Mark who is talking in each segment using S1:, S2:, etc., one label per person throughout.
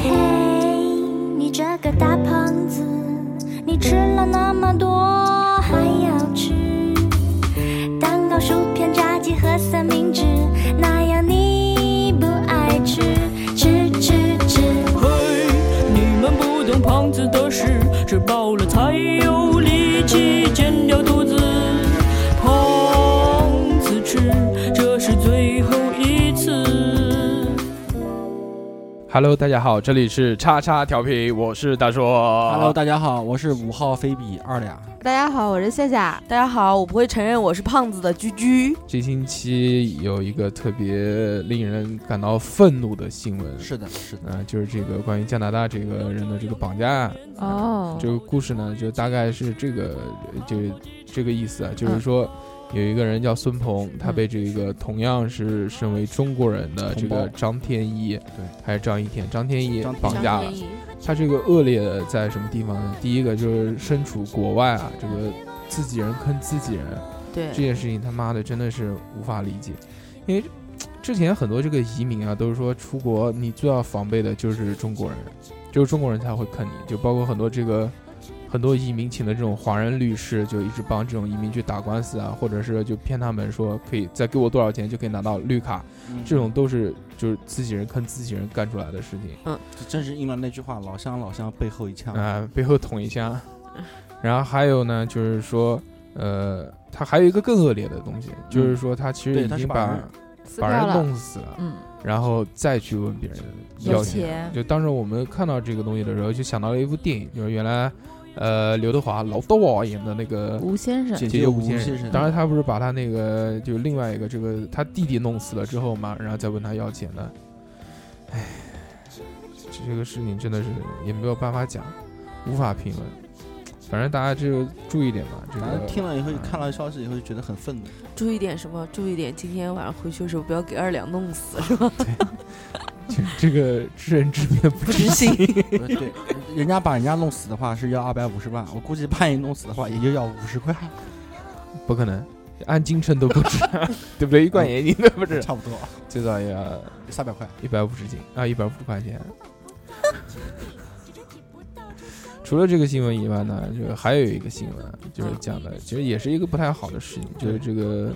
S1: 嘿，你这个大胖子，你吃了那么多，还要吃蛋糕、薯片、炸鸡和三明治，那样你不爱吃，吃吃吃。
S2: 嘿，你们不懂胖子的事，吃饱了才有力气减掉肚子。胖子吃，这是最后一次。
S3: Hello，大家好，这里是叉叉调频，我是大硕。
S4: Hello，大家好，我是五号菲比二两。
S5: 大家好，我是夏夏。
S6: 大家好，我不会承认我是胖子的居居，
S3: 这星期有一个特别令人感到愤怒的新闻，
S4: 是的，是的，
S3: 啊、就是这个关于加拿大这个人的这个绑架案。
S5: 哦
S3: 这个故事呢，就大概是这个，呃就这个意思啊，就是
S4: 嗯
S3: 说。有一个人叫孙鹏，他被这个同样是身为中国人的这
S4: 同
S3: 个
S4: 胞
S3: 张天翼，
S4: 对，
S3: 还是张一天，张天翼
S4: 张天翼
S3: 绑架了。他这个恶劣的在什么地方呢？第一个就是身处国外啊，这个自己人坑自己人，
S6: 对
S3: 这件事情他妈的真的是无法理解，因为之前很多这个移民啊，都是说出国你最要防备的就是中国人，就是中国人才会坑你，就包括很多这个很多移民请的这种华人律师，就一直帮这种移民去打官司啊，或者是就骗他们说可以再给我多少钱就可以拿到绿卡，
S4: 嗯
S3: 这种都是就是自己人坑自己人干出来的事情。
S4: 这真是应了那句话：“老乡，老乡，背后一枪。
S3: 啊、背后捅一下。然后还有呢，就是说，呃，他还有一个更恶劣的东西，就是说他其实
S4: 嗯对
S3: 已
S4: 他是
S3: 经
S4: 把
S3: 把
S4: 人
S5: 撕
S3: 把
S5: 票
S3: 人
S5: 了，
S3: 弄死了，
S5: 嗯，
S3: 然后再去问别人要
S5: 有钱，
S3: 就当时我们看到这个东西的时候，就想到了一部电影，就是原来，呃，刘德华老窦啊演的那个
S5: 吴先生，
S4: 姐
S3: 解
S4: 姐
S3: 救吴
S4: 吴
S3: 先
S4: 先
S3: 生。
S4: 生，
S3: 当时他不是把他那个就另外一个这个他弟弟弄死了之后嘛，然后再问他要钱的，唉，这个事情真的是也没有办法讲，无法评论。反正大家就注意点吧，这
S4: 反正
S3: 个
S4: 听了以后
S3: 嗯，
S4: 看了消息以后就觉得很愤怒。
S6: 注意点什么？注意点，今天晚上回去的时候不要给二两弄死，是吧？
S3: 这这个知人知面不
S6: 不执行，
S4: 不是 对，人家把人家弄死的话是要二百五十万，我估计把你弄死的话也就要五十块，
S3: 不可能，按斤称都不 止，对不对？一
S4: 嗯
S3: 罐盐斤都不止，
S4: 差不多
S3: 最少也要
S4: 三百块。
S3: 一百五十斤啊，一百五十块钱。除了这个新闻以外呢，就是还有一个新闻，就是讲的，其实也是一个不太好的事情，就是这个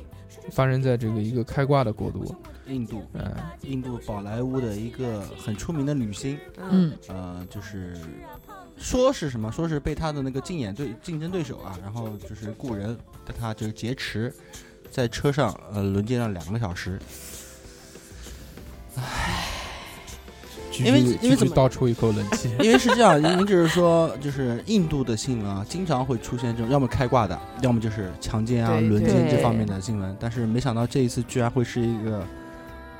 S3: 发生在这个一个开挂的国度，
S4: 印度，
S3: 嗯、
S4: 印度宝莱坞的一个很出名的女星，
S5: 嗯，
S4: 呃，就是说是什么？说是被他的那个竞演对竞争对手啊，然后就是雇人跟他就是劫持，在车上呃轮奸了两个小时。
S3: 继
S4: 因为
S3: 续
S4: 因
S3: 继
S4: 为怎
S3: 续
S4: 么
S3: 倒抽一口冷气，
S4: 因为是这样，因为就是说，就是印度的新闻啊，经常会出现这种要么开挂的，要么就是强奸啊、
S6: 对
S4: 轮奸
S5: 对
S4: 这方面的新闻。但是没想到这一次居然会是一个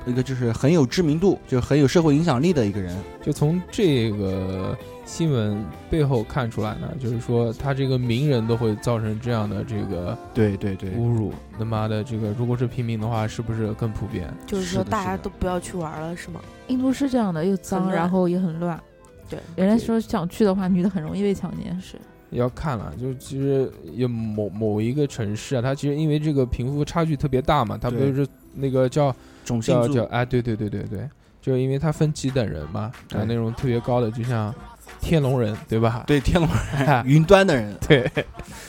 S4: 一个就是很有知名度，就是很有社会影响力的一个人。
S3: 就从这个新闻背后看出来呢，就是说他这个名人都会造成这样的这个
S4: 对对对
S3: 侮辱，他妈的这个如果是平民的话，是不是更普遍？
S6: 就是
S4: 是的
S6: 说大家
S4: 是的
S6: 都不要去玩了，是吗？
S5: 印度是这样的，又
S6: 很
S5: 脏，
S6: 乱
S5: 然后也很乱。
S6: 对，
S5: 人家说想去的话，女的很容易被强奸。
S6: 是，
S3: 要看了，就是其实有某某一个城市啊，它其实因为这个贫富差距特别大嘛，它不
S4: 对
S3: 是那个叫
S4: 种姓
S3: 叫叫
S4: 族
S3: 哎，对对对对对，就是因为它分几等人嘛，
S4: 对
S3: 啊，那种特别高的，就像天龙人对吧？
S4: 对天龙
S3: 对
S4: 云端的人，
S3: 对，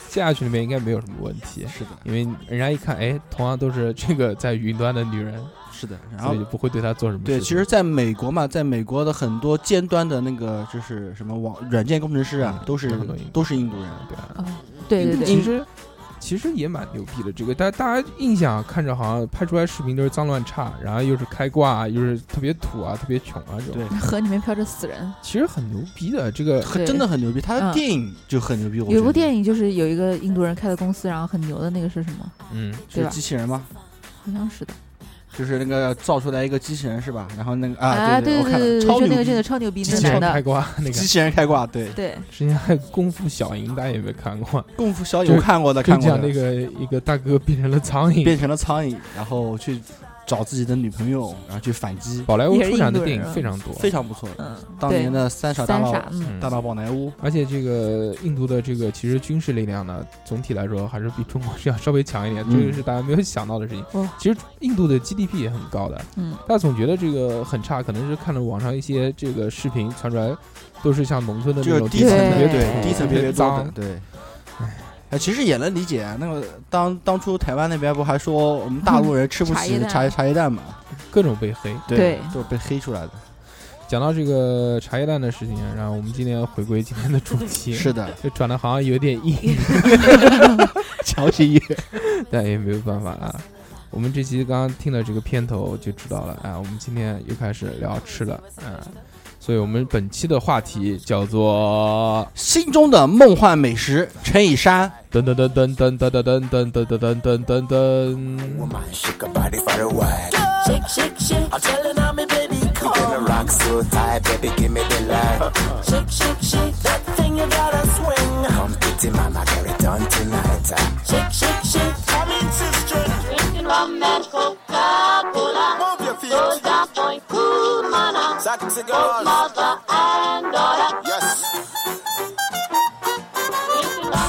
S3: 接下去里面应该没有什么问题，
S4: 是的，
S3: 因为人家一看，哎，同样都是这个在云端的女人，
S4: 是的。然
S3: 所
S4: 后
S3: 以就不会对她做什么事情。
S4: 对，其实在美国嘛，在美国的很多尖端的那个就是什么网软件工程师啊，
S3: 嗯
S4: 都是
S3: 都很多印度
S4: 都是印度人。
S3: 对啊，
S5: 啊，对对
S3: 其
S5: 对，
S3: 实其实也蛮牛逼的。这个，但大家印象看着好像拍出来视频都是脏乱差，然后又是开挂啊，又是特别土啊，特别穷啊这种。
S4: 对，
S5: 河里面漂着死人。
S3: 其实很牛逼的。这个
S4: 很
S5: 对
S4: 真的很牛逼，他的
S5: 嗯
S4: 电影就很牛逼。我
S5: 有一部
S4: 觉得
S5: 电影就是有一个印度人开的公司，然后很牛的那个是什么？
S3: 嗯，
S4: 就
S5: 对
S4: 是
S5: 吧
S4: 机器人嘛，
S5: 好像是的。
S4: 就是那个造出来一个机器人是吧？然后那个啊，
S5: 啊，
S4: 对
S5: 对
S4: 我看了
S5: 对对，
S4: 超
S5: 就那
S4: 牛
S5: 个
S4: 逼
S5: 真的超牛逼，
S3: 机
S5: 那个
S3: 器人
S5: 男
S3: 开
S5: 的。
S3: 挂那个
S4: 机，器人开挂，对，
S5: 对，
S3: 之前还有功夫小蝇，大家有没有看过？
S4: 功夫小
S3: 就
S4: 友看过的，
S3: 就
S4: 看过
S3: 讲
S4: 的
S3: 那个一个大哥变成了苍蝇。
S4: 变成了苍蝇，然后去找自己的女朋友，然后去反击，
S3: 宝莱坞
S5: 也是
S3: 出产
S5: 印
S3: 的
S5: 度
S3: 电影
S5: 人啊
S3: 非常多，
S4: 非常不错。
S5: 嗯，
S4: 当
S5: 对
S4: 年的三傻大
S5: 三
S4: 闹
S5: 傻，嗯，
S4: 大
S3: 嗯
S4: 闹宝莱坞，
S3: 而且这个印度的这个其实军事力量呢，总体来说还是比中国是要稍微强一点，
S4: 嗯
S3: 这个是大家没有想到的事情。
S5: 哇，
S3: 其实印度的 GDP 也很高的，
S5: 嗯，
S3: 大家总觉得这个很差，可能是看了网上一些这个视频传出来，都是像农村的
S4: 就
S3: 那
S4: 是
S3: 种
S4: 低
S3: 地方
S4: 层特
S3: 特别
S4: 别
S5: 对
S4: 对，
S3: 土
S4: 低层特别多的
S3: 脏，
S4: 对。哎，其实也能理解啊。那个当当初台湾那边不还说我们大陆人吃 不
S5: 茶叶
S4: 起
S5: 蛋
S4: 茶茶叶蛋 嘛？
S3: 各种被黑。
S5: 对
S4: 都是被黑出来的。
S3: 讲到这个茶叶蛋的事情，然后我们今天回归今天的主题，
S4: 是的，
S3: 就转的好像有点硬，
S4: 乔起也
S3: 但也没有办法啊。我们这期刚刚听了这个片头就知道了啊，我们今天又开始聊吃了啊，所以我们本期的话题叫做
S4: 心中的梦幻美食乘以山。
S3: 噔噔噔噔噔噔噔噔噔噔噔噔噔噔。
S7: Woman, shake your body for a while. Shake, shake, shake. I'm telling on me, baby, come. You gonna rock so tight, baby, give me the light. shake, shake, shake. That thing you gotta swing. Come, pretty mama, get it on tonight. Shake, shake, shake. Come in, sister. Drinking rum and Coca-Cola. Move your feet. Soda point, kumana. Sack cigars. Mother and daughter. Yes.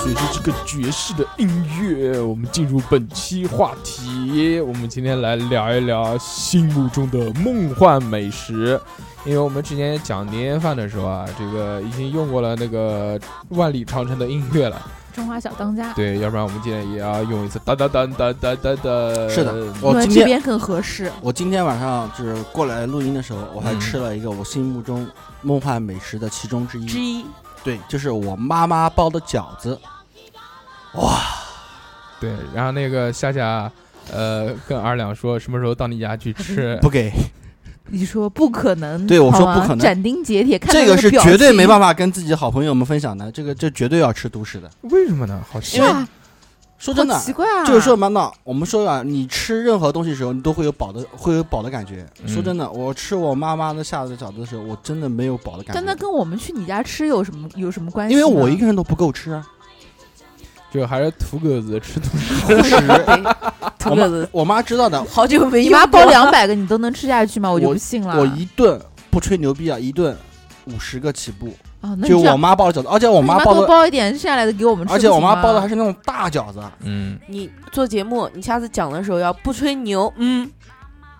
S3: 随着这个爵士的音乐，我们进入本期话题。我们今天来聊一聊心目中的梦幻美食，因为我们之前讲年夜饭的时候啊，这个已经用过了那个万里长城的音乐了。
S5: 中华小当家，
S3: 对，要不然我们今天也要用一次哒哒哒哒哒哒哒。
S4: 是的，
S5: 因
S4: 我
S5: 为
S4: 今
S5: 这
S4: 天
S5: 边更合适。
S4: 我今天晚上就是过来录音的时候，我还
S3: 嗯
S4: 吃了一个我心目中梦幻美食的其中之一。
S6: 一
S4: 对，就是我妈妈包的饺子。
S3: 对，然后那个夏夏，呃，跟二两说什么时候到你家去吃？
S4: 不给，
S5: 你说不可能，
S4: 对我说
S5: 好吗
S4: 不可能
S5: 斩钉截铁，看
S4: 这个是绝对没
S5: 法。
S4: 办法跟自己好朋友们分享的，这个这绝对要吃独食的。
S3: 为什么呢？好奇
S4: 因
S5: 是
S4: 为
S5: 啊，
S4: 说真的
S5: 好，奇怪啊！
S4: 就是说嘛，那我们说啊，你吃任何东西的时候，你都会有饱的，会有饱的感觉。
S3: 嗯
S4: 说真的，我吃我妈妈的下的饺子的时候，我真的没有饱的感觉。
S5: 但那跟我们去你家吃有什么有什么关系
S4: 因
S5: 呢？
S4: 为我一个人都不够吃 啊。
S3: 就还是土狗子吃土
S4: 独食，
S6: 土狗子，
S4: 我妈知道 的，
S6: 好久没
S5: 你妈
S6: 用过
S5: 包两百个，你都能吃下去吗？我就
S4: 我
S5: 不信了。
S4: 我一顿不吹牛逼啊，一顿五十个起步，
S5: 啊，那你
S4: 就
S5: 这
S4: 我
S5: 样
S4: 妈包的饺子，而且我
S5: 你
S4: 妈
S5: 妈
S4: 包
S5: 多
S4: 的，
S5: 包一点剩下来的给我们吃，
S4: 而且我妈包的还
S5: 还
S4: 是那种大饺子啊，
S3: 嗯，
S6: 你做节目，你下次讲的时候要不吹牛，嗯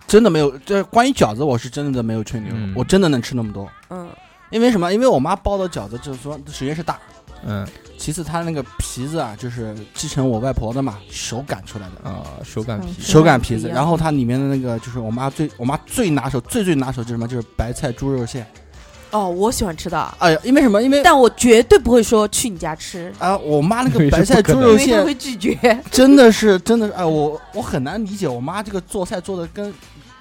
S4: 真的没有。这关于饺子，我是真的没有吹牛，
S3: 嗯
S4: 我真的能吃那么多。
S6: 嗯，
S4: 因为什么？因为我妈包的饺子，就是说，首先是大，
S3: 嗯
S4: 其次她那个皮子啊，就是继承我外婆的嘛，手擀出来的。
S3: 啊，手擀皮
S5: 嗯
S4: 手擀皮子，
S5: 嗯
S4: 然后它里面的那个就是我妈最我妈最拿手最最拿手就是什么？就是白菜猪肉馅。
S6: 哦，我喜欢吃的，
S4: 哎呀，因为什么？因为
S6: 但我绝对不会说去你家吃，
S4: 啊，我妈那
S3: 也
S4: 个
S3: 是
S4: 白菜
S3: 不可
S4: 猪
S3: 能
S6: 因
S4: 肉
S6: 为他
S4: 馅
S6: 会拒绝。
S4: 真的是，真的是，哎，我我很难理解我妈这个做菜做的跟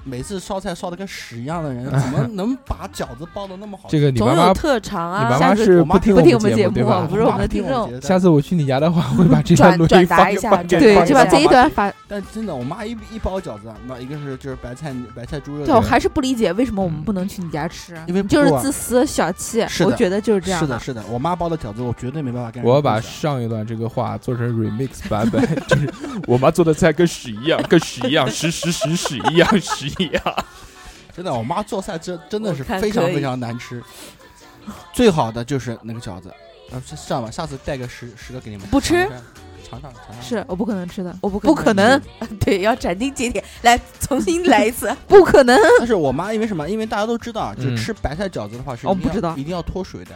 S4: 每次烧菜烧的跟屎一样的人，怎么能把饺子包的那么好吃？
S3: 这个你
S6: 总
S3: 妈妈
S6: 有，特长
S3: 你妈
S6: 啊，
S3: 妈
S6: 下次
S3: 是
S4: 我妈
S3: 听
S5: 不听
S3: 我
S5: 我们节
S3: 目对
S5: 目
S3: 吧
S4: 啊
S5: 不？是我们的听众
S4: 众
S3: 下次我去你家的话，会把这段
S6: 转
S3: 录音
S6: 转达
S3: 发
S6: 一
S3: 给
S6: 下
S3: 发
S6: 这
S3: 给
S6: 个
S5: 对，
S4: 就
S5: 就
S4: 把
S5: 把
S4: 这
S5: 这
S4: 一
S5: 一
S4: 段
S5: 段发。
S4: 但真的，我妈一一包饺子啊，那一个是就是白菜白菜猪肉
S5: 对，我
S4: 馅，
S5: 还是不理解为什么我们不能去你家吃，
S4: 因为不
S5: 就
S4: 够啊
S5: 是自私小气
S4: 是，的
S5: 我觉得就是这样
S4: 是的，。是的，我妈包的饺子我绝对没办法跟人
S3: 我要把
S4: 分享
S3: 上一段这个话做成 remix 版本， 就是我妈做的菜跟屎一样，跟屎一样，屎屎屎屎一样，屎一样。
S4: 真的，我妈做菜真真的是
S6: 我看
S4: 非常
S6: 可以
S4: 非常难吃，最好的就是那个饺子。啊，这这样吧，下次带个十十个给你们
S6: 不吃
S4: 尝尝，尝尝尝尝。
S5: 是我不可能吃的，我不
S6: 不
S5: 不
S6: 可
S5: 可
S6: 能
S5: 能，
S6: 对，要斩钉截铁，来重新来一次。
S5: 不可能。
S4: 但是我妈因为什么？因为大家都知道，就
S3: 嗯
S4: 吃白菜饺子的话是
S5: 哦
S4: 一定要
S5: 不知道
S4: 一定要脱水的。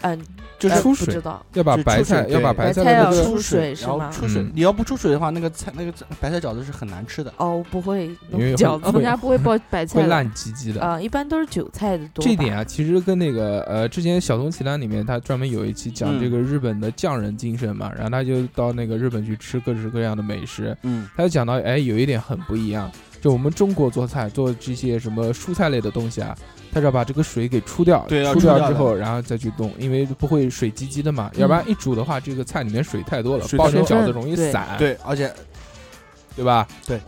S6: 嗯，
S4: 就是
S6: 呃
S3: 出
S6: 不
S3: 水
S6: 知道，
S3: 要把
S4: 就出
S3: 白菜
S4: 水
S3: 要把
S4: 对
S3: 白
S6: 白菜
S3: 的
S6: 要
S3: 那个
S6: 出
S4: 水
S6: 水
S4: 然后
S6: 是吗
S4: 出水，
S3: 嗯
S4: 你要不出水的话，那个菜那个白菜饺子是很难吃的。
S6: 哦，我不会弄
S3: 因为
S6: 饺
S5: 我
S3: 会
S5: 们
S6: 子
S3: 会
S5: 家不会爆白
S3: 会
S5: 菜的，
S3: 烂唧唧的。
S6: 啊，一般都是韭菜的多吧。
S3: 这一点啊，其实跟那个呃，之前《小松奇谈》里面他专门有一期讲
S4: 嗯
S3: 这个日本的匠人精神嘛，然后他就到那个日本去吃各式各样的美食，
S4: 嗯，
S3: 他就讲到，哎，有一点很不一样，就我们中国做菜做这些什么蔬菜类的东西啊，他是要把这个水给出掉，
S4: 对要
S3: 出
S4: 出
S3: 掉
S4: 掉
S3: 之
S4: 的
S3: 后，然后再去弄，因为不会水唧唧的嘛，
S6: 嗯
S3: 要不然一煮的话，这个菜里面水太多了，
S4: 水
S3: 包
S4: 太
S3: 成
S4: 多
S3: 饺子
S5: 了
S3: 容易
S6: 对
S3: 散，
S4: 对，而且
S3: 对吧？
S4: 对。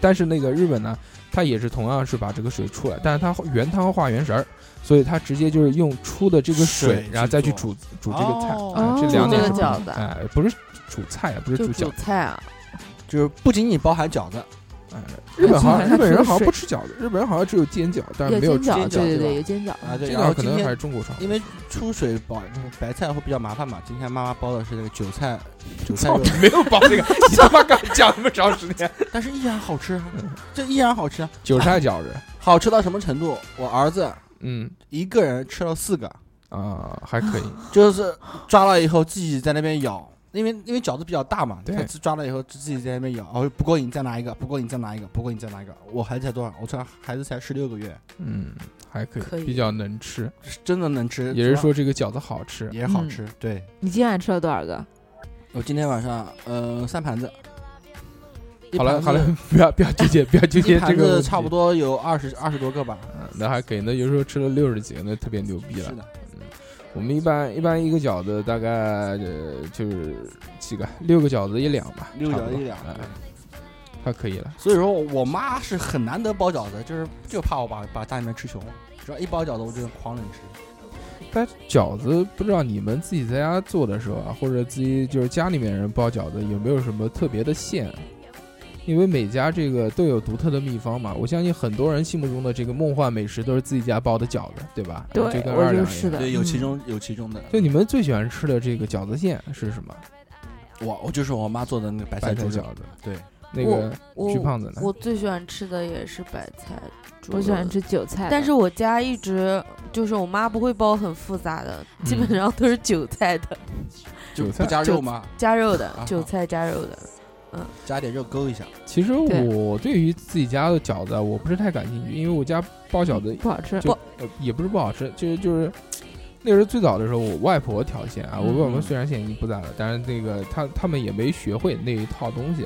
S3: 但是那个日本呢，它也是同样是把这个水出来，但是它原汤化原食儿，所以它直接就是用出的这个水，
S4: 水
S3: 然后再去
S4: 去
S3: 煮煮
S4: 做
S3: 这个菜，
S4: 哦
S3: 啊，这两
S6: 煮
S3: 点
S6: 这
S3: 是
S6: 个
S3: 不一样
S6: 饺子
S3: 哎、不是煮菜啊，不是
S6: 就
S3: 煮饺
S6: 韭
S3: 子，
S6: 菜啊，
S4: 就是不仅仅包含饺子，
S3: 哎，日本好像
S5: 还
S3: 日
S5: 煮
S3: 本人好像
S5: 水
S3: 不吃饺子，日本人好像只有煎饺，但是
S5: 有
S3: 没有
S5: 煎
S3: 煎
S5: 饺，
S4: 煎饺
S5: 对对
S4: 对吧
S5: 对，有煎饺
S4: 啊对
S3: 煎
S4: 然
S3: 饺
S4: 后
S3: 可
S4: 今
S3: 能
S4: 天
S3: 还是中国传统
S4: 因为出水包白菜会比较麻烦嘛。今天妈妈包的是那个韭菜韭菜肉，
S3: 没有包这个， 你他妈刚讲那么长时 间，
S4: 但是依然好吃啊，这依然好吃啊，
S3: 韭菜饺子，
S4: 好吃到什么程度？我儿子
S3: 嗯
S4: 一个人吃了四个，
S3: 啊、还可以，
S4: 就是抓了以后自己在那边咬，因为因为饺子比较大嘛，
S3: 对
S4: 他自抓了以后自己在那边咬，哦不过瘾再拿一个，不过瘾再拿一个，不过瘾再拿一个。我孩子才多少？我这孩子才十六个月，
S3: 嗯，还可以，
S6: 可以
S3: 比较能吃，
S4: 是真的能吃，
S3: 也是
S4: 主要
S3: 说这个饺子好吃，
S4: 也好吃。对
S5: 你今晚吃了多少个？
S4: 我今天晚上呃三盘子，一
S3: 好了
S4: 盘子
S3: 好了，， 不要不要纠结，不要纠
S4: 一
S3: 结这
S4: 盘
S3: 个
S4: 子
S3: 问题
S4: 差不多有二十二十多个吧。
S3: 嗯那还可以，那有时候吃了六十几个，那特别牛逼
S4: 是
S3: 了。
S4: 的，
S3: 我们一般一般一个饺子大概呃就是几个，六个饺子一两吧，
S4: 六
S3: 差不
S4: 角
S3: 多
S4: 一两。
S3: 哎
S4: 对
S3: 还可以了。
S4: 所以说我妈是很难得包饺子，就是就怕我把把家里面吃穷，只要一包饺子我就狂冷吃。
S3: 但饺子不知道你们自己在家做的时候啊，或者自己就是家里面人包饺子，有没有什么特别的馅？啊因为每家这个都有独特的秘方嘛，我相信很多人心目中的这个梦幻美食都是自己家包的饺子，对吧？
S5: 对
S3: 就跟
S5: 我
S3: 二
S5: 觉得
S3: 两一
S5: 是
S3: 样。
S5: 的
S4: 对，有其
S5: 嗯
S4: 中有其中的。
S3: 就你们最喜欢吃的这个饺子馅是什么？
S4: 我我就是我妈做的那个白
S3: 白菜
S4: 菜猪肉，
S3: 饺子。
S4: 对，
S3: 那个
S6: 我
S3: 巨胖子呢？
S6: 我最喜欢吃的也是白菜，猪
S5: 我喜欢
S6: 肉
S5: 吃韭菜的，
S6: 但是我家一直就是我妈不会包很复杂的，基本
S3: 嗯
S6: 上都是韭菜的，
S3: 韭
S4: 不
S3: 菜。
S4: 加肉吗？
S6: 加肉的
S4: 啊，
S6: 韭菜加肉的。
S4: 加点肉勾一下。
S3: 其实
S5: 对
S3: 我对于自己家的饺子啊，我不是太感兴趣，因为我家包饺子
S5: 不好吃。
S3: 就呃也不是不好吃，就是就是那时候最早的时候，我外婆调馅啊，我
S4: 嗯
S3: 外婆虽然现在已经不在了，但是那个她他们也没学会那一套东西，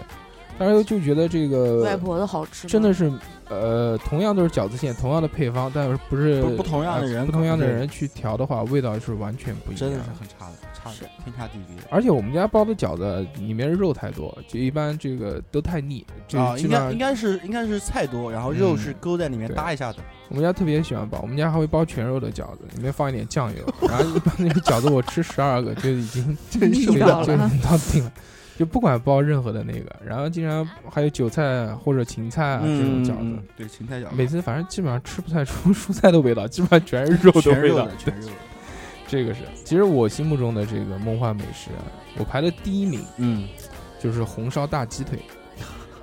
S3: 当时就觉得这
S6: 外
S3: 个
S6: 婆的好吃
S3: 呃
S6: 吗，
S3: 真的是呃，同样都是饺子馅，同样的配方，但是不是
S4: 不不同样的
S3: 呃
S4: 人
S3: 不同样的
S4: 对
S3: 人去调的话，味道是完全不一样，
S4: 真的是很差的，差的
S6: 是
S4: 天差地别。
S3: 而且我们家包的饺子里面肉太多，就一般这个都太腻，就
S4: 啊，
S3: 基
S4: 应
S3: 本
S4: 该
S3: 上
S4: 应该是应该是菜多，然后肉
S3: 嗯
S4: 是勾在里面
S3: 对
S4: 搭一下的。
S3: 我们家特别喜欢包，我们家还会包全肉的饺子，里面放一点酱油，然后一般那个饺子我吃十二个就已 经
S5: 腻
S3: 就
S5: 到
S3: 就
S5: 了
S3: 到定了，就不管包任何的那个，然后竟然还有韭菜或者芹菜啊这种
S4: 嗯
S3: 饺子，
S4: 嗯对，芹菜饺子，
S3: 每次反正基本上吃不太出蔬菜的味道，基本上全是肉的
S4: 全
S3: 味
S4: 肉
S3: 道
S4: 的，。全肉的。
S3: 这个是，其实我心目中的这个梦幻美食啊，我排的第一名
S4: 嗯，
S3: 就是红烧大鸡腿，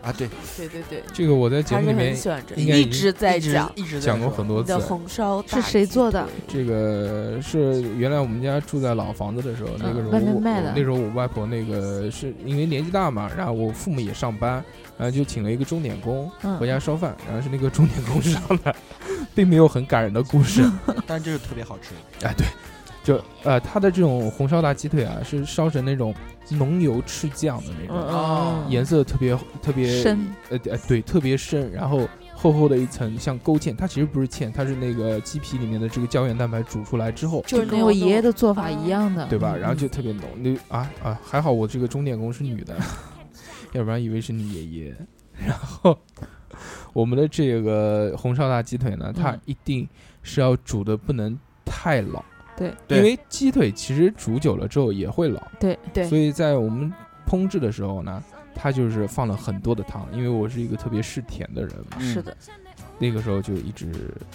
S4: 啊，对，
S6: 对对对，
S3: 这个我在节
S6: 还
S3: 目
S6: 是
S3: 里
S6: 很
S3: 面
S6: 喜欢吃，
S3: 应该已
S6: 一
S3: 经
S6: 直在
S4: 一直
S6: 讲
S4: 一直在
S3: 讲过
S4: 说
S3: 很多
S6: 你
S3: 次
S6: 的。红烧
S5: 是谁做的
S3: 这个是原来我们家住在老房子的时候，那个时候
S5: 嗯外面
S3: 我
S5: 卖的
S3: 我那时候我外婆那个是因为年纪大嘛，然后我父母也上班，然后就请了一个钟点工
S5: 嗯
S3: 回家烧饭，然后是那个钟点工上来，并没有很感人的故事。
S5: 嗯
S4: 但是这是特别好吃。
S3: 哎，对，就呃，它的这种红烧大鸡腿啊，是烧成那种浓油赤酱的那种，
S4: 哦
S3: 颜色特别特别
S5: 嗯深，
S3: 呃呃对，特别深，然后厚厚的一层像勾芡，它其实不是芡，它是那个鸡皮里面的这个胶原蛋白煮出来之后。
S6: 就是那
S5: 跟
S6: 种
S5: 我爷爷的做法一样的，
S3: 对吧？然后就
S5: 嗯
S3: 特别浓，那啊啊，还好我这个钟点工是女的， 要不然以为是你爷爷。然后我们的这个红烧大鸡腿呢，它
S5: 嗯
S3: 一定是要煮的不能太老，
S5: 对
S3: 因
S4: 对
S3: 为鸡腿其实煮久了之后也会老，
S5: 对
S6: 对
S3: 所以在我们烹制的时候呢。它就是放了很多的糖，因为我是一个特别嗜甜的人嘛，
S6: 是的，
S3: 那个时候就一直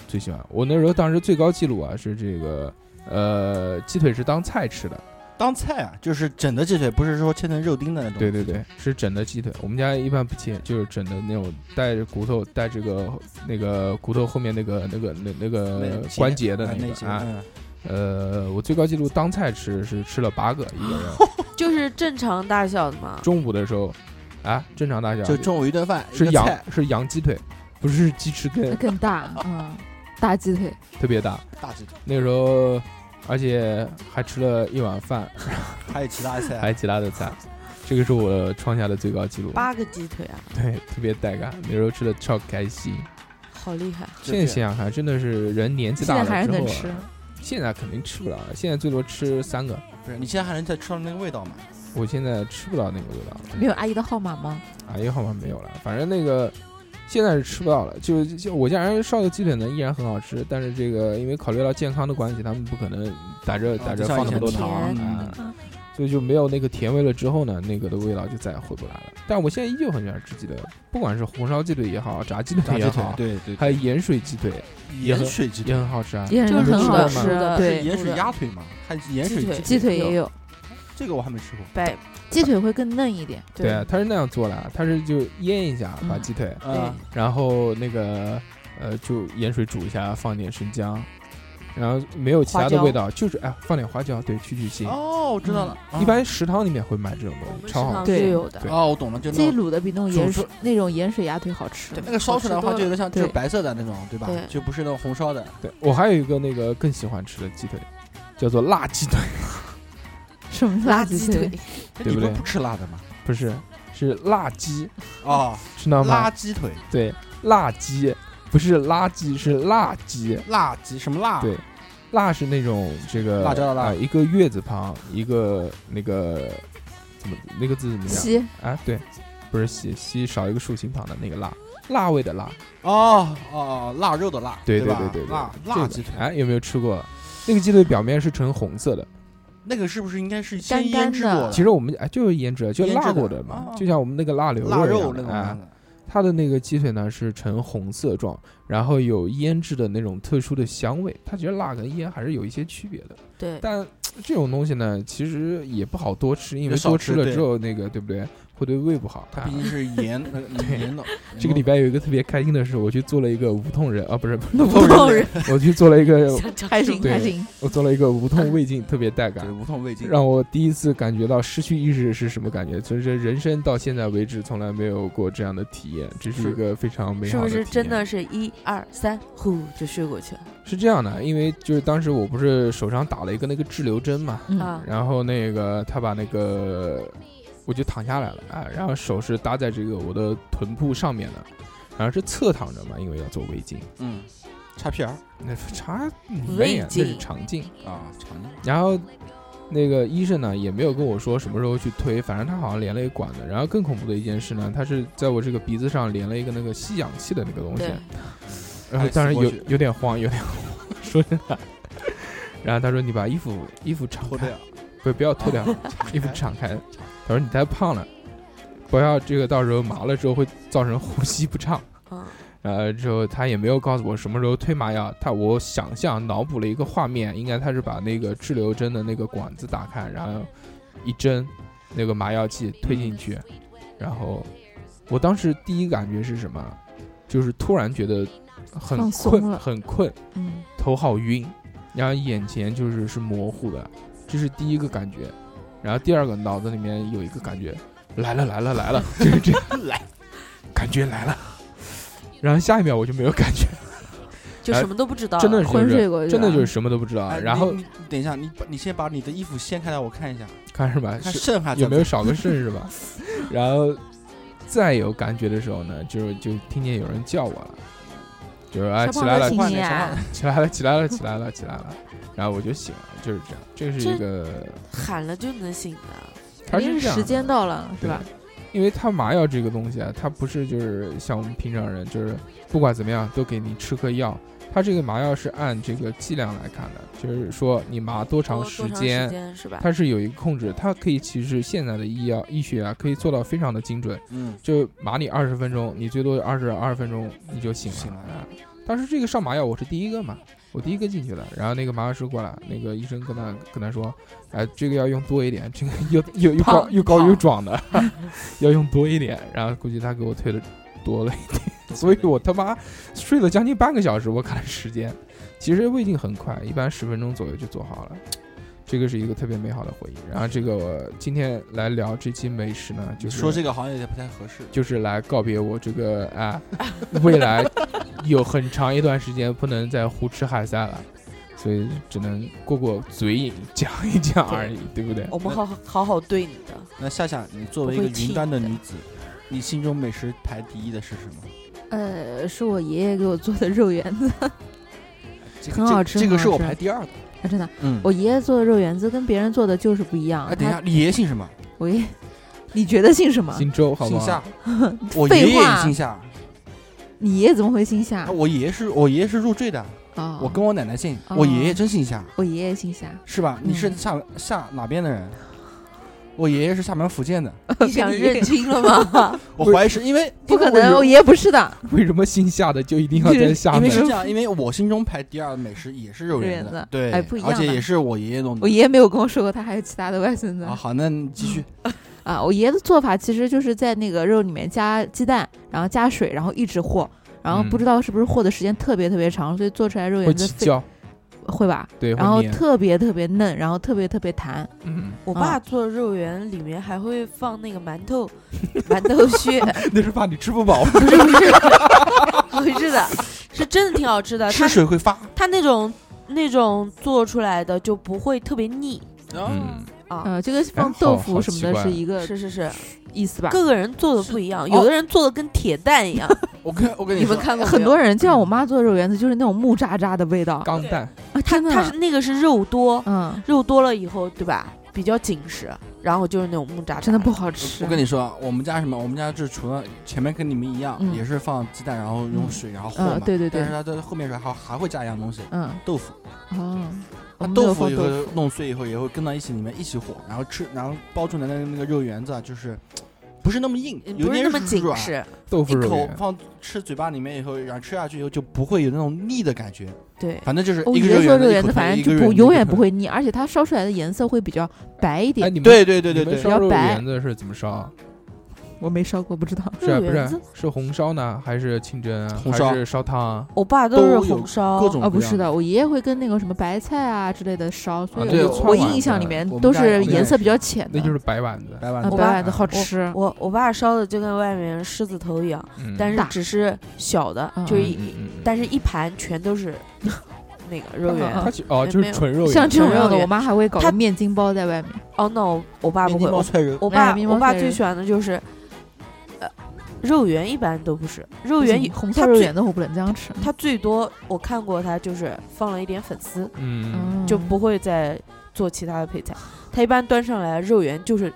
S3: 最喜欢。我那时候当时最高记录啊是这个，呃，鸡腿是当菜吃的，
S4: 当菜啊，就是整的鸡腿，不是说切成肉丁的那种。
S3: 对对对，是整的鸡腿。我们家一般不切，就是整的那种带着骨头，带这个那个骨头后面那个那个那那
S4: 那
S3: 个
S4: 个
S3: 呃
S4: 切
S3: 关节的
S4: 啊那
S3: 个啊。
S4: 嗯
S3: 呃，我最高纪录当菜吃是吃了八个一个人，
S6: 就是正常大小的嘛。
S3: 中午的时候，啊，正常大小
S4: 就中午一顿饭一
S3: 是
S4: 个
S3: 羊
S4: 菜
S3: 是羊鸡腿，不是鸡翅
S5: 那
S3: 根，
S5: 更大，嗯，大鸡腿，
S3: 特别大。
S4: 大鸡腿，
S3: 那个时候，而且还吃了一碗饭，
S4: 还有其他菜啊
S3: 还有其他的菜，这个是我创下的最高纪录。
S6: 八个鸡腿啊，
S3: 对，特别带感，那时候吃的超开心。
S6: 好厉害！
S4: 就
S3: 现在
S4: 这
S3: 想想看，真的是人年纪
S5: 现
S3: 大
S5: 在
S3: 了
S5: 还是
S3: 之
S5: 能
S3: 后啊，
S5: 吃。
S3: 现在肯定吃不了了，现在最多吃三个。
S4: 不是你现在还能再吃到那个味道吗？
S3: 我现在吃不到那个味道了，
S5: 没有阿姨的号码吗？
S3: 阿姨好像没有了，反正那个现在是吃不到了。就就我家人烧的鸡腿呢，依然很好吃，但是这个因为考虑到健康的关系，他们不可能打着打
S4: 啊
S3: 着
S4: 就像
S3: 放那么
S4: 以前
S3: 多
S6: 甜
S3: 糖啊
S4: 嗯，
S3: 所以就没有那个甜味了。之后呢，那个的味道就再也回不来了。但我现在依旧很喜欢吃鸡腿，不管是红烧鸡腿也好，炸鸡
S4: 炸
S3: 腿也
S4: 鸡
S3: 好
S4: 腿，，对对，
S3: 还有盐水鸡腿也
S4: 盐
S3: 很
S4: 水鸡腿
S3: 也，很好吃啊。
S5: 也
S6: 就是
S5: 很
S3: 吃
S5: 好
S3: 的
S5: 吃
S3: 嘛
S6: 是
S4: 是
S5: 对，
S4: 盐水
S6: 对
S4: 鸭腿嘛，还是盐水
S6: 鸡腿
S5: 鸡腿也
S6: 有
S5: 有，
S4: 这个我还没吃过。
S6: 白
S5: 鸡腿会更嫩一点。
S3: 对啊，他是那样做的啊，他是就腌一下把
S5: 嗯
S3: 鸡腿，
S4: 啊，
S3: 然后那个呃，就盐水煮一下，放点生姜，然后没有其他的
S6: 花椒
S3: 味道，就是哎，放点花椒，对，去去腥。
S4: 哦，我知道了，啊
S3: 一般食堂里面会买这种
S6: 我
S3: 东
S6: 们
S3: 西，
S6: 食
S3: 超好
S6: 堂
S3: 吃。
S5: 对
S6: 是有的
S3: 对，
S4: 哦，我懂了，就
S5: 自己
S4: 那种
S5: 卤的比那种
S4: 煮
S5: 盐
S4: 出
S5: 水那种盐水鸭腿好吃。
S4: 那个烧出来的话，
S6: 好吃多了
S4: 就有点像就是
S5: 对
S4: 白色的那种，对吧
S6: 对？
S4: 就不是那种红烧的。
S3: 对我还有一个那个更喜欢吃的鸡腿，叫做辣鸡腿，
S5: 什么
S6: 辣
S5: 辣
S6: 鸡
S5: 鸡
S6: 腿
S5: 腿？，
S3: 对
S4: 你
S3: 不
S4: 不
S3: 对
S4: 是不吃辣的吗？
S3: 不是，是辣鸡，
S4: 哦，
S3: 知道
S4: 辣
S3: 吗？
S4: 鸡腿，
S3: 对，辣鸡不是垃圾，是辣鸡。
S4: 辣鸡什么辣？
S3: 对辣是那种这个
S4: 辣椒的辣
S3: 啊一个月字旁，一个那个怎么那个字怎么讲？
S5: 西
S3: 啊，对，不是西西少一个竖心旁的那个辣，辣味的辣，
S4: 哦哦，腊肉的腊，
S3: 对
S4: 吧
S3: 对对对，
S4: 辣
S3: 这
S4: 辣
S3: 个
S4: 鸡腿，
S3: 哎，有没有吃过？那个鸡腿表面是呈红色
S4: 嗯
S3: 的，
S4: 那个是不是应该是先
S5: 干
S4: 腌
S5: 干
S4: 制
S5: 的
S4: 过的？
S3: 其实我们哎就是腌制，就
S4: 腌制
S3: 辣
S4: 的
S3: 过的嘛，
S4: 哦
S3: 就像我们那个腊牛肉
S4: 腊
S3: 一
S4: 肉
S3: 样
S4: 那
S3: 的
S4: 种
S3: 哎
S4: 样，的
S3: 它的那个鸡腿呢是呈红色状，然后有腌制的那种特殊的香味，它其实辣跟腌还是有一些区别的。
S6: 对，
S3: 但这种东西呢，其实也不好多吃，因为
S4: 就少
S3: 多吃
S4: 吃
S3: 了
S4: 对
S3: 之后那个对不对，会对胃不好。
S4: 它
S3: 哎
S4: 毕竟是 盐那个盐的。嗯
S3: 这个礼拜有一个特别开心的事，我去做了一个无痛人啊，不是，不是
S4: 无痛
S6: 人，
S3: 我去做了一 个，
S5: 还行
S3: 对
S5: 还行，
S3: 我做了一个无痛胃镜，特别带
S4: 对
S3: 感，
S4: 无痛胃镜，
S3: 让我第一次感觉到失去意识是什么感觉，就是人生到现在为止从来没有过这样的体验，这是
S4: 是
S3: 一个非常美
S6: 是
S3: 好的
S6: 不
S3: 体
S6: 是
S3: 验。
S6: 真的是一二三，呼就睡过去了？
S3: 是这样的？因为就是当时我不是手上打了一个那个滞留针嘛，
S5: 嗯
S6: 啊
S3: 然后那个他把那个我就躺下来了啊，然后手是搭在这个我的臀部上面的，然后是侧躺着嘛，因为要做胃镜。
S4: 嗯，插片儿
S3: 那查
S6: 胃
S3: 没啊，那
S6: 镜
S3: 是肠镜。
S4: 啊，尝一下。
S3: 然后那个医生呢也没有跟我说什么时候去推，反正他好像连了一管子。然后更恐怖的一件事呢，他是在我这个鼻子上连了一个那个吸氧气的那个东西
S6: 对，，
S3: 然后当然
S4: 哎死
S3: 有
S4: 过去
S3: 有点慌，有点慌， 说真的。然后他说：“你把衣服衣服敞
S4: 脱
S3: 开
S4: 掉，，
S3: 不不要脱 掉，衣服敞开。”他说：“你太胖了，不要这个到时候麻了之后会造成呼吸不畅。”
S6: 嗯，
S3: 呃，之后他也没有告诉我什么时候推麻药，他我想象脑补了一个画面，应该他是把那个滞留针的那个管子打开，然后一针那个麻药剂推进去，然后我当时第一感觉是什么？就是突然觉得很
S5: 放松
S3: 困，
S5: 了
S3: 很困，
S5: 嗯，
S3: 头好晕，然后眼前就是是模糊的，这是第一个感觉，然后第二个脑子里面有一个感觉，来了来了来了，就是这样来，感觉来了，然后下一秒我就没有感觉，
S6: 就什么都不知道了，
S3: 真的是
S5: 啊昏睡过去了，
S3: 真的就是什么都不知道，啊
S4: 哎
S3: 然后
S4: 你你等一下，你把你先把你的衣服掀开来，我看一下，
S3: 看什么
S4: 看
S3: 是
S4: 剩下
S3: 有没有
S4: 有？
S3: 少个肾是吧？然后再有感觉的时候呢，就是就听见有人叫我了，就是哎
S5: 小
S3: 起
S5: 胖
S3: 来
S5: 哥
S3: 了
S5: 请
S4: 换
S5: 你
S4: 点
S5: 啊
S4: 什
S3: 起来了起来了起来了起来了，然后我就醒了，就是这样，这是一
S6: 这
S3: 个。
S6: 喊了就能醒的，
S3: 它
S5: 肯定
S3: 这
S5: 是
S3: 样
S5: 时
S3: 的
S5: 间到了，是
S3: 对
S5: 吧？
S3: 因为它麻药这个东西啊，它不是就是像我们平常人，就是不管怎么样都给你吃颗药。它这个麻药是按这个剂量来看的，就是说你麻多长
S6: 多
S3: 时
S6: 长
S3: 间，
S6: 间是吧？
S3: 它是有一个控制。它可以其实现在的医药医学啊，可以做到非常的精准，
S4: 嗯，
S3: 就麻你二十分钟，你最多二十二分钟你就醒了。
S4: 醒了
S3: 啊当时这个上麻药我是第一个嘛，我第一个进去的，然后那个麻药师过来，那个医生跟他跟他说，哎、这个要用多一点，这个 又又又高
S6: 胖
S3: 又高又壮的， 要用多一点，然后估计他给我推 的多了一点，所以我他妈睡了将近半个小时，我看了时间，其实胃镜很快，一般十分钟左右就做好了。这个是一个特别美好的回忆。然后这个我今天来聊这期美食呢，就是
S4: 说这个好像也不太合适。
S3: 就是来告别我这个啊， 未来有很长一段时间不能再胡吃海塞了，所以只能过过嘴瘾，讲一讲而已，对不对？
S6: 我们好好好对你的，
S4: 那夏夏，你作为一个云端的女子，你心中美食排第一的是什么？
S5: 呃，是我爷爷给我做的肉圆子，
S4: 这个
S5: 很好吃
S4: 这
S5: 很
S4: 个
S5: 好
S4: 是我
S5: 吃
S4: 排第二的。
S5: 啊真的，
S4: 嗯，
S5: 我爷爷做的肉圆子跟别人做的就是不一样。
S6: 啊
S4: 哎，等一
S5: 他
S4: 下，你爷姓什么？
S5: 我爷，你觉得姓什么？
S3: 姓周，好不
S4: 姓
S3: 好
S4: 夏？。我
S5: 废
S4: 爷爷也
S5: 话啊
S4: 姓夏。
S5: 你爷爷怎么会姓夏
S4: 啊？我爷爷是我爷爷是入赘的，
S5: 啊，
S4: 我跟我奶奶姓，
S5: 哦
S4: 我爷爷真姓夏，
S5: 我爷爷姓夏，
S4: 是吧？你是
S5: 嗯
S4: 厦厦哪边的人？我爷爷是厦门福建的，
S6: 你想认清了吗？
S4: 我怀疑是因为
S5: 不可
S4: 因为
S5: 能，我爷爷不是的。
S3: 为什么姓夏的就一定要在厦
S4: 因为
S3: 门
S4: 是？这样，因为我心中排第二的美食也是肉
S5: 肉
S4: 圆
S5: 圆子
S4: 对，
S5: 哎不一样
S4: 而
S5: 的
S4: 且也是我爷爷弄
S5: 我
S4: 的。
S5: 爷爷没有跟我说过他还有其他的外孙子
S4: 啊，好，那你继续。
S5: 啊。我爷爷的做法其实就是在那个肉里面加鸡蛋，然后加水，然后一直和，然后
S3: 嗯
S5: 不知道是不是和的时间特别特别长，所以做出来肉
S3: 会
S5: 圆子
S3: 起
S5: 非
S3: 叫，
S5: 会吧，
S3: 对，
S5: 然后
S3: 会黏
S5: 特别特别嫩，然后特别特别弹。
S3: 嗯，
S6: 我爸做肉圆里面还会放那个馒头，馒头屑，
S3: 那是怕你吃不 饱。
S6: 不是不是，不是的，是真的挺好吃的。
S4: 吃
S6: 它
S4: 水会发，
S6: 它那种那种做出来的就不会特别腻
S4: 哦
S3: 嗯，
S6: 啊。
S5: 呃，这个放
S3: 好
S5: 豆
S3: 好
S5: 腐什
S3: 奇
S5: 么
S3: 怪
S5: 呃的是一个
S6: 是是是，
S5: 意思吧？
S6: 各个人做的不一样，有的人做的跟铁蛋一样。
S4: 我跟我跟
S6: 你
S4: 说
S6: 们，看过没有
S5: 很多人就像我妈做的肉圆子，就是那种木渣渣的味道
S3: 钢蛋，
S5: 啊，
S6: 它
S5: 真的
S6: 它是那个是肉多，
S5: 嗯，
S6: 肉多了以后，对吧？比较紧实，然后就是那种木渣渣，
S5: 真的不好吃。
S4: 我跟你说啊，我们家什么？我们家是除了前面跟你们一样，
S5: 嗯
S4: 也是放鸡蛋，然后用水，然后和嘛
S5: 嗯。对对对
S4: 但是它在后面时候还还会加一样东西，
S5: 嗯
S4: 豆腐。
S5: 哦，我
S4: 它
S5: 们没
S4: 豆
S5: 有
S4: 腐
S5: 放
S4: 也
S5: 豆腐
S4: 会弄碎以后，也会跟到一起，里面一起和，然后吃，然后包出来的那个肉圆子啊，就是不是那么硬，
S5: 嗯
S4: 有
S6: 不是那
S4: 点
S6: 么紧
S4: 软。
S6: 实。
S3: 豆
S4: 一
S3: 腐肉
S4: 口
S3: 圆，
S4: 放吃嘴巴里面以后，然后吃下去以后就不会有那种腻的感觉。
S6: 对，
S4: 反正就是
S5: 我
S4: 一个
S5: 觉得哦说
S4: 肉
S5: 肉
S4: 圆
S5: 圆
S4: 子，
S5: 子，反
S4: 一
S5: 正
S4: 口
S5: 就
S4: 一
S5: 不
S4: 个
S5: 永远不
S4: 会。
S5: 会腻，而且它烧出来的颜色会比较白一
S3: 哎，
S5: 点。
S3: 你们
S4: 对对对
S3: 你们
S4: 对对，
S3: 烧肉
S5: 比较白
S3: 圆子是怎么烧？
S5: 我没烧过，不知道。
S3: 是啊
S6: 肉
S3: 不
S6: 圆
S3: 是
S6: 子，
S3: 是红烧呢，还是清蒸啊，
S4: 红烧
S3: 还是烧汤啊？
S6: 我爸
S4: 都
S6: 是
S4: 有
S6: 红烧，
S4: 各种
S5: 哦，不
S4: 不一样
S5: 是的，我爷爷会跟那个什么白菜啊之类的烧，所
S3: 啊
S5: 以
S3: 对
S5: 我
S3: 川皖
S5: 我印象
S3: 的
S5: 里面
S4: 我们
S5: 都
S4: 家也
S5: 是
S4: 是
S5: 颜色比较浅的，
S3: 那就是白丸子。
S4: 白丸
S5: 啊
S4: 子
S5: 白
S6: 白
S5: 丸子好吃。
S6: 我我爸烧的就跟外面狮子头一样，
S3: 嗯
S6: 但是
S5: 大
S6: 只是小的，
S5: 嗯
S6: 就是
S5: 嗯
S6: 一，但是一盘全都是那个肉圆。
S5: 嗯
S3: 它其哦
S6: 没
S3: 就是
S6: 有
S3: 纯肉圆，
S5: 像这种
S6: 肉
S5: 样的，
S6: 圆
S5: 我妈还会搞
S6: 它
S5: 个面筋包在外面。
S6: 哦，那我我爸不
S4: 面筋
S6: 会，
S4: 包
S6: 我
S4: 菜肉，
S6: 我爸
S5: 哎面包
S6: 我爸
S5: 是
S6: 最喜欢的就是，呃，肉圆一般都不是，肉
S5: 不
S6: 圆
S5: 行红
S6: 它
S5: 烧肉
S6: 最
S5: 圆子我不能这样吃，
S6: 它最多我看过它就是放了一点粉丝，
S3: 嗯，
S5: 嗯
S6: 就不会再做其他的配菜。它一般端上来肉圆就是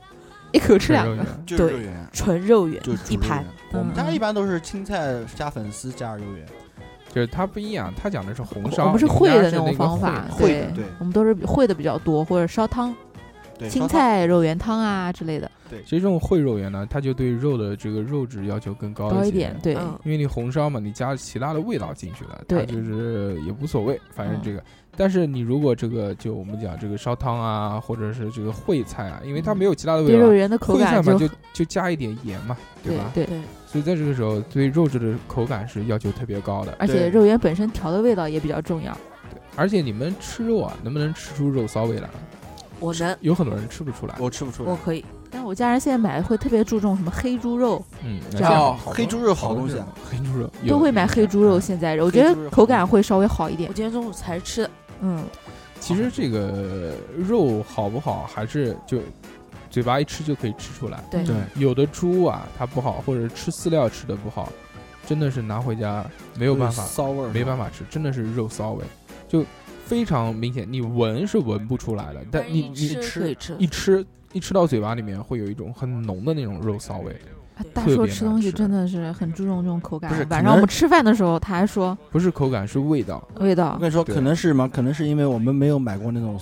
S5: 一口吃
S3: 纯
S5: 两
S3: 肉
S5: 个。
S3: 圆，
S4: 就是
S6: 对
S4: 肉圆，
S6: 纯肉圆
S4: 就是煮
S6: 一
S4: 肉圆
S6: 盘，。
S4: 我们
S5: 嗯
S4: 家
S5: 嗯
S4: 一般都是青菜加粉丝加肉圆，
S3: 就是它不一样，它讲的是红烧，
S5: 我们是
S3: 人家
S5: 烩的
S3: 是
S5: 那种
S3: 个
S5: 方
S3: 烩
S5: 法，
S4: 烩的对
S5: 我们都是烩的比较多，或者烧汤、
S4: 对，
S5: 青
S4: 烧
S5: 菜肉圆汤啊之类的，
S3: 其实这种烩肉圆呢，它就对肉的这个肉质要求更
S4: 哦
S3: 高
S5: 高
S3: 一些
S5: 一点，对，
S6: 嗯，
S3: 因为你红烧嘛，你加其他的味道进去了，它
S5: 对
S3: 就是也无所谓，反正
S5: 嗯
S3: 这个。但是你如果这个就我们讲这个烧汤啊，或者是这个烩菜啊，因为它没有其他的
S5: 嗯对
S3: 味
S5: 肉
S3: 道，
S5: 圆的口
S3: 烩菜
S5: 感
S3: 嘛
S5: 就
S3: 就就加一点盐嘛，
S5: 对
S3: 吧？
S5: 对，
S6: 对，
S3: 所以在这个时候，对肉质的口感是要求特别高的。
S5: 而且
S4: 对
S5: 肉圆本身调的味道也比较重要。
S3: 而且你们吃肉啊，能不能吃出肉骚味来？啊
S6: 我能，
S3: 有很多人吃不出来。
S4: 我吃不出
S6: 我
S4: 来。
S6: 可以，
S5: 但我家人现在买会特别注重什么黑猪肉，
S3: 嗯，
S5: 这样
S3: 好
S4: 黑猪肉好东西啊，
S3: 黑猪肉有
S5: 都会买黑猪肉。。
S3: 有
S5: 现在我
S4: 嗯黑
S5: 觉
S4: 猪肉
S5: 得
S4: 好
S5: 口感会稍微好一
S6: 我
S5: 点。
S6: 今天中午才吃的，
S5: 嗯，
S3: 其实这个肉好不好，还是就嘴巴一吃就可以吃出来。
S6: 对
S4: 对，
S5: 嗯
S3: 有的猪啊，它不好，或者吃饲料吃的不好，真的是拿回家没有办法，
S4: 骚味儿，
S3: 没办
S4: 法。
S3: 法吃，真的是肉骚味，就非常明显。你闻是闻不出来的，但你
S6: 一
S3: 你
S6: 吃可以吃
S3: 一，吃一吃到嘴巴里面，会有一种很浓的那种肉骚味。
S5: 啊大
S3: 特
S5: 叔
S3: 别
S5: 吃
S3: 难
S5: 东西
S3: 吃
S5: 真的是很注重这种口感
S4: 不是。可
S5: 晚上我
S4: 能
S5: 们吃饭的时候，他还说
S3: 不是口感，是味道。
S5: 味道
S4: 我跟你说，
S3: 对
S4: 可能是什么？可能是因为我们没有买过那种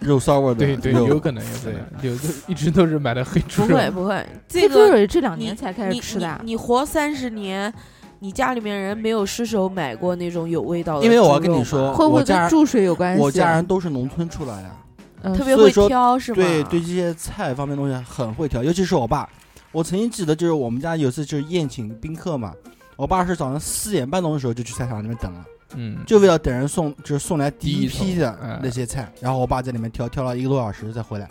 S4: 肉骚味儿的
S3: 对
S4: 肉，
S3: 对，有可能，有可能，有的一直都是买的黑
S6: 不
S3: 猪肉。
S6: 会不会，
S5: 黑
S6: 这
S5: 猪肉
S6: 个
S5: 也这两年
S6: 你
S5: 才开
S6: 你
S5: 始吃的啊
S6: 你，你活三十年。你家里面人没有失手买过那种有味道的，
S4: 因为我要跟你说，，
S5: 会不
S4: 我
S5: 会
S4: 家
S5: 跟
S4: 人
S5: 注水有关系？啊
S4: 我家人都是农村出来的，
S5: 嗯
S6: 特别
S4: 所以
S6: 会
S4: 说
S6: 挑是吗？
S4: 对对，这些菜方面东西很会调，尤其是我爸。我曾经记得，就是我们家有次就是宴请宾客嘛，我爸是早上四点半钟的时候就去菜场里面等了，
S3: 嗯，
S4: 就为了等人送，就是送来第
S3: 第一
S4: 一批
S3: 桶哎
S4: 的那些菜，然后我爸在里面挑，挑了一个多小时再回来。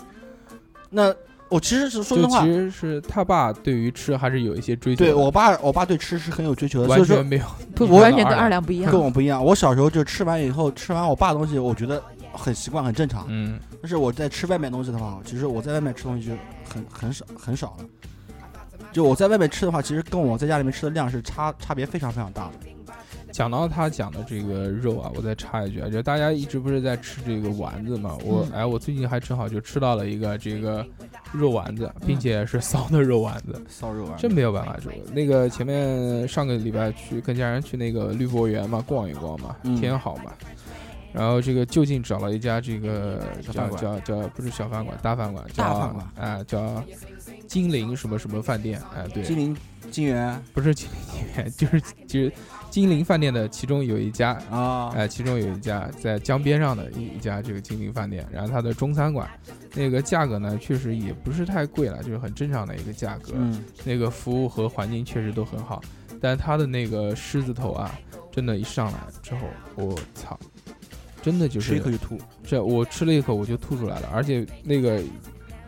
S4: 那我其实是说
S3: 就
S4: 真话
S3: 其，实是他爸对于吃还是有一些追求的，
S4: 对我爸，我爸对吃是很有追求的，所
S3: 完
S4: 以说
S3: 全没有，
S5: 不
S3: 一
S5: 完
S3: 般
S5: 全
S3: 的
S5: 跟
S3: 二
S5: 二两不一样
S4: 跟。我不一样。我小时候就吃完以后，吃完我爸的东西，我觉得很习惯，很正常。
S3: 嗯，
S4: 但是我在吃外面东西的话，其实我在外面吃东西就很很少很少了。就我在外面吃的话，其实跟我在家里面吃的量是差差别非常非常大的。
S3: 讲到他讲的这个肉啊，我再插一句啊，就大家一直不是在吃这个丸子嘛？我、
S4: 嗯
S3: 哎，我最近还正好就吃到了一个这个肉丸子，并且是 骚的肉丸子，
S4: 烧肉啊，
S3: 真没有办法说。那个前面上个礼拜去跟家人去那个绿博园嘛，逛一逛嘛，
S4: 嗯
S3: 天好嘛。然后这个就近找了一家这个
S4: 小
S3: 叫
S4: 饭馆
S3: 叫叫不是小饭馆，大饭馆，叫
S4: 大饭馆
S3: 哎叫金陵什么什么饭店，哎对，
S4: 金陵金源
S3: 不是金陵 金源，就是就是金陵饭店的其中有一家，
S4: 啊
S3: 哎、，其中有一家在江边上的一一家这个金陵饭店，然后它的中餐馆，那个价格呢，确实也不是太贵了，就是很正常的一个价格。
S4: 嗯，
S3: 那个服务和环境确实都很好，但它的那个狮子头啊，真的，一上来之后，我操，真的就
S4: 吃一
S3: 是
S4: 口就吐。
S3: 这我吃了一口我就吐出来了，而且那个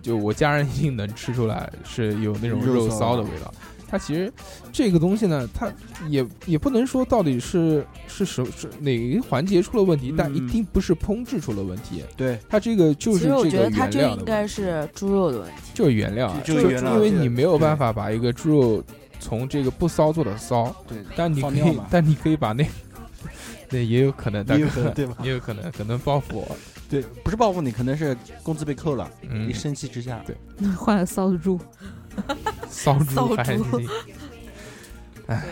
S3: 就我家人一定能吃出来是有那种
S4: 肉
S3: 肉
S4: 骚啊
S3: 骚的味道。它其实这个东西呢，它也也不能说到底是是什是哪个环节出了问题，但
S4: 嗯
S3: 一定不是烹制出了问题。
S4: 对，
S3: 它这个就
S6: 其
S3: 是
S6: 实我
S3: 这
S6: 觉
S3: 个
S6: 得它
S3: 原
S6: 就
S3: 料的
S6: 应
S3: 问
S6: 该
S3: 题
S6: 是猪肉的问题。
S3: 就是原料啊，
S4: 就是
S3: 就
S4: 原料
S3: 因为
S4: 对
S3: 你没有办法把一个猪肉从这个不骚做的骚，
S4: 对，
S3: 但你
S4: 放
S3: 可
S4: 尿
S3: 以
S4: 嘛，
S3: 但你可以把那那也有可能，但
S4: 也有可能 对吧
S3: 也有可能可能报复我，
S4: 对，不是报复你，可能是工资被扣了，
S3: 嗯
S4: 你，生气之下。
S5: 换了骚猪，
S3: 骚猪
S6: 骚
S3: 还
S6: 猪
S3: 行。
S6: 对啊，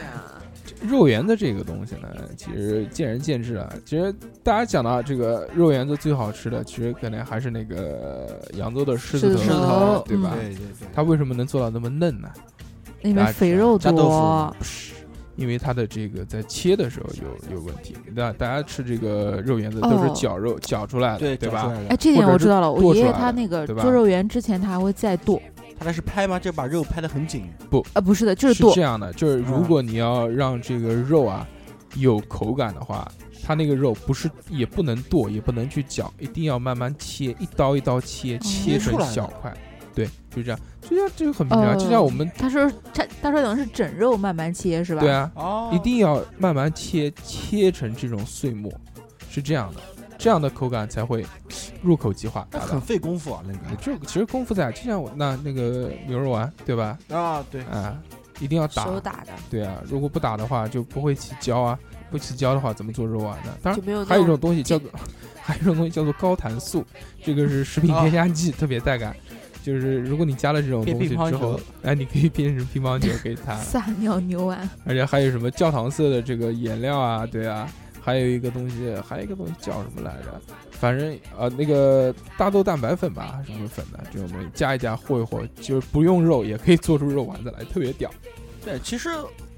S3: 肉圆子这个东西呢，其实见仁见智啊。其实大家讲到这个肉圆子最好吃的，其实可能还是那个扬州的狮子
S5: 狮子
S3: 头，啊
S5: 头
S3: 对吧？
S4: 嗯对对对，
S3: 它为什么能做到那么嫩呢？
S5: 里面肥肉
S4: 加豆
S5: 多
S4: 腐，
S3: 不是，因为它的这个在切的时候有有问题。那大家吃这个肉圆子都是
S5: 哦
S3: 搅肉、搅出来的，
S4: 对
S3: 对
S4: 找出
S3: 吧？
S4: 来了
S5: 哎，这点我知道了。
S3: 或者是
S5: 我爷
S3: 剁出
S5: 爷
S3: 来的
S5: 他那个
S3: 对吧
S5: 做肉圆之前，他还会再剁，
S4: 他那是拍吗？就把肉拍的很紧，
S5: 啊，不是的，就是是剁
S3: 这，样的，就是
S4: 嗯
S3: 如果你要让这个肉啊有口感的话，它那个肉不是也不能剁，也不能去搅，一定要慢慢切，一刀一刀切，切
S4: 切出
S3: 成
S4: 来的
S3: 小块。对，就这样，就像这个很平常，
S5: 哦
S3: 就像我们
S5: 他说他他说等是整肉慢慢切是吧？，
S3: 对啊，
S4: 哦
S3: 一定要慢慢切，切成这种碎末，是这样的，这样的口感才会入口即化。
S4: 那
S3: 达
S4: 很
S3: 到。
S4: 费功夫啊，那
S3: 就哎其实功夫在，就像我那那个牛肉丸，对吧？
S4: 个啊，对，
S3: 啊，一定要打，
S6: 手打的
S3: 对啊，如果不打的话就不会起胶啊，不起胶的话怎么做肉丸呢？当
S6: 就
S3: 然，
S6: 没有
S3: 啊还
S6: 那
S3: 有一种东西叫做， 还有一种东西叫做高弹素，这个是食
S4: 啊
S3: 品添加剂，特别带感。就是如果你加了这种
S4: 变
S3: 东西
S4: 乒乓
S3: 之后
S4: 球，
S3: 哎，你可以变成乒乓球可以弹
S5: 撒尿牛丸，
S3: 而且还有什么焦糖色的这个颜料啊，对啊，还有一个东西，还有一个东西叫什么来着？反正呃，那个大豆蛋白粉吧，什么粉的这种东西，加一加和一和，就是不用肉也可以做出肉丸子来，特别屌。
S4: 对，其实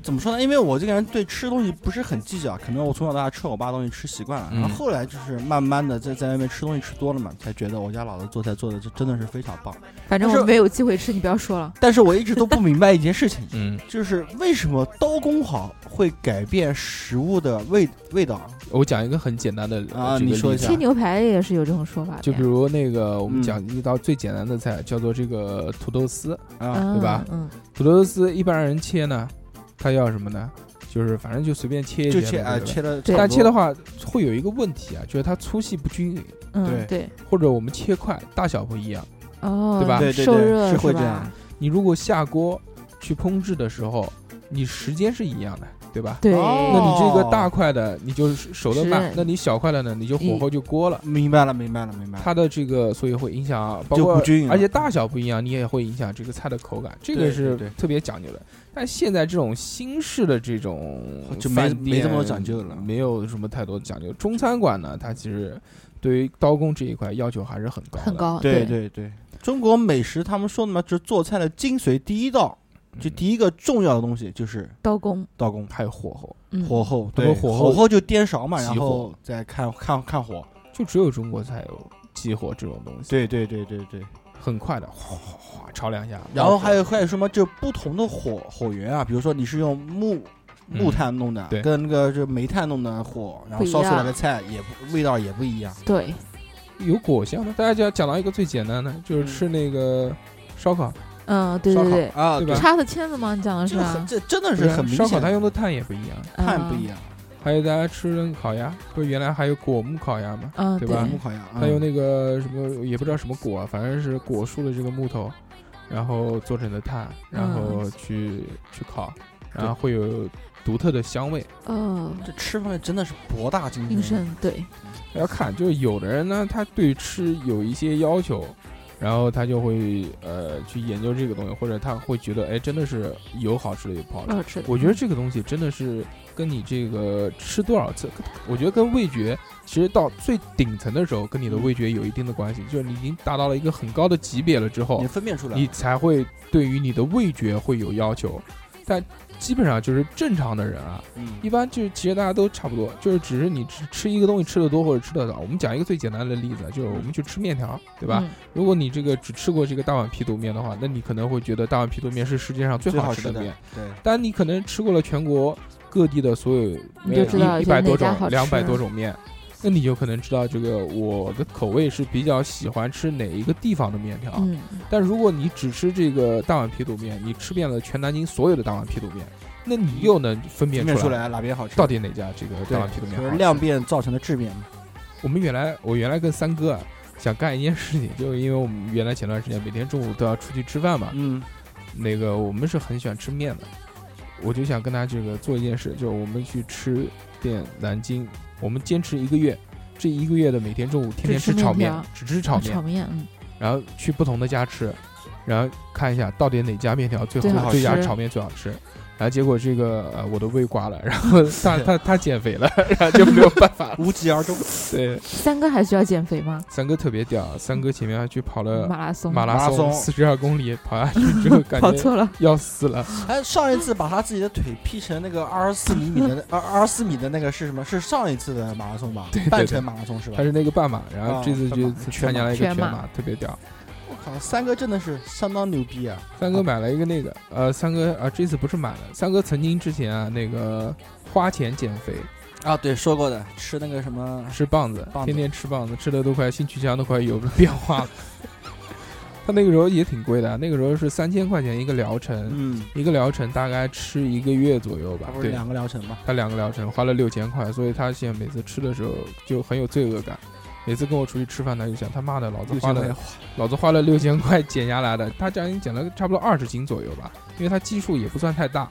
S4: 怎么说呢？因为我这个人对吃东西不是很计较，可能我从小到大吃我爸东西吃习惯了，
S3: 嗯，
S4: 然后后来就是慢慢的在在外面吃东西吃多了嘛，才觉得我家老子做菜做的这真的是非常棒。
S5: 反正
S4: 但是
S5: 我没有机会吃，你不要说了。
S4: 但是我一直都不明白一件事情
S3: 嗯，
S4: 就是为什么刀工好会改变食物的味味道？
S3: 我讲一个很简单的
S4: 啊
S3: 这个
S4: 你说一
S3: 例子
S4: 下
S5: 切牛排也是有这种说法的呀，
S3: 就比如那个，我们
S4: 嗯
S3: 讲一道最简单的菜，叫做这个土豆丝。
S4: 啊，
S5: 嗯，
S3: 对吧
S5: 嗯，
S3: 土豆丝一般人切呢，他要什么呢？就是反正就随便切一
S4: 就切
S3: 嘛对
S4: 啊
S3: 不对
S4: 切的，
S5: 对
S3: 但切的话会有一个问题啊，就是它粗细不均匀，
S4: 对
S5: 嗯，对，
S3: 或者我们切块大小不一样。
S5: 哦，
S3: 对吧
S4: 对对
S5: 受
S4: 对
S5: 热
S4: 是会
S5: 吧
S4: 这样，
S3: 你如果下锅去烹制的时候，你时间是一样的，对吧？
S5: 对，
S4: 哦
S3: 那你这个大块的，你就是熟的慢
S5: 是；
S3: 那你小块的呢，你就火候就锅了。
S4: 明白了明白了明白了。
S3: 它的这个所以会影响，啊包
S4: 嗯就
S3: 括
S4: 不均匀了
S3: 而且大小不一样，你也会影响这个菜的口感，这个
S4: 对
S3: 是
S4: 对对
S3: 特别讲究的。但现在这种新式的这种
S4: 就没
S3: 饭
S4: 没这么多
S3: 店
S4: 讲究了
S3: 没有什么太多讲究。中餐馆呢，它其实对于刀工这一块要求还是很高的，
S5: 很高，
S4: 对对对，中国美食他们说的嘛，就是做菜的精髓，第一道就第一个重要的东西就是
S5: 刀工，
S4: 刀工、
S3: 嗯还有火候，
S5: 嗯，
S4: 火候。
S3: 他
S4: 对，
S3: 们
S4: 火
S3: 火候
S4: 就颠勺嘛，
S3: 急
S4: 然后
S3: 火
S4: 再看看看火。
S3: 就只有中国才有激活这种东西，
S4: 对对对对对。
S3: 很快的，哗哗哗炒两下，
S4: 然后
S3: 冒火
S4: 还有还有什么？就不同的火火源啊，比如说你是用木木炭弄的
S3: 嗯对，
S4: 跟那个就煤炭弄的火，然
S5: 不
S4: 后
S5: 一
S4: 烧出来
S5: 样
S4: 的菜也不味道也不一样。
S5: 对，
S3: 有果香吗？大家讲讲到一个最简单的，就是
S4: 嗯
S3: 吃那个烧烤，
S5: 嗯，对
S3: 烧烤
S5: 对对，
S4: 啊，
S3: 对吧
S5: 插的签子吗？你讲的
S4: 这
S5: 是
S4: 个
S5: 吧嗯
S4: 很？这真的
S3: 不
S4: 是很明
S3: 啊烧烤
S4: 显
S3: 它
S4: 的
S3: 用的炭也不一样。
S4: 碳不一
S5: 样。
S4: 样，
S3: 还有大家吃那个烤鸭，不是原来还有果木烤鸭吗？
S5: 嗯，
S3: 对
S4: 果
S3: 吧
S4: 木烤鸭，
S3: 它用
S4: 嗯
S3: 那个什么也不知道什么果啊，反正是果树的这个木头，然后做成的炭，然
S4: 嗯
S3: 后去、去烤，然后会有独特的香味。
S5: 嗯，
S4: 这吃方面真的是博大精
S5: 应
S4: 深。
S5: 声对，
S3: 要看，就是有的人呢，他对吃有一些要求，然后他就会呃去研究这个东西，或者他会觉得，哎，真的是有好吃的有不好吃的。
S5: 好吃的。
S3: 我觉得这个东西真的是跟你这个吃多少次，我觉得跟味觉其实到最顶层的时候，跟你的味觉有一定的关系，就是你已经达到了一个很高的级别了之后
S4: 你，分辨出来
S3: 哦你
S4: 了，
S3: 才会对于你的味觉会有要求。但基本上就是正常的人啊，
S4: 嗯
S3: 一般就是其实大家都差不多，就是只是你吃吃一个东西吃的多或者吃的少。我们讲一个最简单的例子，就是我们去吃面条，对吧？
S5: 嗯？
S3: 如果你这个只吃过这个大碗皮肚面的话，那你可能会觉得大碗皮肚面是世界上最
S4: 最
S3: 好
S4: 好
S3: 吃
S4: 吃
S3: 的面。
S4: 对，
S3: 但你可能吃过了全国各地的所有呃
S5: 你就知道
S3: 一百
S5: 哪
S3: 多
S5: 家
S3: 种、
S5: 好
S3: 两百
S5: 吃
S3: 多种面，那你就可能知道这个我的口味是比较喜欢吃哪一个地方的面条。
S5: 嗯，
S3: 但如果你只吃这个大碗皮肚面，你吃遍了全南京所有的大碗皮肚面，那你又能分辨
S4: 分辨
S3: 出
S4: 出
S3: 来
S4: 来哪边好吃，
S3: 到底哪家这个大碗皮肚面好
S4: 就是
S3: 吃
S4: 量变造成的质变嘛。
S3: 我们原来我原来跟三哥啊想干一件事情，就是因为我们原来前段时间每天中午都要出去吃饭嘛，
S4: 嗯，
S3: 那个我们是很喜欢吃面的，我就想跟他这个做一件事，就是我们去吃遍南京，我们坚持一个月，这一个月的每天中午天天
S5: 只吃
S3: 吃炒面
S5: 面条，
S3: 只吃炒面
S5: 炒，面，嗯，
S3: 然后去不同的家吃，然后看一下到底哪家面条最
S5: 最
S3: 好，
S4: 好
S3: 这家
S5: 吃
S3: 炒面最好吃。然后结果这个呃我的胃挂了，然后 他他他减肥了，然后就没有办法了。
S4: 无疾而终。
S3: 对，
S5: 三哥还需要减肥吗？
S3: 三哥特别屌，三哥前面还去跑了
S5: 马拉松，
S3: 马拉
S4: 呃马拉
S3: 松
S4: 松
S3: 四十二公里，跑下去之 后感
S5: 跑
S3: 觉
S5: 错了，
S3: 要死 了。
S4: 哎，上一次把他自己的腿劈成那个二十四 厘米的二二十四米的那个是什么？是上一次的马拉松吧？
S3: 对对对
S4: 半程马拉松是吧
S3: 他？是那个半马，然后
S4: 啊
S3: 这次就
S4: 半马啊
S3: 参加了一个全
S5: 全马
S3: 马，特别屌。
S4: 我靠，三哥真的是相当牛逼啊！
S3: 三哥买了一个那个，呃，三哥啊，这次不是买了，三哥曾经之前啊，那个花钱减肥，
S4: 啊，对，说过的，吃那个什么，
S3: 吃棒子，
S4: 啊棒子
S3: 天天吃棒子，吃的都快性取向都快有变化 了。他那个时候也挺贵的，那个时候是三千块钱一个疗程，
S4: 嗯，
S3: 一个疗程大概吃一个月左右吧
S4: 他，不是
S3: 对，
S4: 两个疗程吗？
S3: 他两个疗程花了六千块，所以他现在每次吃的时候就很有罪恶感。每次跟我出去吃饭，他就想他妈的，老子花了，老子花了六千块减下来的，他这样已经减了差不多二十斤左右吧，因为他基数也不算太大。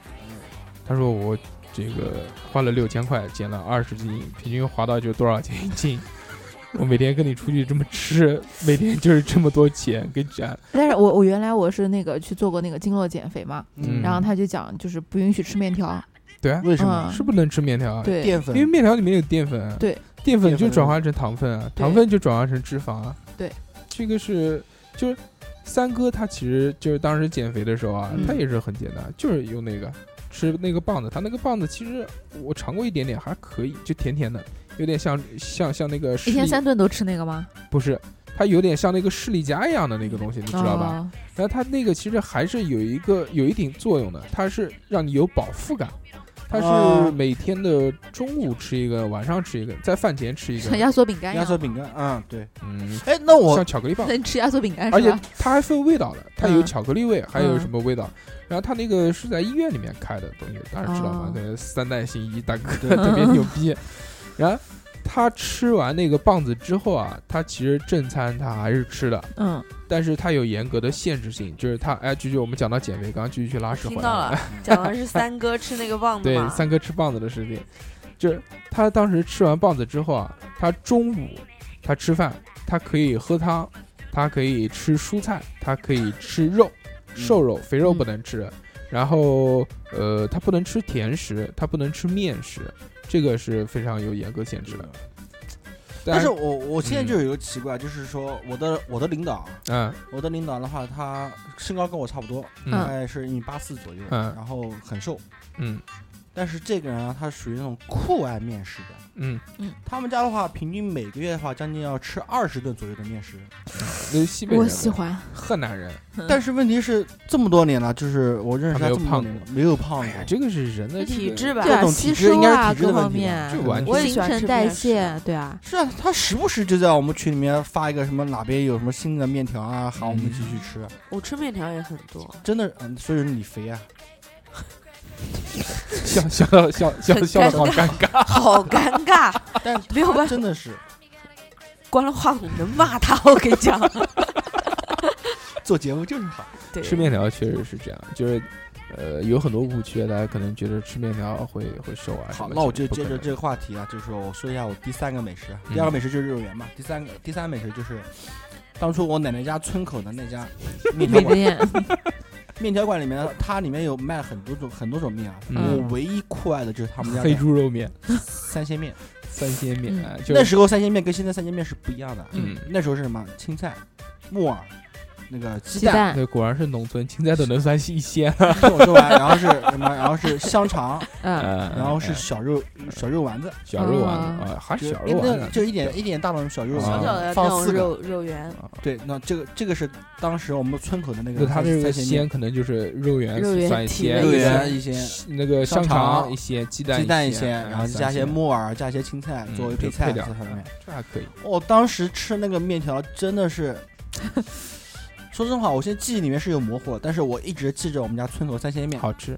S3: 他说我这个花了六千块减了二十斤，平均划到就多少钱一斤？ 我每天跟你出去这么吃，每天就是这么多钱给攒。
S5: 但是我我原来我是那个去做过那个经络减肥嘛，
S3: 嗯
S5: 然后他就讲就是不允许吃面条，
S3: 对啊，
S4: 为什么？
S5: 嗯，
S3: 是不能吃面条啊，
S5: 对，
S4: 淀
S3: 因为
S4: 粉
S3: 面条里面有淀粉啊，
S5: 对，
S3: 淀粉就转化成糖分啊，
S5: 对
S3: 糖分就转化成脂肪啊，
S5: 对，
S3: 这个是就是三哥他其实就是当时减肥的时候啊，
S5: 嗯
S3: 他也是很简单，就是用那个吃那个棒子，他那个棒子其实我尝过一点点，还可以，就甜甜的，有点像像像那个士
S5: 一天
S3: 力
S5: 三顿都吃那个吗？
S3: 不是。它有点像那个士力架一样的那个东西，你知道吧？
S5: 哦？
S3: 然后它那个其实还是有一个有一点作用的，它是让你有饱腹感。它是
S4: 哦
S3: 每天的中午吃一个，晚上吃一个，在饭前吃一个
S5: 像，压缩饼干一
S4: 压
S5: 样，
S4: 缩饼干，嗯，对。
S3: 嗯，
S4: 哎，那我
S3: 像巧克力棒，
S5: 能 吃压缩饼干
S3: 而
S5: 是
S3: 且
S5: 吧？
S3: 它还分味道的，它有
S5: 嗯
S3: 巧克力味，还有
S5: 嗯
S3: 什么味道？然后它那个是在医院里面开的东西，当然知道嘛
S5: 哦，
S3: 那三代行医大哥特别牛逼。然后他吃完那个棒子之后啊，他其实正餐他还是吃的，
S5: 嗯，
S3: 但是他有严格的限制性，就是他哎，就就我们讲到减肥，刚刚继续去拉屎回
S6: 听
S3: 来
S6: 到了，讲的是三哥吃那个棒子
S3: 对
S6: 嘛，
S3: 三哥吃棒子的事情，就是他当时吃完棒子之后啊，他中午他吃饭，他可以喝汤，他可以吃蔬菜，他可以吃肉，瘦肉、肥肉不
S6: 嗯
S3: 能吃，然后呃，他不能吃甜食，他不能吃面食，这个是非常有严格
S4: 嗯
S3: 限制的。
S4: 但是我我现在就有一个奇怪，就是说我的我的领导，
S3: 嗯
S4: 我的领导的话，他身高跟我差不多，
S3: 嗯
S4: 大概是一米八四左右，
S3: 嗯
S4: 然后很瘦，
S3: 嗯，
S4: 但是这个人啊，他属于那种酷爱面食的。
S3: 嗯，
S4: 他们家的话，平均每个月的话，将近要吃二十顿左右的面食。
S3: 那是西北人，
S5: 我喜，欢，
S3: 河南人。
S4: 但是问题是，这么多年了，就是我认识
S3: 他没
S4: 他
S3: 有
S4: 这么多年了，没有胖
S3: 哎
S4: 过
S3: 呀，。这个是人的
S6: 哦这 体质
S3: 吧。
S6: 吧
S5: 对，啊，
S4: 这种
S5: 吸
S4: 体质应
S5: 收
S4: 该是
S5: 啊
S4: 体质
S5: 各
S4: 的
S5: 方
S4: 问题
S5: 面
S3: 这完，
S6: 全
S5: 新
S6: 我也喜欢
S5: 陈
S6: 吃
S5: 代
S6: 面食
S5: 谢，对 啊，
S4: 是啊，他时不时就在我们群里面发一个什么哪边有什么新的面条啊，喊我们一起去吃。
S6: 我吃面条也很多，
S4: 真的，嗯，所以说你肥啊，
S3: 笑笑到笑笑
S6: 很
S3: 笑的好尴尬。
S6: 好尴尬，
S4: 但
S6: 没有办
S4: 他
S6: 法，
S4: 真的是
S6: 关了话筒能骂他，我跟你讲，
S4: 做节目就是好。
S6: 对，
S3: 吃面条啊确实是这样，就是呃有很多误区，大家可能觉得吃面条会会瘦啊。
S4: 好，那我就接着这
S3: 个。
S4: 个话题啊，就是我说一下我第三个美食啊，
S3: 嗯
S4: 第二个美食就是肉圆嘛，第三个第三个美食就是当初我奶奶家村口的那家面条
S5: 美
S4: 馆，
S5: 店，
S4: 面条馆里面它里面有卖很多种很多种面啊，
S3: 嗯
S4: 我唯一酷爱的就是他们家
S3: 黑
S4: 的
S3: 猪肉面、
S4: 三鲜面，
S3: 三鲜面，
S5: 嗯
S3: 啊，就
S4: 那
S3: 是
S4: 时候三鲜面跟现在三鲜面是不一样的，
S3: 嗯
S4: 那时候是什么青菜、木耳。那个鸡
S5: 鸡
S4: 蛋，
S5: 蛋，
S3: 对，果然是农村，青菜都能算是一鲜。
S4: 听我说完，然后是什么？然后是香肠，
S5: 嗯，
S3: 然
S4: 然后是小肉小肉丸子，
S3: 小肉丸
S5: 啊
S3: 子啊，哎还是
S4: 就
S3: 小肉丸
S4: 那
S3: 子，啊
S4: 就一点一点大的那种小肉
S3: 小
S4: 丸
S3: 小
S4: 子，放四个。
S6: 肉圆
S4: 对，那这个这个是当时我们村口的那
S3: 那
S4: 个
S3: 它
S4: 三
S3: 这个
S4: 三鲜
S3: 鲜可能就是肉圆
S5: 肉圆
S3: 算一
S5: 体
S3: 鲜，
S5: 内
S4: 肉
S5: 肉
S4: 圆
S5: 圆
S4: 一些
S3: 那个
S4: 香
S3: 香
S4: 肠
S3: 肠一些，鸡蛋
S4: 鸡蛋一些，
S3: 些，
S4: 然
S3: 嗯
S4: 后加一些，
S3: 三鲜
S4: 木耳，加一些青菜
S3: 嗯
S4: 作为
S3: 就
S4: 配菜这
S3: 料
S4: 方面
S3: 嗯。这还可以。
S4: 我当时吃那个面条真 的是，说真话，我现在记忆里面是有模糊了，但是我一直记着我们家村口三鲜面
S3: 好吃，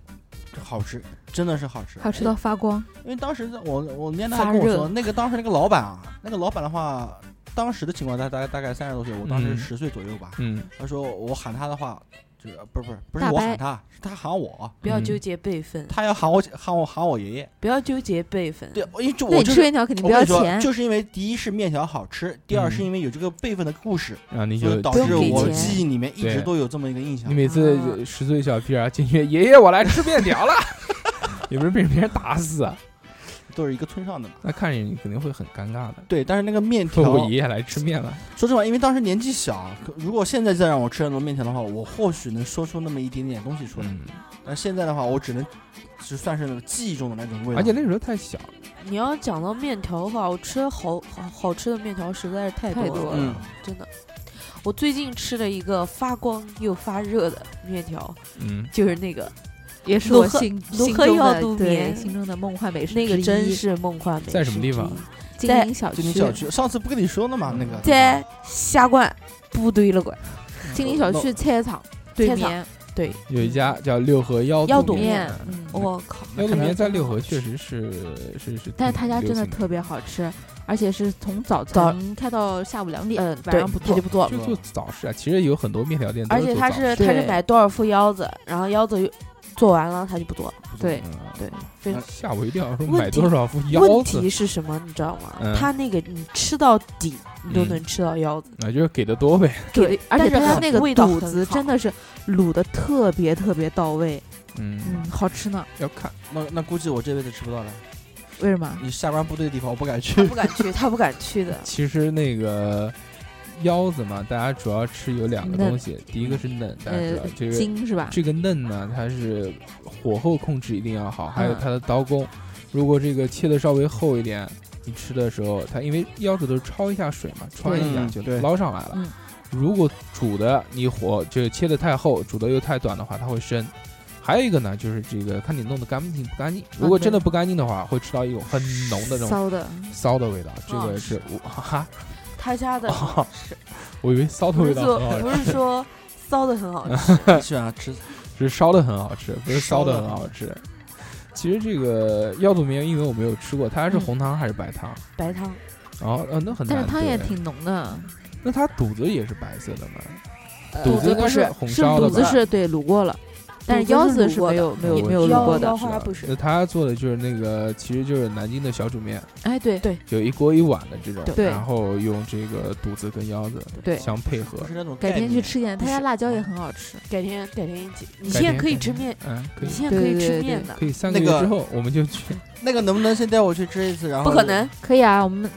S4: 好吃，真的是好吃，
S5: 好吃到发光，
S4: 因为当时我我奶奶
S5: 发
S4: 还跟我
S5: 热
S4: 说，那个当时那个老板啊，那个老板的话，当时的情况大大概大概三十多岁，我当时
S3: 嗯
S4: 十岁左右吧。
S3: 嗯，
S4: 他说我喊他的话，这个不是不是不是
S5: 大
S4: 我
S5: 伯
S4: 喊他，是他喊我，
S6: 不要纠结辈分，
S4: 他要喊我喊我喊我爷爷。
S6: 不要纠结辈分，
S4: 对，我因为这
S5: 那
S4: 我
S5: 你
S4: 就
S5: 吃
S4: 是
S5: 面条肯定
S4: 我
S5: 不
S4: 跟
S5: 要
S4: 你说，
S5: 钱，
S4: 就是因为第一是面条好吃，第二
S3: 嗯
S4: 是因为有这个辈分的故事，
S3: 然后你
S4: 所
S3: 就
S4: 以导
S5: 不用
S4: 致
S5: 给
S4: 我
S5: 钱
S4: 记忆里面一直
S3: 对
S4: 都有这么一个印象
S3: 你。每次十岁小屁孩进去，爷爷我来吃面条了， 有没有被别人打死啊？
S4: 都是一个村上的嘛。
S3: 那看着你肯定会很尴尬的。
S4: 对，但是那个面条
S3: 说，我爷爷来吃面了，
S4: 说实话，因为当时年纪小，可如果现在再让我吃那种面条的话，我或许能说出那么一点点东西出来。
S3: 嗯，
S4: 但现在的话，我只能只算是记忆中的那种味道。
S3: 而且那时候太小，
S6: 你要讲到面条的话，我吃了好好好吃的面条实在是太
S5: 太
S6: 多
S5: 多
S6: 了，
S4: 嗯，
S6: 真的。我最近吃了一个发光又发热的面条，
S3: 嗯，
S6: 就是那个
S5: 也是我
S6: 卢克
S5: 心
S6: 卢
S5: 心
S6: 克
S5: 中
S6: 要
S5: 的
S6: 渡
S5: 对
S6: 边
S5: 心中的梦幻美食之
S6: 那
S5: 一，
S6: 个真是梦幻美食。
S3: 在什么地方？
S5: 金
S6: 在
S5: 陵小
S4: 金
S5: 区
S4: 陵，小区，上次不跟你说了吗？那个
S6: 在下关部队了馆，
S5: 金陵
S4: 哦
S5: 小区菜场对
S6: 菜场
S5: 面，
S6: 对，
S3: 有一家叫六合腰
S6: 腰
S3: 肚
S6: 肚
S3: 面
S5: 面，
S3: 嗯
S6: 我靠，
S3: 腰肚面在六合确实是是是，
S5: 但是他家真
S3: 挺
S5: 的
S3: 流行
S5: 特别好吃，而且是从早
S6: 早
S5: 晨开到下午两
S6: 嗯，
S5: 点，晚
S6: 对，
S5: 上不
S6: 他
S5: 做
S6: 就。不做了。
S3: 就做早市啊，其实有很多面条店，
S6: 而且他是他是
S5: 对
S6: 买多少副腰子，然后腰子又做完了他就不做了。
S5: 对，
S6: 对，非常
S3: 嗯，吓我一跳，说
S6: 问
S3: 买
S6: 题
S3: 多少副腰
S6: 问
S3: 子
S6: 题是什么，你知道吗？
S3: 嗯
S6: 他那个你吃到底，你都
S3: 嗯
S6: 能吃到腰子，
S3: 啊，就是给的多呗，
S6: 给
S5: 对
S6: 的，，
S5: 而且他
S6: 但是
S5: 家
S6: 很
S5: 那个
S6: 味道
S5: 肚
S6: 很
S5: 子
S6: 好
S5: 真的是卤的特别特别到位，嗯
S3: 嗯，，
S5: 好吃呢。
S3: 要看，。
S4: 那那估计我这辈子吃不到了。
S5: 为什么？
S4: 你下关部队的地方我不敢去
S6: 他。不敢去，他不敢去的
S3: 其实那个。腰子嘛，大家主要吃有两个
S5: 嗯嫩
S3: 东西，第一个是嫩，大家知道
S5: 呃，
S3: 这个
S5: 筋是吧？
S3: 这个嫩呢，它是火候控制一定要好，还有
S5: 嗯
S3: 它的刀工。如果这个切的稍微厚一点，你吃的时候，它因为腰子都是焯一下水嘛，焯一下
S4: 嗯
S3: 就
S4: 对
S3: 捞上来了。
S5: 嗯
S3: 如果煮的你火就切的太厚，煮的又太短的话，它会生。还有一个呢，就是这个看你弄得干净不干净。如果真的不干净的话，会吃到一种很浓的那种嗯
S5: 啊骚哦的，
S3: 骚的味道。这个
S6: 嗯
S3: 是我哈、
S6: 他家的
S3: 哈，
S6: 是
S3: 我以为骚的
S6: 不
S3: 味
S6: 是
S3: 道
S6: 说
S3: 很好
S6: 不
S3: 吃，
S6: 是说骚的很好吃，
S4: 你 喜欢吃
S3: 是烧的很好吃，不是烧
S4: 烧
S3: 的
S4: 得
S3: 很
S4: 很
S3: 好吃。其实这个腰肚面，因为我没有吃过，它是
S5: 嗯
S3: 红糖还是白汤？
S6: 白汤
S3: 哦，呃，那很难。
S5: 但是汤也
S3: 对，
S5: 挺浓的，
S3: 那它肚子也是白色的嘛？
S5: 呃
S3: 肚子
S5: 子
S3: 应该
S5: 不
S3: 是
S5: 是
S3: 红
S5: 是
S3: 烧的
S5: 肚子
S3: 吧
S5: 是对卤过了，但是腰子是没有没有
S3: 我
S5: 没有
S3: 知道
S5: 卤过
S6: 腰
S5: 的
S6: 腰。花不
S3: 那
S6: 是
S3: 他做的就是那个，其实就是南京的小煮面，
S5: 哎，对
S6: 对
S3: 就一锅一碗的这种，
S5: 对
S3: 然后用这个肚子跟腰子
S5: 对，
S3: 相配合
S4: 不。是那种
S5: 改
S4: 概
S5: 天去
S4: 念
S5: 吃一点，他家辣
S3: 啊
S5: 椒也很好吃。
S6: 改天改天一起，你
S3: 改
S6: 现在
S3: 天
S6: 可以
S3: 改
S6: 吃
S3: 天
S6: 面，
S3: 嗯，可
S6: 你
S3: 以，
S6: 现在
S5: 对
S6: 可以
S5: 对
S6: 吃
S5: 对
S6: 面的
S3: 可，以三个
S4: 那
S3: 月
S4: 个
S3: 之后我们就去。
S6: 嗯
S4: 那个能不能先带我去吃一次？然后
S6: 不可能，
S5: 可以啊，我们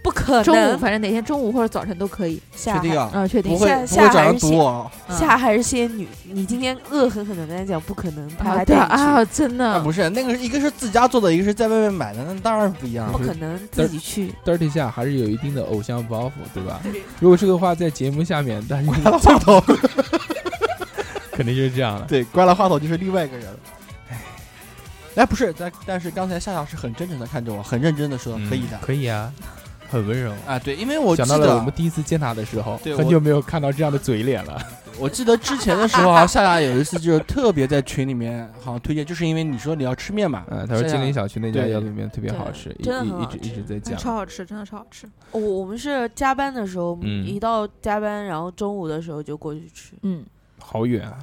S6: 不可
S5: 中午
S6: 能
S5: 反正哪天中午或者早晨都可以。
S6: 下
S4: 确定
S6: 海
S4: 啊？
S5: 啊，确定
S4: 不会
S6: 下
S4: 不
S6: 下
S4: 会找
S6: 海
S4: 人
S6: 是
S4: 堵我啊？
S5: 嗯
S6: 下海是仙女，你今天恶狠狠的跟他讲不可能，他
S5: 啊，
S6: 还
S5: 对
S6: 带
S5: 啊，
S6: 你去，
S5: 啊真的
S4: 不是，那个是一个是自家做的，一个是在外面买的，那当然是不一
S3: 啊
S4: 样
S6: 不
S4: 了。
S6: 可能自己去。
S3: dirty 下还是有一定的偶像包袱，对吧？如果这个话在节目下面，但是
S4: 关了话筒，
S3: 肯定就是这样的。
S4: 对，关了话筒就是另外一个人了。哎，不是，但但是刚才夏夏是很真诚的看着我，很认真的说、
S3: 嗯
S4: 可以的
S3: 可以啊，很温柔。
S4: 啊，对，因为我记
S3: 想到了我
S4: 得
S3: 们第一次见他的时候，
S4: 对
S3: 很
S4: 我
S3: 久没有看到这样的嘴脸了。
S4: 我记得之前的时候啊，夏夏有一次就是特别在群里面好像推荐，就是因为你说你要吃面嘛，
S3: 嗯，他说
S4: 夏夏
S3: 金陵小区那家
S4: 对
S3: 羊肉面特别好吃，一
S6: 真的很
S3: 一一
S6: 好
S3: 直
S6: 吃
S3: 一直在讲。
S5: 超好吃，真的超好吃。
S6: 我我们是加班的时候，
S3: 嗯
S6: 一到加班，然后中午的时候就过去吃，
S5: 嗯，
S3: 好远啊！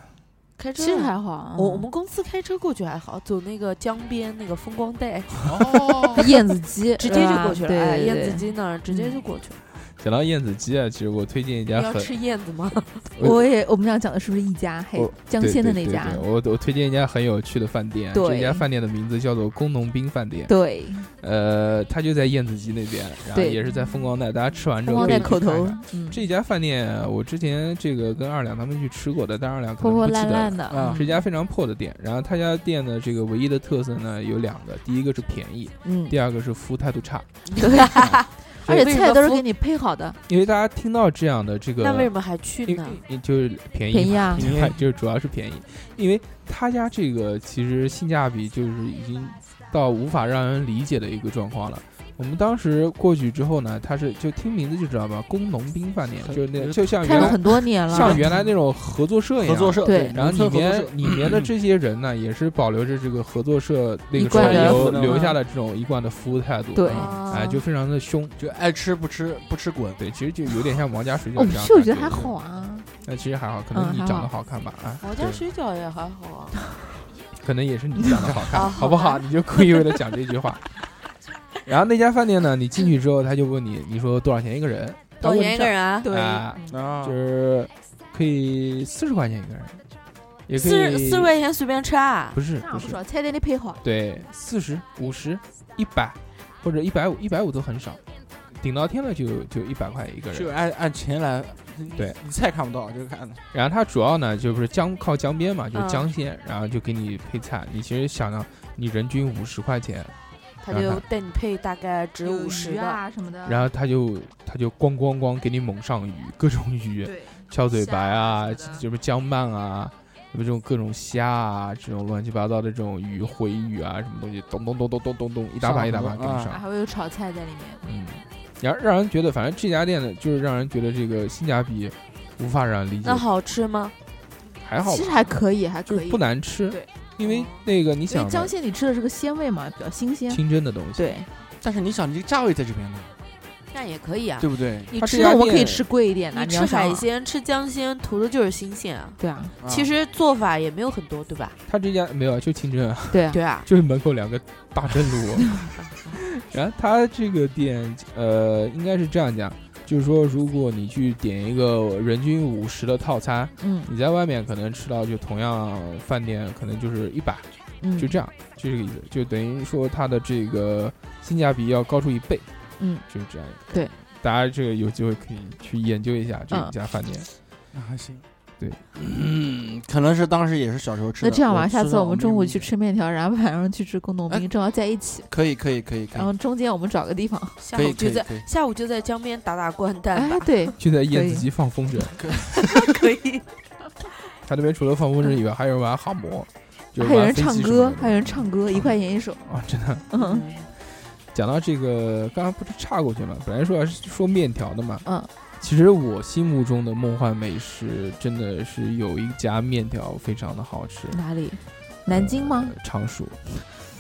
S6: 开车
S5: 其实还好啊。
S6: 我我们公司开车过去还好，走那个江边那个风光带，
S4: 哦，
S5: 燕子 鸡
S6: 直接就过去了。
S5: 对
S6: 哎，
S5: 对
S6: 燕
S5: 对
S6: 子鸡那儿直接就过去了。
S3: 讲到燕子鸡啊，其实我推荐一家
S6: 你要
S3: 很
S6: 吃燕子吗？
S5: 我也我们俩讲的是不是一家？嘿
S3: 我，
S5: 江
S3: 对
S5: 鲜的
S3: 对
S5: 那
S3: 对
S5: 家。
S3: 对我我推荐一家很有趣的饭店，啊这
S5: 对
S3: 家饭店的名字叫做工农兵饭店。
S5: 对，
S3: 呃，它就在燕子鸡那边，然后
S5: 对
S3: 也是在风光带，大家吃完之
S5: 风
S3: 后
S5: 光
S3: 可以
S5: 带
S3: 去
S5: 口
S3: 看
S5: 头
S3: 看。，
S5: 嗯，
S3: 这家饭店我之前这个跟二两他们去吃过的，但二两可能
S5: 破
S3: 不
S5: 破
S3: 记得了。
S5: 烂烂的，嗯
S4: 啊
S3: 是一家非常破的店，然后他家店的这个唯一的特色呢有两个，第一个是便宜，
S5: 嗯，
S3: 第二个是服务态度差。
S5: 对，而且
S6: 为什
S5: 菜
S6: 么
S5: 都是
S6: 服
S5: 给你配好的，
S3: 因为大家听到这样的这个，
S6: 那为什么还去
S3: 因
S6: 呢？
S3: 因就是便宜嘛，
S5: 便宜啊
S3: 因为 就是主要是便宜，因为他家这个其实性价比就是已经到无法让人理解的一个状况了。我们当时过去之后呢，他是就听名字就知道吧，工农兵饭店，就是那就像
S5: 开
S3: 原
S5: 了
S3: 来
S5: 很多年了，
S3: 像原来那种合作社 一样，
S4: 合作社
S5: 对
S3: 然后里
S4: 农村合
S3: 面
S4: 作社
S3: 里面的这些人呢，也是保留着这个合作社那个
S5: 一贯
S3: 传
S5: 的
S3: 流
S4: 服务
S3: 留下的这种一贯的服务态度，
S5: 对
S3: 啊哎，
S6: 啊
S3: 就非常的凶。
S4: 就爱吃不吃不吃滚，
S3: 对，其实就有点像王家水
S5: 哦我
S3: 饺
S5: 们
S3: 这样。
S5: 去我觉得还好。啊，
S3: 那其实还好，可能
S5: 嗯
S3: 你
S5: 还
S3: 长得
S5: 好
S3: 好看吧，啊，
S6: 我家
S3: 对
S6: 水饺也还好 啊。
S3: 可能也是你长得好 看，
S6: 啊
S3: 好不好？
S6: 好
S3: 你就故意为了讲这句话。 然后那家饭店呢，你进去之后，他就问你，你说多少钱一个人？
S6: 多少钱一个人啊？
S3: 人？啊，
S5: 嗯
S4: 啊
S3: 就是可以四十块钱一个人，也可
S6: 四十
S3: 以
S6: 四十块钱随便吃啊？
S3: 不是
S5: 那
S3: 不
S5: 不
S3: 是，
S5: 少，菜店里配好，
S3: 对，四十、五十、一百，或者一百五、一百五都很少，顶到天了就就一百块一个
S4: 就
S3: 人。
S4: 按按钱来，
S3: 对
S4: 你菜看不到，就是看
S3: 然后它主要呢就不是江靠江边嘛，就是
S6: 嗯
S3: 江鲜，然后就给你配菜。你其实想想，你人均五十块钱，
S6: 他就带你配大概值五十
S5: 有鱼
S6: 的，
S5: 啊什么的，
S3: 然后他就他就咣咣咣给你猛上鱼，各种鱼，
S5: 对，
S3: 翘嘴白啊，
S5: 虾啊什么的
S3: 什么江鳗啊。什么这种各种虾啊，这种乱七八糟的这种鱼、回鱼啊，什么东西，咚咚咚咚咚咚咚，一大把一大把给你
S4: 上
S3: 上。
S5: 还会有炒菜在里面，
S3: 嗯，然后让人觉得，反正这家店呢，就是让人觉得这个性价比无法让人理解
S6: 那，好吃吗？
S3: 还好
S5: 嗯其实
S3: 吧，
S5: 还可以，还
S3: 就
S5: 可
S3: 是
S5: 以，
S3: 不难吃
S5: 对，
S3: 因为那个你
S5: 因
S3: 想
S5: 为江
S3: 嘛
S5: 鲜里吃的是个鲜味嘛，比较新鲜，
S3: 清真的东西，
S5: 对，
S4: 但是你想，你这个价位在这边呢，
S6: 那也可以啊。
S4: 对不对？
S6: 你
S3: 它
S6: 吃
S3: 这
S5: 那
S3: 家
S5: 我们可以
S3: 店
S5: 吃贵一点的，
S6: 你
S5: 你
S6: 吃
S5: 要想啊
S6: 海，鲜、吃江鲜，图的就是新鲜啊。
S5: 对啊，
S4: 啊
S6: 其实做法也没有很多，对吧？
S3: 他这家没有，就清真啊，
S5: 对啊，
S6: 对啊，
S3: 就是门口两个大蒸炉。 然后他这个店，呃，应该是这样讲，就是说，如果你去点一个人均五十的套餐，
S5: 嗯
S3: 你在外面可能吃到就同样饭店可能就是一百。
S5: 嗯，
S3: 就这样，就这个意思，就等于说它的这个性价比要高出一倍，
S5: 嗯，
S3: 就是这样一个。
S5: 对，
S3: 大家这个有机会可以去研究一下这
S5: 嗯
S3: 家饭店。
S4: 那还行，
S3: 对，
S4: 嗯，可能是当时也是小时候吃的。
S5: 那这样吧，
S4: 我
S5: 下
S4: 知
S5: 次
S4: 道
S5: 我们中午去
S4: 没有印象，
S5: 吃面条，然后晚上去吃工农
S4: 哎
S5: 兵，正好在一起，
S4: 可以可以可以可
S3: 哎
S5: 然
S4: 以
S5: 后中间我们找个地方，
S6: 下
S4: 可
S6: 午
S4: 以
S6: 就
S4: 可以
S6: 在
S4: 可以
S6: 下午就在江边打打 掼蛋
S5: 哎
S6: 吧，，
S5: 对，
S3: 就在燕子鸡放风筝，
S6: 可以。
S3: 它那边除了放风筝以外，还有玩哈摩，就是
S5: 还有
S3: 玩
S5: 人
S3: 飞
S5: 唱
S3: 机什
S5: 歌
S3: 么，的
S5: 还有人唱歌，一块钱一首，
S3: 啊，真的。
S5: 嗯
S3: 讲到这个，刚刚不是岔过去了，本来说要是说面条的嘛，
S5: 嗯，
S3: 其实我心目中的梦幻美食真的是有一家面条非常的好吃，
S5: 哪里？南京吗？
S3: 呃？常熟，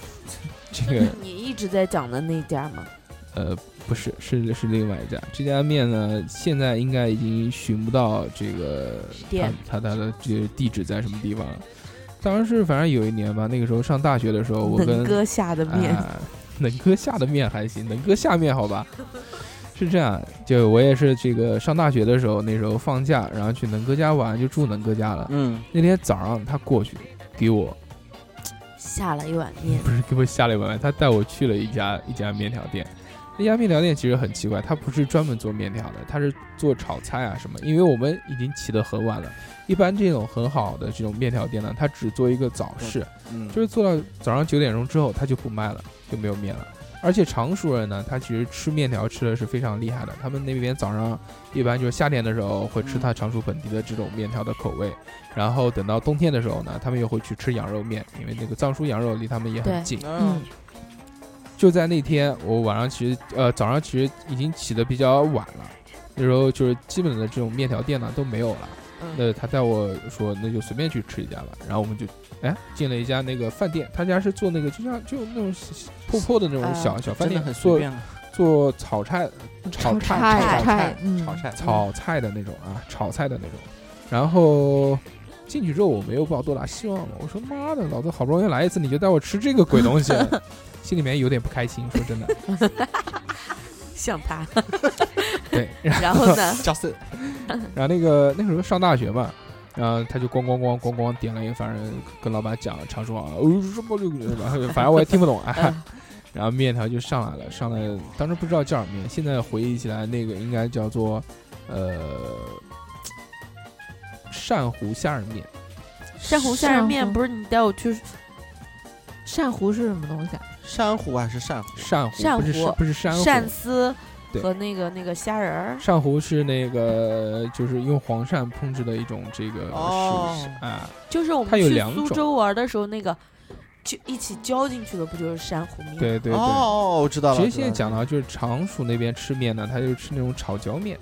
S3: 这个
S6: 你一直在讲的那家嘛，
S3: 呃，不是，是是另外一家。这家面呢，现在应该已经寻不到这个
S6: 店
S3: 它它它的这个地址在什么地方了。当时反正有一年吧，那个时候上大学的时候，哦我跟
S6: 能哥下的面，
S3: 啊，能哥下的面还行，能哥下面好吧？是这样，就我也是这个上大学的时候，那时候放假，然后去能哥家玩，就住能哥家了。
S4: 嗯，
S3: 那天早上他过去给我，
S6: 下了一碗面。
S3: 不是给我下了一碗饭，他带我去了一家一家面条店。那家面条店其实很奇怪，它不是专门做面条的，它是做炒菜啊什么。因为我们已经起得很晚了，一般这种很好的这种面条店呢，它只做一个早市，
S4: 嗯，
S3: 就是做到早上九点钟之后，它就不卖了，就没有面了。而且常熟人呢，他其实吃面条吃的是非常厉害的。他们那边早上一般就是夏天的时候会吃他常熟本地的这种面条的口味，然后等到冬天的时候呢，他们又会去吃羊肉面，因为那个藏书羊肉离他们也
S5: 对
S3: 很近。
S4: 啊
S5: 嗯，
S3: 就在那天，我晚上其实呃早上其实已经起得比较晚了，那时候就是基本的这种面条店呢都没有了。
S4: 嗯
S3: 那他带我说那就随便去吃一家吧，然后我们就哎进了一家那个饭店，他家是做那个就像就那种破破的那种
S6: 啊
S3: 小小饭
S4: 真的
S3: 店
S4: 很，随
S3: 做
S4: 便啊，
S3: 做炒菜炒
S5: 炒
S3: 菜
S5: 菜
S3: 炒
S5: 菜
S3: 菜，
S5: 嗯
S4: 炒菜，
S3: 炒菜的那种啊，炒菜的那种。然后进去之后我没有抱多大希望了，我说妈的，老子好不容易来一次，你就带我吃这个鬼东西， 心里面有点不开心，说真的。
S6: 像他，
S3: 对，
S6: 然后呢？
S4: 加色，
S3: 然后那个那时候上大学嘛，然后他就咣咣咣咣咣点了一个，反正跟老板讲常说啊，哦什么六个，反正我也听不懂啊。 然后面条就上来了，上来当时不知道叫什么面，现在回忆起来那个应该叫做呃扇糊虾仁面，
S6: 扇糊虾仁面
S5: 扇
S6: 不是你带我去
S5: 扇糊是什么东西啊？
S4: 珊瑚还是扇瑚？
S3: 扇糊
S6: 扇
S3: 不是
S6: 糊
S3: 扇不是扇糊，
S6: 鳝丝
S3: 对
S6: 和那个那个虾仁儿？
S3: 扇糊是那个就是用黄鳝烹制的一种这个
S4: 哦
S3: 食啊，
S6: 就是我们
S3: 它有
S6: 去
S3: 两种
S6: 苏州玩的时候，那个就一起浇进去的，不就是珊瑚面？
S3: 对对对。
S4: 哦，我知道了。
S3: 其实
S4: 知
S3: 现
S4: 道
S3: 在
S4: 了
S3: 讲到就是常熟那边吃面呢，他就吃那种炒椒面，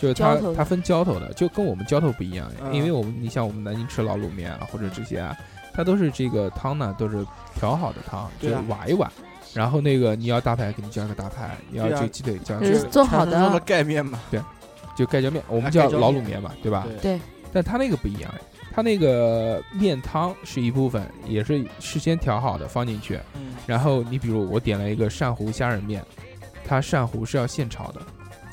S3: 就是
S6: 浇
S3: 它
S6: 头的
S3: 它分浇头的，就跟我们浇头不一样，
S4: 嗯
S3: 因为我们你像我们南京吃老卤面啊或者这些啊，它都是这个汤呢都是调好的汤，就
S4: 对啊
S3: 挖一挖，然后那个你要大排给你加个大排，你要
S4: 对啊
S3: 这个鸡腿加
S5: 就
S3: 个
S5: 是
S3: 鸡腿
S5: 做好的
S4: 传说中盖面嘛，
S3: 就盖浇面，我们
S4: 啊
S3: 叫
S4: 盖浇
S3: 老卤
S4: 面
S3: 面嘛，对吧？
S4: 对
S3: 但它那个不一样，它那个面汤是一部分，也是事先调好的放进去，
S4: 嗯
S3: 然后你比如我点了一个扇糊虾仁面，它扇糊是要现炒的，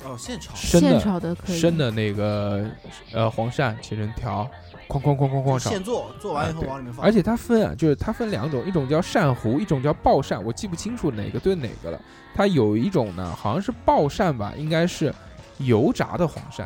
S4: 哦，现炒
S3: 生
S5: 现
S3: 的
S5: 炒的可以，
S3: 生的那个呃黄鳝切成条，哐哐哐哐哐炒。
S4: 现做，做完以
S3: 啊
S4: 后
S3: 对
S4: 往里面放。
S3: 而
S4: 且
S3: 且它分啊，就是它分两种，一种叫扇糊，一种叫爆扇，我记不清楚哪个对哪个了。它有一种呢，好像是爆扇吧，应该是油炸的黄鳝，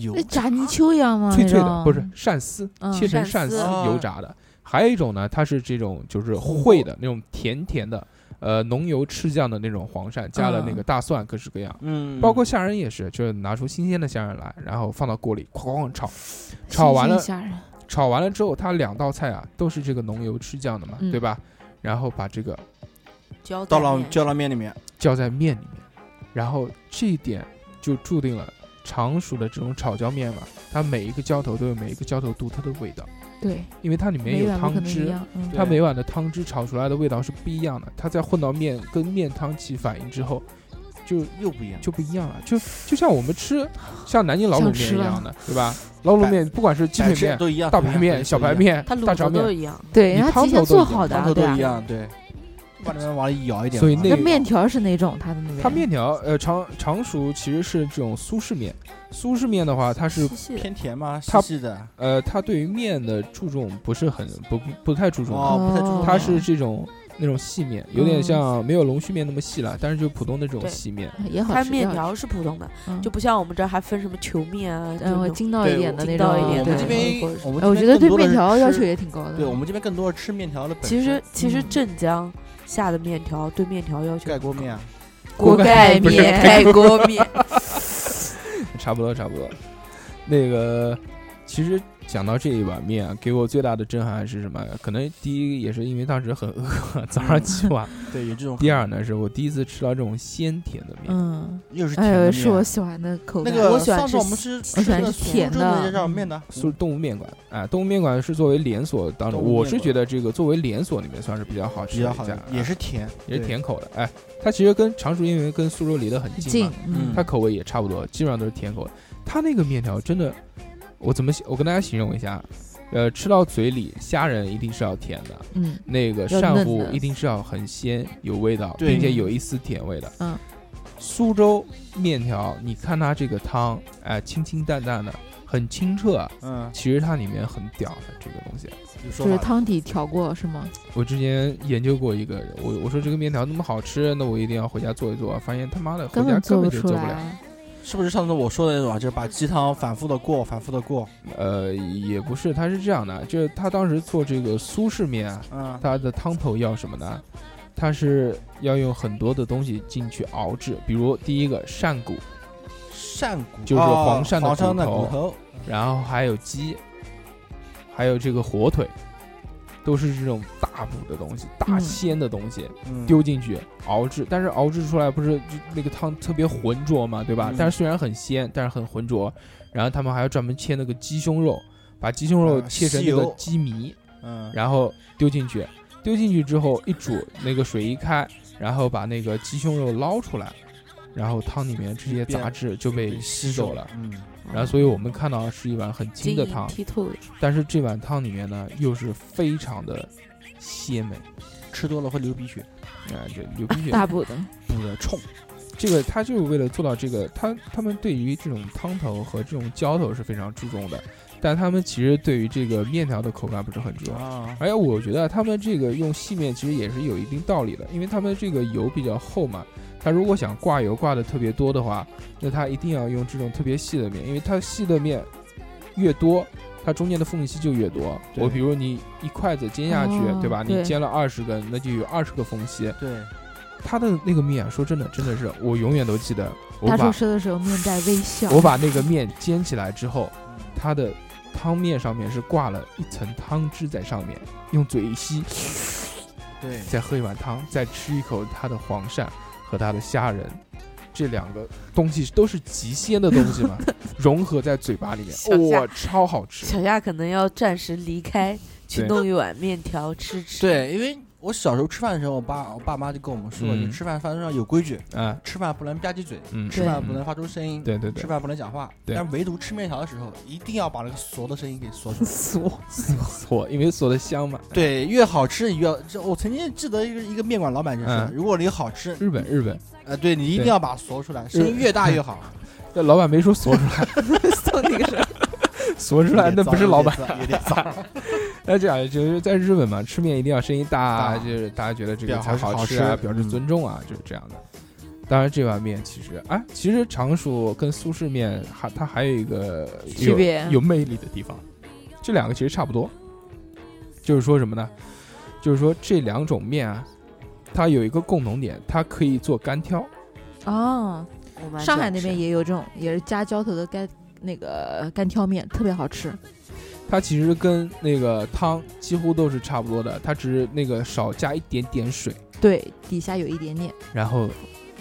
S4: 油
S5: 那炸泥鳅一样吗？
S3: 脆脆
S5: 嗯那
S3: 的，
S5: 种
S3: 不是鳝丝，
S5: 嗯
S3: 切成
S6: 鳝
S3: 鳝
S6: 丝
S3: 丝
S4: 哦
S3: 油炸的。还有一种呢，它是这种就是烩的那种甜甜的，呃，浓油赤酱的那种黄鳝，加
S5: 嗯
S3: 了那个大蒜，各式各样。
S4: 嗯
S3: 包括虾仁也是，就是拿出新鲜的虾仁来，然后放到锅里哐哐哐炒，炒完了
S5: 新，鲜虾仁
S3: 炒完了之后，它两道菜啊都是这个浓油赤酱的嘛，
S5: 嗯
S3: 对吧？然后把这个
S6: 浇
S4: 倒
S6: 到
S4: 到浇到面里面，
S3: 浇在面里面，然后这一点就注定了常熟的这种炒椒面嘛，它每一个浇头都有每一个浇头独特的味道，
S5: 对，
S3: 因为它里面
S5: 每
S3: 有
S5: 碗不
S3: 汤
S5: 可能一
S3: 汁，
S5: 样，嗯，
S3: 它每碗的汤汁炒出来的味道是不一样的，它再混到面跟面汤起反应之后，就
S4: 又不一样。
S3: 就不一样了，就就像我们 吃像南京老卤
S5: 想
S3: 面
S5: 吃
S3: 一
S5: 了
S3: 样的，对吧？老卤面不管是鸡腿
S4: 百事
S3: 面、
S4: 都一样，
S3: 大
S4: 都一
S3: 排
S4: 样
S3: 面、小排，面、
S6: 它
S3: 大
S6: 卤
S3: 肠
S6: 子都
S3: 面，
S6: 一样，
S5: 对，
S3: 你
S5: 人家
S3: 汤
S5: 提前
S3: 头都
S5: 做
S3: 一样
S5: 好
S4: 都一
S5: 的啊，
S4: 样汤头
S5: 对
S4: 都
S5: 啊
S4: 一，样，对。把里面往里舀一点嘛，
S3: 所以那
S5: 那
S3: 个
S5: 面条是哪种？它的那边
S3: 它面条呃常常熟其实是这种苏式面，苏式面的话它是
S6: 细细的。
S4: 偏甜嘛，细
S3: 它
S4: 细的，
S3: 呃它对于面的注重不是很不不太注重的，
S4: 哦不太注重
S3: 它是这种那种细面，有点
S5: 嗯
S3: 像没有龙须面那么细了，但是就普通的这种
S6: 对
S3: 细面。
S5: 也好
S6: 它
S5: 吃，
S6: 面
S5: 也好
S6: 条是普通的，
S5: 吃嗯
S6: 就不像我们这儿还分什么球面啊，就
S5: 嗯，
S6: 那
S5: 我
S6: 种
S5: 筋道一点的那
S6: 筋
S5: 种，
S6: 道一点
S4: 我
S6: 的对
S4: 们这
S6: 或
S4: 边
S6: 者，是
S4: 我们
S5: 哎我
S4: 这
S5: 觉
S4: 边
S5: 得对
S4: 更多
S5: 面
S4: 的
S5: 条
S4: 是
S5: 要
S4: 吃
S5: 求，也挺高的。
S4: 对我们这边更多吃面条的本
S6: 其实其实
S5: 嗯
S6: 镇江下的面条对面条要求
S4: 盖锅面啊，
S3: 锅
S6: 锅
S3: 盖
S6: 盖
S3: 不是
S6: 面、盖锅面，
S3: 差不多，差不多。那个，其实讲到这一碗面啊，给我最大的震撼是什么？可能第一也是因为当时很饿， 早上起晚；
S4: 对，有这种
S3: 第二呢，是我第一次吃到这种鲜甜的面。
S5: 嗯，
S4: 又是
S5: 哎
S4: 甜的
S5: 呦，是我
S4: 面啊
S5: 喜欢的口
S4: 那
S5: 感。
S4: 个
S6: 我喜欢
S4: 上次
S6: 吃
S4: 我们吃
S5: 我喜
S4: 那
S5: 欢
S4: 个
S5: 吃
S4: 苏
S5: 甜
S4: 州
S5: 的
S4: 那家叫面的，
S3: 苏动物面馆啊，动物面馆是作为连锁当中，
S4: 动物面
S3: 我
S4: 馆
S3: 是觉得这个作为连锁里面算是比较好
S4: 比
S3: 吃的
S4: 较
S3: 一
S4: 好啊
S3: 家啊
S4: 的，，也是甜，
S3: 也是
S4: 对，
S3: 甜口的。哎，它其实跟常熟因为跟苏州离得很
S5: 很
S3: 近
S5: 近
S3: 嘛，，
S5: 嗯，
S3: 它口味也差不多，基本上都是甜口的。它那个面条真的，我怎么形我跟大家形容一下，呃，吃到嘴里虾仁一定是要甜的，
S5: 嗯
S3: 那个
S5: 要
S3: 扇
S5: 嫩
S3: 糊
S5: 的
S3: 一定是要很鲜有味道，
S4: 对
S3: 并且有一丝甜味的。
S5: 嗯，
S3: 苏州面条，你看它这个汤，哎、清清淡淡的，很清澈啊，
S4: 嗯，
S3: 其实它里面很屌的这个东西。
S4: 有
S5: 就
S4: 说
S5: 是
S4: 法
S5: 汤底调过是吗？
S3: 我之前研究过一个，我我说这个面条那么好吃，那我一定要回家做一做，发现他妈的回
S5: 根
S3: 家
S5: 本
S3: 根
S5: 不
S3: 本就
S5: 出
S3: 做不了。
S5: 来。
S4: 是不是上次我说的那种啊？就是把鸡汤反复的过，反复的过，
S3: 呃，也不是，他是这样的，就是他当时做这个苏式面啊，
S4: 嗯，
S3: 它的汤头要什么呢？它是要用很多的东西进去熬制，比如第一个扇骨，
S4: 扇骨
S3: 就是
S4: 哦
S3: 黄鳝的
S4: 黄鳝
S3: 骨
S4: 的
S3: 头
S4: 骨头，
S3: 然后还有鸡，还有这个火腿，都是这种大补的东西、大
S5: 嗯
S3: 鲜的东西、
S4: 嗯
S3: 丢进去熬制，但是熬制出来不是就那个汤特别浑浊嘛，对吧？
S4: 嗯
S3: 但是虽然很鲜，但是很浑浊。然后他们还要专门切那个鸡胸肉，把鸡胸肉
S4: 啊
S3: 切成
S4: 吸
S3: 那个
S4: 油
S3: 鸡糜，
S4: 嗯，
S3: 然后丢进去，丢进去之后一煮，那个水一开，然后把那个鸡胸肉捞出来，然后汤里面这些杂质就被吸走了。
S4: 嗯，
S3: 然后，所以我们看到是一碗 很
S6: 晶
S3: 清的
S6: 莹
S3: 汤，
S6: 剔透的，
S3: 但是这碗汤里面呢，又是非常的鲜美，
S4: 吃多了会流鼻血，
S3: 啊、这流鼻血。
S5: 大补的，
S4: 补的冲，
S3: 这个他就是为了做到这个，他他们对于这种汤头和这种浇头是非常注重的，但他们其实对于这个面条的口感不是很注重。
S4: 啊，
S3: 而且我觉得他们这个用细面其实也是有一定道理的，因为他们这个油比较厚嘛，他如果想挂油挂的特别多的话，那他一定要用这种特别细的面，因为它细的面越多，它中间的缝隙就越多。
S4: 对
S3: 我比如你一筷子煎下去，
S5: 哦
S3: 对吧？你
S5: 对
S3: 煎了二十根，那就有二十个缝隙。
S4: 对，
S3: 它的那个面，说真的，真的是我永远都记得，我
S5: 大
S3: 把
S5: 叔吃的时候面带微笑。
S3: 我把那个面煎起来之后，
S4: 嗯
S3: 它的汤面上面是挂了一层汤汁在上面，用嘴一吸。
S4: 对，
S3: 再喝一碗汤，再吃一口它的黄鳝和它的虾仁，这两个东西都是极鲜的东西嘛，融合在嘴巴里面，
S6: 小
S3: 哇、
S6: 虾
S3: 超好吃！
S6: 小夏可能要暂时离开，去
S3: 对
S6: 弄一碗面条吃吃。，
S4: 对，因为我小时候吃饭的时候，我爸我爸妈就跟我们说，
S3: 嗯
S4: 就吃饭饭桌上有规矩，
S3: 啊，
S4: 吃饭不能吧唧嘴，
S3: 嗯，
S4: 吃饭不能发出声音，
S3: 对对
S4: 吃
S3: 对，
S4: 饭不能讲话，
S3: 对
S4: 但唯独吃面条的时候，一定要把那个嗦的声音给嗦出来。
S5: 俗，
S3: 错，因为锁的香嘛。
S4: 对，越好吃越要。这我曾经记得一个一个面馆老板就说
S3: 嗯，
S4: 如果你好吃，
S3: 日本日本，
S4: 呃，对你一定要把它嗦出来，声音越大越好。
S3: 这老板没说锁出来，
S5: 送那个什么
S3: 锁 出来那不是老板。
S4: 有点脏，有点脏
S3: 那这样就是在日本嘛，吃面一定要声音大啊，
S4: 大
S3: 就是大家觉得这个
S4: 表
S3: 才
S4: 好
S3: 好
S4: 好
S3: 吃啊，
S4: 吃
S3: 表示
S4: 嗯
S3: 尊重啊，就是这样的。当然，这碗面其实啊，其实常熟跟苏式面还它还有一个
S5: 区别嗯
S3: 有有魅力的地方，这两个其实差不多，就是说什么呢？就是说这两种面啊，它有一个共同点，它可以做干挑，
S5: 哦，
S6: 我妈
S5: 上海
S6: 这样
S5: 那
S6: 吃
S5: 边也有这种，也是加浇头的干那个干挑面，特别好吃。
S3: 它其实跟那个汤几乎都是差不多的，它只是那个少加一点点水，
S5: 对，底下有一点点。
S3: 然后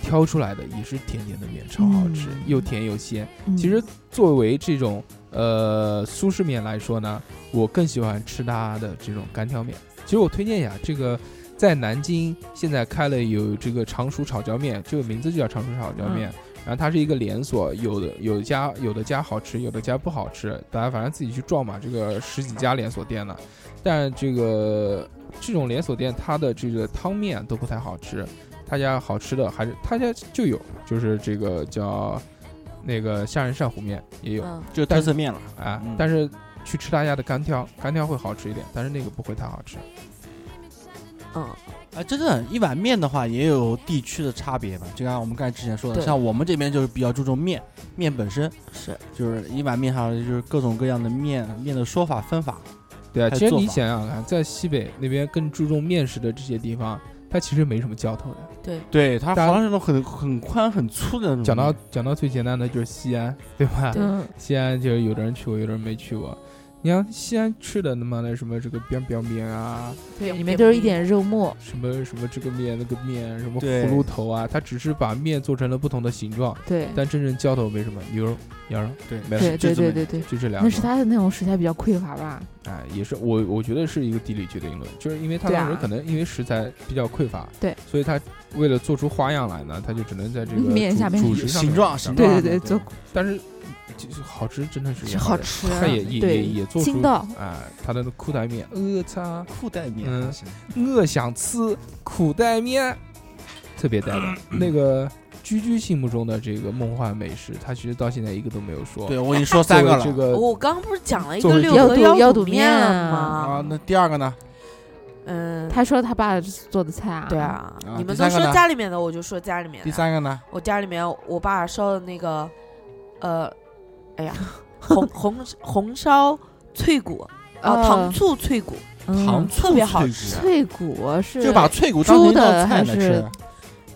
S3: 挑出来的也是甜甜的面，超好吃，
S5: 嗯
S3: 又甜又鲜。
S5: 嗯
S3: 其实作为这种呃苏式面来说呢，我更喜欢吃它的这种干挑面。其实我推荐一下这个。在南京现在开了有这个常熟炒椒面，这个名字就叫常熟炒椒
S5: 嗯
S3: 面。然后它是一个连锁，有的有的家有的家好吃，有的家不好吃，大家反正自己去撞嘛。这个十几家连锁店了，但这个这种连锁店它的这个汤面都不太好吃，他家好吃的还是他家就有，就是这个叫那个虾仁扇糊面也有
S6: 嗯，
S4: 就特色面了。
S3: 啊
S4: 嗯，
S3: 但是去吃他家的干挑，干挑会好吃一点，但是那个不会太好吃。
S6: 嗯，
S4: 啊，真的，一碗面的话也有地区的差别嘛。就像我们刚才之前说的，
S6: 对
S4: 像我们这边就是比较注重面，面本身
S6: 是
S4: 就是一碗面上就是各种各样的面面的说法分法。
S3: 对啊，
S4: 还有
S3: 其实
S4: 做
S3: 你
S4: 法
S3: 想想看，在西北那边更注重面食的这些地方，它其实没什么浇头的。
S6: 对，
S4: 对，它
S3: 大家
S4: 好像是那种很很宽很粗的那种面。
S3: 讲到讲到最简单的就是西安， 对吧？
S6: 对
S5: 嗯，
S3: 西安就是有的人去过，有的人没去过。你看西安吃的他妈的什么这个边边面啊，
S6: 对，
S5: 里面都是一点肉末。
S3: 什么什么这个面那个面，什么
S4: 对
S3: 葫芦头啊，它只是把面做成了不同的形状，
S5: 对，
S3: 但真正浇头没什么牛肉、羊肉，
S4: 对
S3: 没
S5: 对
S3: 事，
S4: 就
S5: 对
S4: 这么
S5: 对对对，
S3: 就这两
S5: 那是
S3: 种。
S5: 他的那种食材比较匮乏吧？
S3: 哎，也是我我觉得是一个地理决定论，就是因为他
S5: 对
S3: 当时
S5: 啊
S3: 可能因为食材比较匮乏，
S5: 对，
S3: 所以他为了做出花样来呢，他就只能在这个
S5: 面
S3: 主
S5: 下面
S3: 主食上面
S4: 形状形
S3: 上
S4: 状
S3: 面
S4: 啊
S5: 对对对，
S4: 对
S5: 做
S3: 但是就是好吃真的是
S5: 是
S3: 好
S5: 好
S3: 吃。
S5: 吃。
S6: 啊
S3: 他 也也
S5: 对
S3: 也也做出
S5: 筋道
S3: 啊，他的裤带面，呃我操，
S4: 裤带面
S3: 嗯
S4: 还行，
S3: 我想吃裤带面，特别带的。那个居居心目中的这个梦幻美食，他其实到现在一个都没有说。
S4: 对，我已经说三
S3: 作
S4: 个
S3: 为
S4: 了。
S3: 这个
S6: 我刚不是讲了一
S3: 作
S6: 个
S3: 为
S6: 六
S5: 妖
S6: 合
S5: 肚妖肚
S6: 面
S5: 面
S4: 啊
S6: 吗？，
S4: 那第二个呢？
S6: 嗯，
S5: 他说他爸做的菜啊，
S6: 对，啊，
S4: 啊
S6: 你们
S4: 第三
S6: 都
S4: 个
S6: 说
S4: 呢
S6: 家里面的，我就说家里面的。
S4: 第三个呢？
S6: 我家里面我爸烧的那个，呃，哎呀， 红红红烧脆骨啊、
S4: 嗯
S5: 哦
S6: 糖醋脆骨，
S5: 嗯
S4: 糖
S6: 特
S4: 醋
S6: 别好
S4: 脆
S6: 吃
S4: 骨
S5: 脆骨是嗯
S4: 就把脆骨当成一
S5: 猪的
S4: 道菜
S5: 还
S4: 来
S5: 是
S4: 吃。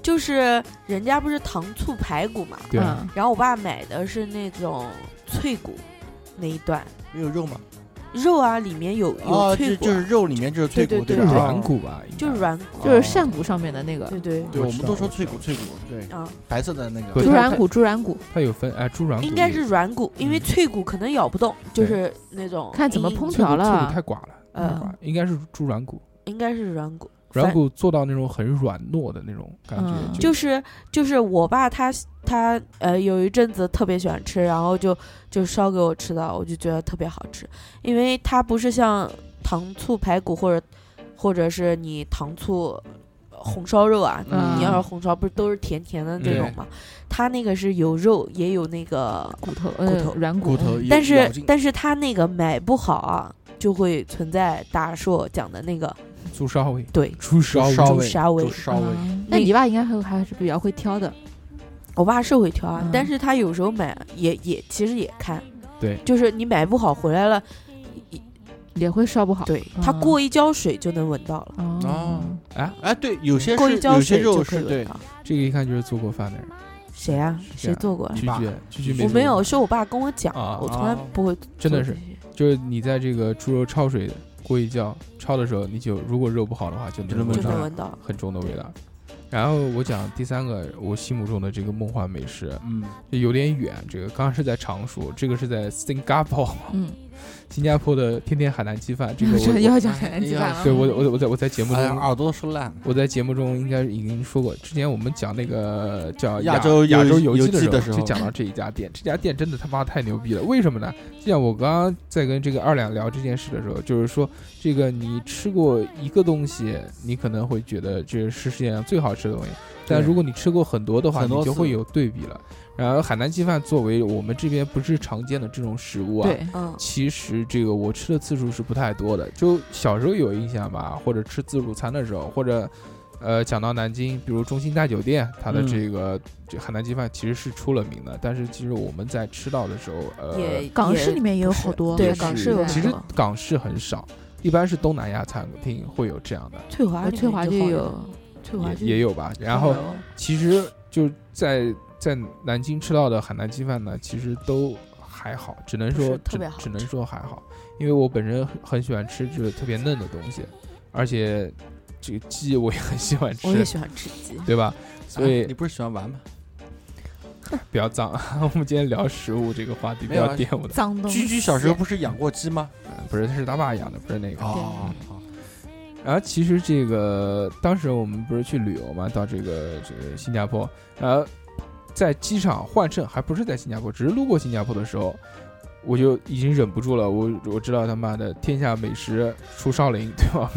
S6: 就是人家不是糖醋排骨嘛，
S3: 对啊
S5: 嗯
S6: 然后我爸买的是那种脆骨那一段
S4: 没有肉吗？
S6: 肉啊，里面有有
S4: 哦，
S6: 脆
S4: 就
S6: 骨，
S4: 就是肉里面就是脆
S6: 对
S4: 骨，
S6: 对
S3: 就
S4: 吧？
S3: 是
S6: 对
S3: 软
S4: 哦。
S3: 骨啊吧，应该
S6: 就是软骨，
S5: 就是扇骨上面的那个
S6: 对对
S4: 对，
S3: 我
S4: 我
S3: 知
S4: 们
S3: 道
S4: 都说
S3: 我知
S4: 脆
S3: 道
S4: 骨，脆骨，对，
S6: 啊，
S4: 白色的那个
S3: 对。
S5: 猪
S3: 它
S5: 软骨，猪软骨，
S3: 它有分哎，猪软骨
S6: 应该
S3: 也
S6: 是软骨，因为
S3: 嗯
S6: 脆骨可能咬不动，就是那种
S5: 看怎么烹
S6: 硬
S3: 脆
S5: 调
S3: 骨脆
S5: 了
S3: 骨太寡了，太寡
S6: 呃，
S3: 了应该是猪软骨，
S6: 应该是软骨，
S3: 软
S6: 反
S3: 骨做到那种很软糯的那种感
S5: 嗯
S3: 觉，
S6: 就是就是我爸他他呃有一阵子特别喜欢吃，然后就就烧给我吃的，我就觉得特别好吃，因为它不是像糖醋排骨或者或者是你糖醋呃红烧肉啊，
S5: 嗯
S6: 你要是红烧不是都是甜甜的那种
S3: 对
S6: 嘛，它那个是有肉也有那个，
S5: 骨头，呃
S6: 头
S5: 软骨
S4: 骨头，
S5: 嗯
S4: 也
S6: 但
S4: 咬
S6: 是
S4: 劲
S6: 但是它那个买不好啊，就会存在大硕讲的那个
S3: 猪烧味，
S6: 对
S3: 猪烧
S4: 烧
S3: 味，
S4: 味，
S6: 沙
S4: 就
S6: 味
S4: 稍微
S5: 嗯那你爸应该还还是比较会挑的，
S6: 我爸是会挑啊，
S5: 嗯
S6: 但是他有时候买也也其实也看，
S3: 对
S6: 就是你买不好回来了，一
S5: 也会烧不好。
S6: 对他
S5: 嗯
S6: 过一浇水就能闻到了，
S5: 哦
S4: 哦，
S3: 啊，
S4: 哎，对，有些
S6: 过一
S4: 是
S6: 浇
S4: 有些
S6: 水就
S4: 肉
S6: 可以
S4: 是
S6: 闻
S4: 对
S6: 到。
S3: 这个一看就是做过饭的人，
S6: 谁啊？
S3: 是这
S6: 谁
S3: 样
S6: 做过啊？
S3: 拒
S4: 爸
S3: 绝拒绝没
S6: 我
S3: 做
S6: 没
S3: 过
S6: 有，是我爸跟我讲
S3: 啊，
S6: 我从来
S4: 啊
S6: 不会
S3: 真的
S6: 做
S3: 是
S6: 这些
S3: 就是你在这个猪肉焯水过一觉焯的时候，你就如果肉不好的话，就
S4: 就
S3: 能
S4: 能闻
S6: 就
S3: 闻
S4: 到
S3: 到
S6: 能闻到。
S3: 很重的味道。然后我讲第三个，我心目中的这个梦幻美食，
S4: 嗯，
S3: 这有点远。这个刚刚是在常熟，这个是在新加坡，
S5: 嗯，
S3: 新加坡的天天海南鸡饭。这 个
S5: 这
S3: 我，
S5: 要讲海南鸡饭
S4: 哎呀
S5: 了。
S3: 对我我我在我在节目
S4: 哎呀，
S3: 中，
S4: 耳朵都说烂了。
S3: 我在节目中应该已经说过，之前我们讲那个叫
S4: 亚洲
S3: 亚
S4: 游
S3: 洲游
S4: 游
S3: 记
S4: 记
S3: 的
S4: 的
S3: 时
S4: 时
S3: 候，
S4: 候
S3: 就讲到这一家店，这家店真的他妈太牛逼了。为什么呢？就像我刚刚在跟这个二两聊这件事的时候，就是说这个你吃过一个东西，你可能会觉得这是世界上最好吃的东西，但
S4: 对
S3: 如果你吃过很多的话，
S4: 很多
S3: 你就
S4: 次
S3: 会有对比了。然后海南鸡饭作为我们这边不是常见的这种食物啊，
S5: 对，
S6: 嗯，
S3: 其实这个我吃的次数是不太多的，就小时候有印象吧，或者吃自助餐的时候，或者，呃，讲到南京，比如中心大酒店，它的
S4: 嗯
S3: 这个、这海南鸡饭其实是出了名的，但是其实我们在吃到的时候，呃，
S6: 也
S5: 港式
S6: 也
S5: 里面也有好多，啊
S6: 对
S4: 也
S6: 港
S4: 是
S6: 式有
S3: 其
S5: 其
S6: 很
S3: 实
S6: 多
S3: 港式很少，一般是东南亚餐厅会有这样的，
S6: 翠华里
S5: 翠
S6: 面
S5: 华
S6: 就
S5: 就
S6: 好
S5: 有，
S6: 翠华啊就
S3: 也也有吧。然后其实就在在南京吃到的海南鸡饭呢，其实都还好，只能
S6: 不
S3: 说
S6: 是特
S3: 只
S6: 别好
S3: 只能说还好，因为我本人很很喜欢吃就是特别嫩的东西，而且这个鸡我也很喜欢
S6: 我也
S3: 吃，
S6: 喜欢吃鸡，
S3: 对吧？所以
S4: 啊你不是喜欢玩吗？
S3: 不要脏， 我们今天聊食物这个话题，不
S4: 没有
S3: 要
S4: 啊
S3: 玷污的，
S5: 脏东
S4: 居居小时候不是养过鸡吗？
S3: 不是，他是他爸养的，不是那个。
S4: 哦，好
S3: 然后其实这个当时我们不是去旅游嘛，到这个这个新加坡，然后在机场换乘，还不是在新加坡，只是路过新加坡的时候，我就已经忍不住了，我 我知道他妈的天下美食出少林，对吧？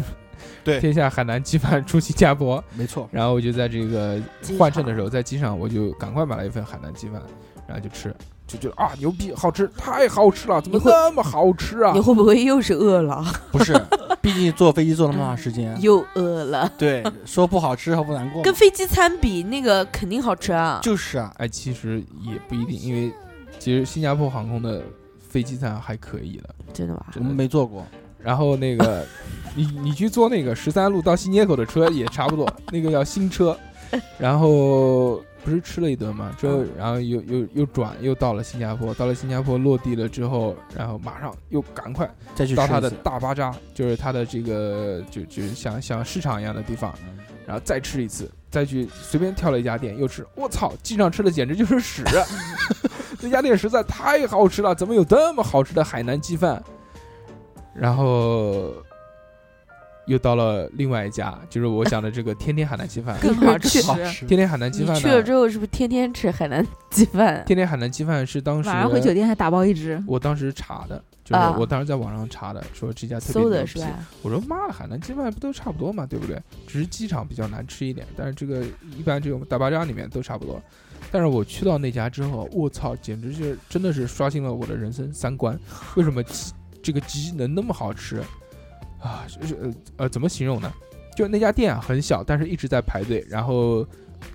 S4: 对
S3: 天下海南鸡饭出新加坡，
S4: 没错。
S3: 然后我就在这个
S6: 鸡
S3: 换乘的
S6: 肠
S3: 时候，在机场我就赶快买了一份海南鸡饭，然后就吃，就觉得啊牛逼，好吃，太好吃了，怎么
S6: 你会
S3: 那么好吃啊
S6: 你？会不会又是饿了？
S4: 不是，毕竟坐飞机坐了那么长时间，
S6: 又饿了，
S4: 对，说不好吃还不难过吗
S6: 跟飞机餐比，那个肯定好吃啊。
S4: 就是啊，
S3: 哎，其实也不一定，因为其实新加坡航空的飞机餐还可以的。
S6: 真的吗？。
S4: 我们没坐过，
S3: 然后那个，你你去坐那个十三路到新街口的车也差不多，那个叫新车。然后不是吃了一顿嘛，之后然后又又又转又到了新加坡，到了新加坡落地了之后，然后马上又赶快
S4: 再去吃
S3: 到它
S4: 一
S3: 的
S4: 次。
S3: 大巴扎，就是它的这个就就是像像市场一样的地方，然后再吃一次，再去随便挑了一家店又吃，我操，机场吃的简直就是屎！ 这家店实在太好吃了，怎么有这么好吃的海南鸡饭？然后又到了另外一家，就是我讲的这个天天海南鸡饭
S6: 更好
S5: 去
S6: 吃。
S4: 好吃，
S3: 天天海南鸡
S6: 你
S3: 饭
S6: 去了
S3: 呢
S6: 之？后是不是天天吃海南鸡饭？啊
S3: 天天海南鸡饭是当时
S5: 晚上回酒店还打包一只，
S3: 我当时查的，就是
S6: 啊
S3: 我当时在网上查的，说这家特别
S6: 馊
S3: 牛
S6: 的是
S3: 批
S6: 吧？
S3: 我说妈的，海南鸡饭不都差不多嘛，对不对？只是机场比较难吃一点，但是这个一般这种大巴扎里面都差不多。但是我去到那家之后，我操，简直就是真的是刷新了我的人生三观。为什么鸡这个鸡能那么好吃啊？是是呃呃，怎么形容呢？就那家店啊很小，但是一直在排队，然后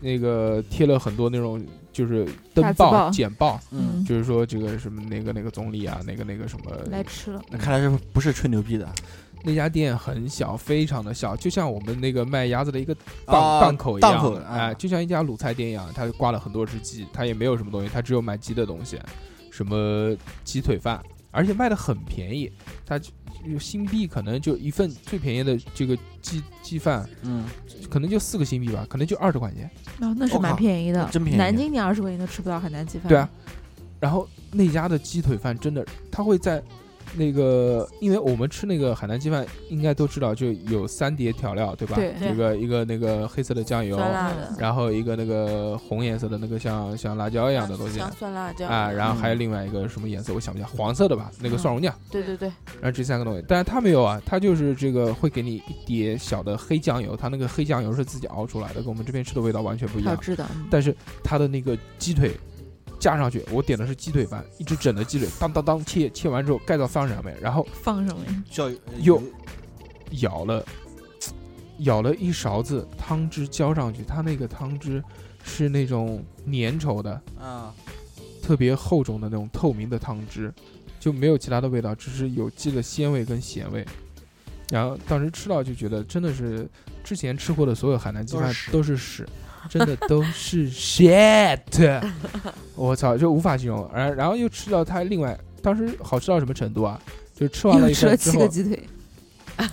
S3: 那个贴了很多那种就是
S5: 大
S3: 登
S5: 字
S3: 报、
S5: 报
S3: 简报，
S4: 嗯，
S3: 就是说这个什么那个那个总理啊，那个那个什么
S5: 嗯来吃了，
S4: 那看来是不是吹牛逼的嗯啊
S3: 那家店很小，非常的小，就像我们那个卖鸭子的一个档、
S4: 啊
S3: 档口一样，
S4: 档口
S3: 哎、
S4: 啊
S3: 就像一家卤菜店一样，它挂了很多只鸡，它也没有什么东西，它只有卖鸡的东西，什么鸡腿饭，而且卖的很便宜，它就就新币可能就一份最便宜的这个鸡鸡饭，
S4: 嗯，
S3: 可能就四个新币吧，可能就二十块钱，
S5: 然后啊那是
S4: 我
S5: 蛮
S4: 靠
S5: 便宜的，
S4: 真便宜
S5: 南京你二十块钱都吃不到海南鸡饭，
S3: 啊对啊，然后那家的鸡腿饭真的，它会在那个，因为我们吃那个海南鸡饭，应该都知道，就有三碟调料，对吧？
S5: 对
S3: 一个一个那个黑色的酱油，
S6: 酸辣的，
S3: 然后一个那个红颜色的那个像像辣椒一
S5: 啊
S3: 样的东西
S6: 像酸辣椒
S3: 啊，然后还有
S4: 嗯
S3: 另外一个什么颜色，我想不起来，黄色的吧，那个
S5: 嗯
S3: 蒜蓉酱，
S6: 对对对，
S3: 然后这三个东西，但是它没有啊，它就是这个会给你一碟小的黑酱油，它那个黑酱油是自己熬出来的，跟我们这边吃的味道完全不一
S5: 好
S3: 样。
S5: 吃的，嗯
S3: 但是它的那个鸡腿加上去，我点的是鸡腿饭，一只整的鸡腿，当当当切，切完之后盖到饭上面，然后
S5: 放什么呀？
S4: 叫
S3: 有舀了舀了一勺子汤汁浇上去，它那个汤汁是那种粘稠的，
S4: 啊，
S3: 特别厚重的那种透明的汤汁，就没有其他的味道，只是有鸡的鲜味跟咸味。然后当时吃到就觉得真的是之前吃过的所有海南鸡
S4: 都
S3: 饭
S4: 是屎
S3: 都是 屎，真的都是 shit，我操，就无法形容。然然后又吃到它另外，当时好吃到什么程度啊？就吃完了
S5: 又
S3: 一
S5: 吃
S3: 份
S5: 了
S3: 之
S5: 七个
S3: 后，
S5: 鸡腿，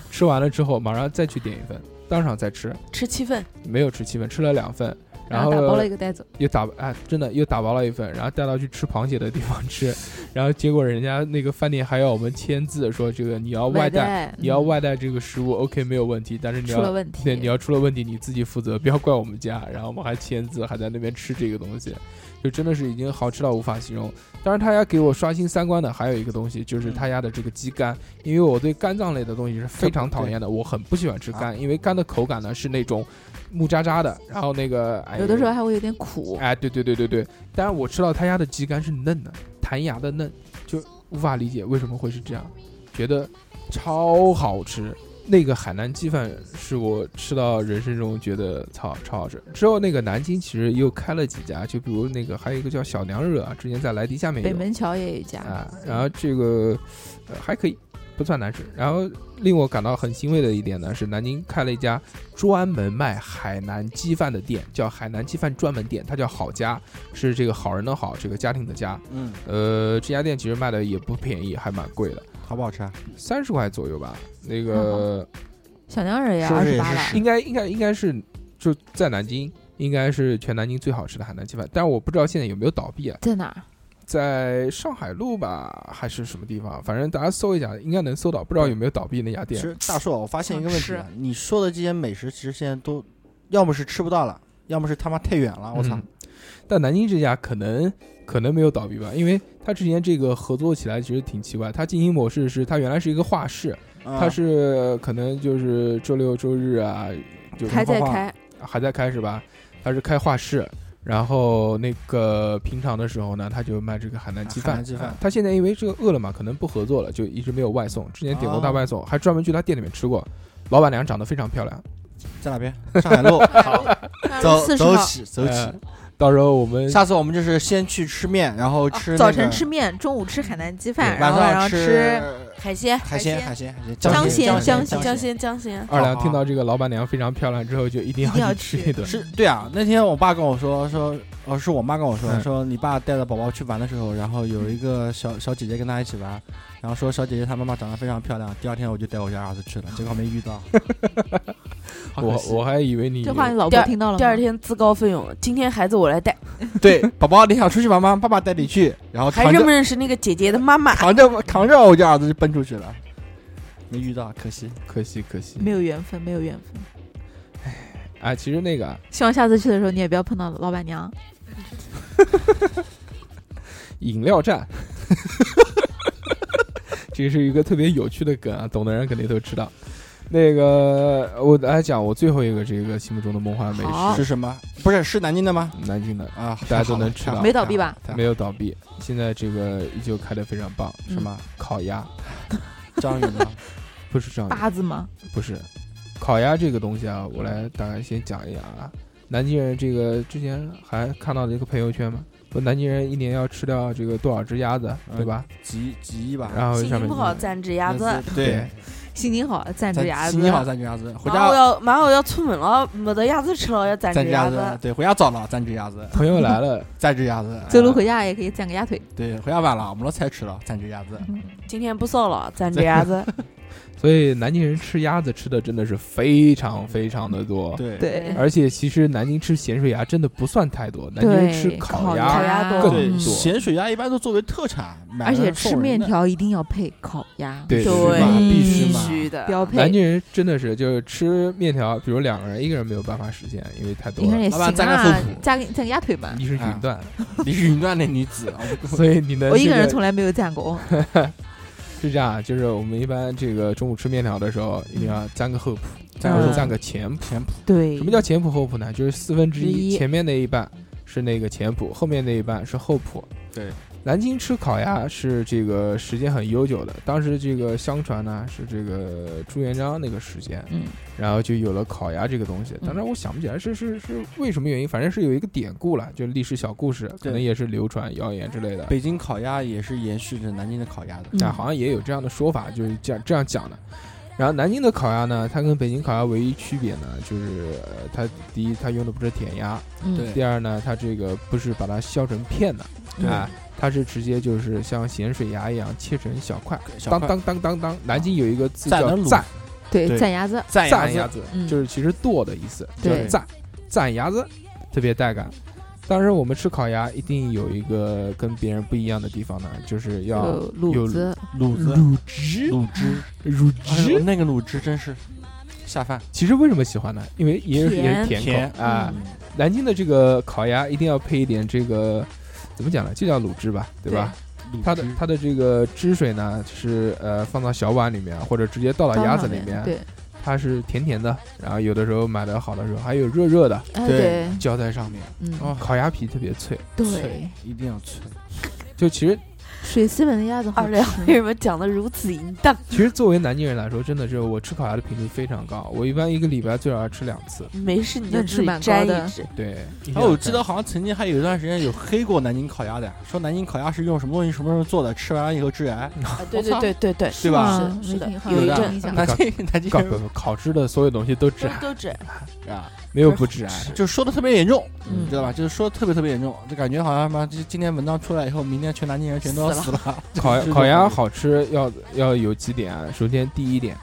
S3: 吃完了之后马上再去点一份，当场再吃，
S6: 吃七份，
S3: 没有吃七份，吃了两份，然后
S5: 后打包了一个带走，
S3: 又打啊，真的又打包了一份，然后带到去吃螃蟹的地方吃，然后结果人家那个饭店还要我们签字说这个你要外带，
S5: 带，
S3: 你要
S5: 嗯
S3: 外带这个食物，OK 没有问题，但是你
S5: 出了
S3: 要
S5: 问题，
S3: 对你要出了问题你自己负责，不要怪我们家。然后我们还签字，还在那边吃这个东西，就真的是已经好吃到无法形容。当然他家给我刷新三观的还有一个东西，就是
S5: 嗯
S3: 他家的这个鸡肝，因为我对肝脏类的东西是非常讨厌的，我很不喜欢吃
S5: 啊
S3: 肝，因为肝的口感呢是那种木渣渣的，然后那个哎
S5: 有的时候还会有点苦，
S3: 哎，对对对对对，但是我吃到他家的鸡肝是嫩的，弹牙的嫩，就无法理解为什么会是这样，觉得超好吃。那个海南鸡饭是我吃到人生中觉得操超好吃。之后那个南京其实又开了几家，就比如那个还有一个叫小娘惹啊，之前在莱迪下面
S5: 北
S3: 有
S5: 门桥也有一家，
S3: 啊，然后这个、呃还可以，不算难吃。然后令我感到很欣慰的一点呢，是南京开了一家专门卖海南鸡饭的店，叫海南鸡饭专门店，它叫好家，是这个好人的好，这个家庭的家。
S4: 嗯，
S3: 呃，这家店其实卖的也不便宜，还蛮贵的，
S4: 好不好吃啊？
S3: 三十块左右吧。那个
S5: 小娘惹也
S4: 是不
S5: 二
S4: 是
S5: 十
S4: 也
S5: 八
S4: 是
S5: 了，
S4: 十
S3: 应该应该应该是就在南京。应该是全南京最好吃的海南鸡饭，但是我不知道现在有没有倒闭啊。
S5: 在哪儿？
S3: 在上海路吧，还是什么地方？反正大家搜一下，应该能搜到。不知道有没有倒闭那家
S4: 其
S3: 店？
S4: 实大硕，我发
S5: 嗯
S4: 现一个问题，啊，你说的这些美食，其实现在都要么是吃不到了，要么是他妈太远啊了，我操
S3: 嗯！但南京这家可能可能没有倒闭吧，因为他之前这个合作起来其实挺奇怪。他进行模式是，他原来是一个画室，嗯他
S4: 他
S3: 是可能就是周六周日啊，就
S5: 还在
S3: 画画
S5: 开，
S3: 还在开是吧？他是开画室，然后那个平常的时候呢，他就卖这个海南鸡
S4: 啊海
S3: 饭。
S4: 南鸡饭
S3: 啊他现在因为这个饿了么可能不合作了，就一直没有外送。之前点过大外送，还专门去他店里面吃过。老板娘长得非常漂亮，
S4: 在哪边？上海 路，好，走
S5: 四十
S4: 走
S5: 号。
S4: 起走
S3: 呃
S4: 起。
S3: 到时候我 们
S4: 下次我们就是先去吃面，然后
S5: 啊
S4: 吃那
S5: 早
S4: 个
S5: 晨吃，面，中午吃海南鸡饭，
S3: 对
S5: 然
S4: 晚
S5: 后晚上
S4: 上
S5: 吃
S6: 海鲜，
S4: 海鲜海鲜海鲜
S5: 江鲜
S4: 鲜江
S5: 江
S4: 鲜
S5: 鲜
S6: 江鲜，江鲜，
S3: 二两听到这个老板娘非常漂亮之后，就一定
S5: 一定
S3: 要
S5: 要
S3: 去吃
S5: 去
S3: 一顿。
S4: 是对啊，那天我爸跟我说说，哦，是我妈跟我说
S3: 嗯
S4: 说，你爸带着宝宝去玩的时候，然后有一个小小姐姐跟他一起玩，然后说小姐姐她妈妈长得非常漂亮，第二天我就带我家儿子去了，结果没遇到。好可
S3: 我
S4: 惜
S3: 我还以为你
S5: 这话你老婆听到了吗？
S6: 第二天自告奋勇，今天孩子我来带，
S4: 对宝宝，你想出去玩吗？爸爸带你去，然后
S6: 还
S4: 扛
S6: 认
S4: 着
S6: 不认识那个姐姐的妈妈？
S4: 扛着扛着我家儿子就奔出去了，没遇到，可惜。
S3: 可惜可惜
S5: 没有缘分，没有缘分。
S3: 啊！其实那个啊
S5: 希望下次去的时候你也不要碰到老板娘。
S3: 饮料站， 这是一个特别有趣的梗啊，懂的人肯定都知道。那个，我来讲我最后一个这个心目中的梦幻美
S5: 好
S3: 食，
S4: 是什么？不是是南京的吗？
S3: 南京的
S4: 啊，
S3: 啊大家都能吃到
S4: 太好了
S5: 没倒闭吧？
S4: 太好了
S3: 没有倒闭，现在这个依旧开得非常棒，
S6: 嗯
S4: 是吗？
S3: 烤鸭
S4: 章鱼呢？
S3: 不是这样的，
S5: 八字吗？
S3: 不是，烤鸭这个东西啊，我来大概先讲一讲啊。南京人这个之前还看到的一个朋友圈嘛，说南京人一年要吃掉这个多少只鸭子，对吧？
S4: 几几亿吧？
S3: 然后
S6: 嗯心
S3: 上
S6: 情
S3: 面
S6: 不
S3: 就
S6: 好，攒只鸭
S4: 鸭
S6: 子。
S4: 对，
S5: 心情好，攒只牙子。
S4: 你好，咱只鸭子，回
S6: 马上我
S4: 家
S6: 要马上我要出门了，没得鸭子吃了，要攒
S4: 咱
S6: 只
S4: 只
S6: 鸭
S4: 鸭
S6: 子
S4: 子，。对，回家早了，咱只鸭子，
S3: 朋友来了，
S4: 咱只鸭子。
S5: 走路
S4: 哎
S5: 回家也可以攒个鸭腿。
S4: 对，回家晚了，我们老菜吃了，咱只鸭子。
S6: 今天不烧了，攒只鸭子。
S3: 所以南京人吃鸭子吃的真的是非常非常的多。
S4: 对
S5: 对，
S3: 而且其实南京吃咸水鸭真的不算太多，南京人吃
S5: 对
S3: 烤
S5: 鸭嗯
S6: 烤鸭多
S3: 更
S4: 对，
S3: 多
S4: 咸水鸭一般都作为特产，买
S5: 而且
S4: 了
S5: 吃
S4: 送人
S5: 面
S4: 的
S5: 条一定要配烤鸭，
S3: 对
S4: 必须
S3: 对
S4: 嘛
S5: 嗯
S4: 必须嘛，
S6: 须的，
S5: 标
S3: 南
S5: 配。
S3: 京人真的是就是吃面条，比如两个人，一个人没有办法实现，因为太多
S5: 你看
S3: 了。
S5: 也
S4: 老
S5: 行
S4: 板咱俩
S5: 啊
S4: 受苦，
S5: 加个加个鸭腿吧。
S3: 你是云 断，
S4: 你是云端的女子，啊我不
S3: 所以你能
S5: 啊我一个人
S3: 这
S5: 从来没有攒过，
S3: 是这样啊，就是我们一般这个中午吃面条的时候，一定要沾个厚朴，
S5: 嗯
S4: 沾
S3: 或
S4: 个
S3: 者
S4: 肉
S3: 沾个前朴。
S4: 甜谱，
S5: 对，
S3: 什么叫前朴后朴呢？就是四分之
S5: 之
S3: 一，
S5: 一
S3: 前面那一半是那个前朴，后面那一半是后朴。
S4: 对，
S3: 南京吃烤鸭是这个时间很悠久的，当时这个相传呢是这个朱元璋那个时间，
S5: 嗯，
S3: 然后就有了烤鸭这个东西。当然我想不起来是是是为什么原因，反正是有一个典故了，就历史小故事，可
S4: 对
S3: 能也是流传谣言之类的。
S4: 北京烤鸭也是延续着南京的烤鸭
S5: 嗯
S4: 的。
S3: 啊，好像也有这样的说法，就是这样这样讲的。然后南京的烤鸭呢，它跟北京烤鸭唯一区别呢，就是、呃它第一，它用的不是甜鸭；
S5: 嗯，
S4: 对
S3: 第二呢，它这个不是把它削成片的，
S4: 对
S3: 啊，它是直接就是像咸水鸭一样切成小块。
S4: 小
S3: 当
S4: 块
S3: 当当当当，南京有一个字
S4: 蘸
S3: 叫
S4: 的卤
S3: 蘸
S5: 对，
S4: 对
S5: 攒鸭子，
S4: 蘸
S3: 蘸
S4: 鸭
S3: 鸭
S4: 子，
S3: 子，
S5: 嗯
S3: 就是其实剁的意思，叫
S5: 对
S3: 蘸蘸鸭子，特别带感。当时我们吃烤鸭一定有一个跟别人不一样的地方呢，就是要
S5: 有
S3: 哦有
S5: 卤子，
S4: 呃卤子、
S3: 卤汁，
S4: 卤汁，
S3: 卤
S4: 哎
S3: 汁
S4: 呦，那个卤汁真是下饭，
S3: 其实为什么喜欢呢？因为也是也是
S6: 甜
S3: 甜口啊。
S6: 嗯
S3: 南京的这个烤鸭一定要配一点这个，怎么讲呢？就叫卤汁吧，对吧？
S4: 卤
S3: 它的
S4: 汁
S3: 它的这个汁水呢，是呃放到小碗里面，或者直接
S4: 哦
S3: 倒到鸭子里面，
S5: 对，
S3: 它是甜甜的。然后有的时候买的好的时候，还有热热的
S5: 哎
S4: 对
S5: 对，
S3: 浇在上面，
S4: 哦
S5: 嗯，
S3: 烤鸭皮特别脆。
S5: 对
S4: 脆，，一定要脆。
S3: 就其实
S5: 水西本的鸭子好
S6: 二两
S5: 吃
S6: 为。什么讲的如此淫荡？
S3: 其实作为南京人来说，真的是我吃烤鸭的频率非常高，我一般一个礼拜最少要吃两次。
S6: 没事你
S5: 那
S6: 就是自己
S5: 蛮高
S6: 摘
S5: 的
S6: 一只。
S3: 对，一定
S4: 然
S3: 要
S4: 哦后我记
S3: 蘸
S4: 得好像曾经还有一段时间有黑过南京烤鸭的，说南京烤鸭是用什么东西什么东西做的，吃完了以后致癌，
S6: 啊对
S4: 我操
S6: 对对对对，
S4: 对吧？
S5: 嗯
S6: 是的
S5: 没听好
S6: 有一
S4: 的
S6: 阵
S5: 印象
S4: 南 京南京
S3: 烤
S4: 人
S3: 烤制的所有东西都致
S6: 都
S3: 癌，
S6: 都只
S4: 啊，
S3: 没有不致癌。
S4: 就说的特别严重，
S5: 嗯
S4: 你知道吧？就是说的特别特别严重，就感觉好像什么，就今天文章出来以后，明天全南京人全都要死了。
S3: 烤
S4: 就是
S3: 烤鸭好吃要要有几点啊？首先第一点，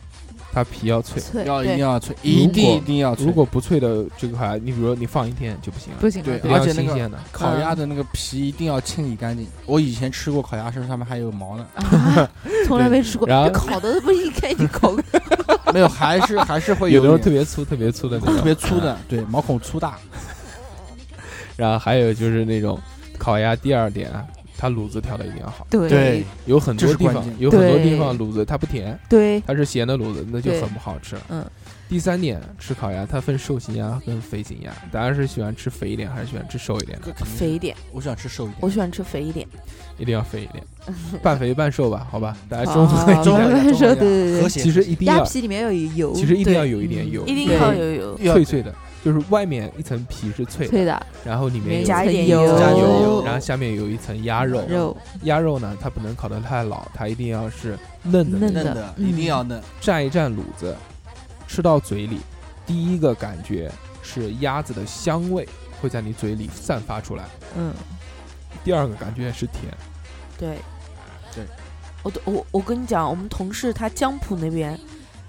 S3: 它皮要脆，
S5: 脆，
S4: 要一定要脆，
S3: 对
S4: 一
S3: 如
S4: 定
S3: 果
S4: 一定要脆。
S3: 如果不脆的这个烤鸭，你比如说你放一天就不行了，
S5: 不行了，，
S4: 对
S3: 一定要
S4: 而且那
S3: 新
S4: 个
S3: 鲜的。
S4: 烤鸭的那个皮一定要清理干净。我以前吃过烤鸭，身上面还有毛呢
S5: 啊从来没吃过。
S3: 然后
S5: 这烤的不是一开始烤，
S4: 没有，还是还是会
S3: 有的时候
S4: 有
S3: 特
S4: 点
S3: 别粗，特别粗的嗯那种，
S4: 特别粗。的，对，毛孔粗大。
S3: 然后还有就是那种烤鸭，第二点啊，它卤子调的一定要好。
S5: 对
S3: 有很
S4: 这
S3: 多
S4: 是
S3: 地
S4: 关
S3: 方
S4: 键
S3: 有很多地
S5: 对
S3: 方卤子它不甜，
S5: 对，
S3: 它是咸的卤子，那就
S5: 对
S3: 很不好吃。
S5: 嗯。
S3: 第三点，吃烤鸭它分瘦型鸭跟肥型鸭，大家是喜欢吃肥一点还是喜欢吃瘦一点的？
S6: 肥一点，
S4: 我想吃瘦一点。
S6: 我喜欢吃肥一点。
S3: 一定要肥一 点，半肥半瘦吧，好吧，大家中
S5: 啊
S4: 中和一点
S5: 慢慢
S4: 中和
S5: 说
S4: 一点
S5: 对对对
S4: 和谐
S3: 其实一定
S5: 鸭
S3: 要，
S5: 皮里面要有油，
S3: 其实一定
S6: 对
S3: 要有一点
S5: 嗯
S3: 油，
S6: 一定
S5: 对
S6: 要有油，
S4: 要
S3: 脆脆的，就是外面一层皮是脆的，
S5: 脆的，
S3: 然后里面有
S5: 加
S6: 一点
S5: 油，
S4: 加
S3: 油
S4: 油，
S3: 然后下面有一层鸭肉。
S5: 肉
S3: 鸭肉呢，它不能烤得太老，它一定要是嫩的，
S5: 嫩
S4: 嫩
S5: 的
S4: 的，
S5: 嗯
S4: 一定要嫩。
S3: 蘸一蘸卤子，吃到嘴里，第一个感觉是鸭子的香味会在你嘴里散发出来，
S5: 嗯，
S3: 第二个感觉是甜。
S6: 对，
S4: 对，
S6: 我都我我跟你讲，我们同事他江浦那边，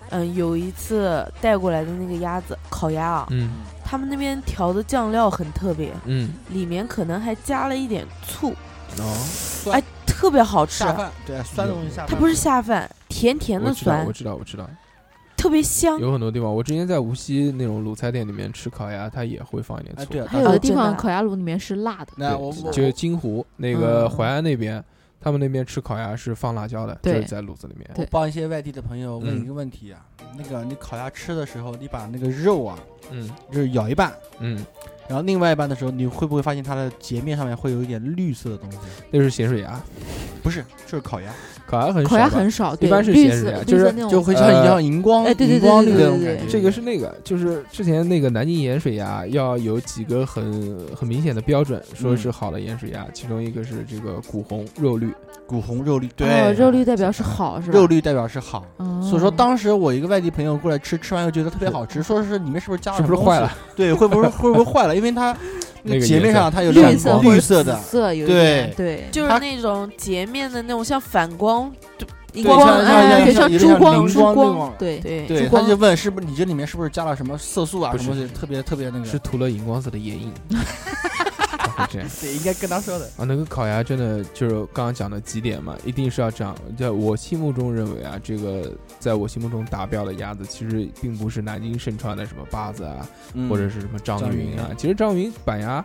S6: 嗯，有一次带过来的那个鸭子烤鸭啊，
S3: 嗯
S6: 他们那边调的酱料很特别，
S3: 嗯，
S6: 里面可能还加了一点醋，
S3: 哦，
S4: 哎
S6: 哎，特别好吃
S4: 下。饭，对，酸的东西下饭。
S6: 它不是下饭，甜甜
S3: 我
S6: 的
S3: 知道，
S6: 酸
S3: 我，知道，我知道，
S6: 特别香。
S3: 有很多地方，我之前在无锡那种卤菜店里面吃烤鸭，它也会放一点
S4: 哎，
S3: 醋。
S4: 对，
S5: 还有的
S6: 哦
S5: 地
S6: 真的
S5: 方
S6: 啊
S5: 烤鸭炉里面是辣的，
S4: 那我
S3: 对
S4: 我
S5: 嗯
S3: 就是金湖那个淮安那边，他们那边吃烤鸭是放辣椒的，就
S5: 对
S3: 是在炉子里面。
S5: 对
S4: 我帮一些外地的朋友问一个问题啊，那个你烤鸭吃的时候，你把那个肉啊，
S3: 嗯
S4: 就是咬一半，
S3: 嗯，
S4: 然后另外一半的时候，你会不会发现它的截面上面会有一点绿色的东西？
S3: 那是咸水鸭，
S4: 不是，就是烤鸭，
S3: 烤鸭很少
S5: 烤鸭
S3: 吧
S5: 很少，对
S3: 一般是
S5: 绿
S3: 咸水
S5: 色
S3: 啊
S5: 绿
S3: 就是
S5: 色那种哦呃
S4: 就会像一样荧光，
S5: 哎对对对
S4: 荧光
S5: 对
S4: 绿
S5: 对
S4: 的那
S5: 对
S4: 种
S5: 对
S4: 感觉。
S3: 这个是那个，就是之前那个南京盐水鸭要有几个很很明显的标准，说是好的盐水鸭，其中一个是这个骨红肉绿，
S4: 骨红肉绿，
S5: 哦
S4: 对，
S5: 肉绿代表是好是吧？
S4: 肉绿代表是好。
S5: 哦，
S4: 所以说，当时我一个外地朋友过来吃，吃完又觉得特别好吃，说是你们是不是加了
S3: 是不
S4: 什
S3: 是
S4: 么东
S3: 坏
S4: 西
S3: 了？？
S4: 对，会不会会不会坏了？因为它
S3: 那个
S4: 截面
S3: 颜色
S4: 上它有
S5: 绿
S4: 亮
S5: 色
S4: 光
S5: 或者
S4: 绿色的
S5: 紫，色有一点
S4: 对
S5: 对，
S6: 就是
S4: 它
S6: 那种截面的那种像反光，啊
S4: 对
S5: 光
S4: 像
S5: 哎，对，
S4: 像
S5: 像
S4: 有点
S5: 珠
S4: 像
S5: 光
S4: 灵
S5: 珠
S4: 光那
S5: 光
S4: 种，
S5: 对
S6: 对
S4: 对，
S5: 哎珠
S4: 他
S5: 光
S4: 就问是不是你这里面是不是加了什么色素啊
S3: 不
S4: 什么
S3: 是
S4: 东西，特别特别那个。
S3: 是涂了荧光色的眼影。是这样
S4: 对，应该跟他说的。
S3: 啊，那个烤鸭真的就是刚刚讲的几点嘛，一定是要讲。在我心目中认为啊，这个在我心目中达标的鸭子，其实并不是南京盛传的什么八子啊，
S4: 嗯
S3: 或者是什么张
S4: 张
S3: 云啊
S4: 云。
S3: 其实张云板鸭，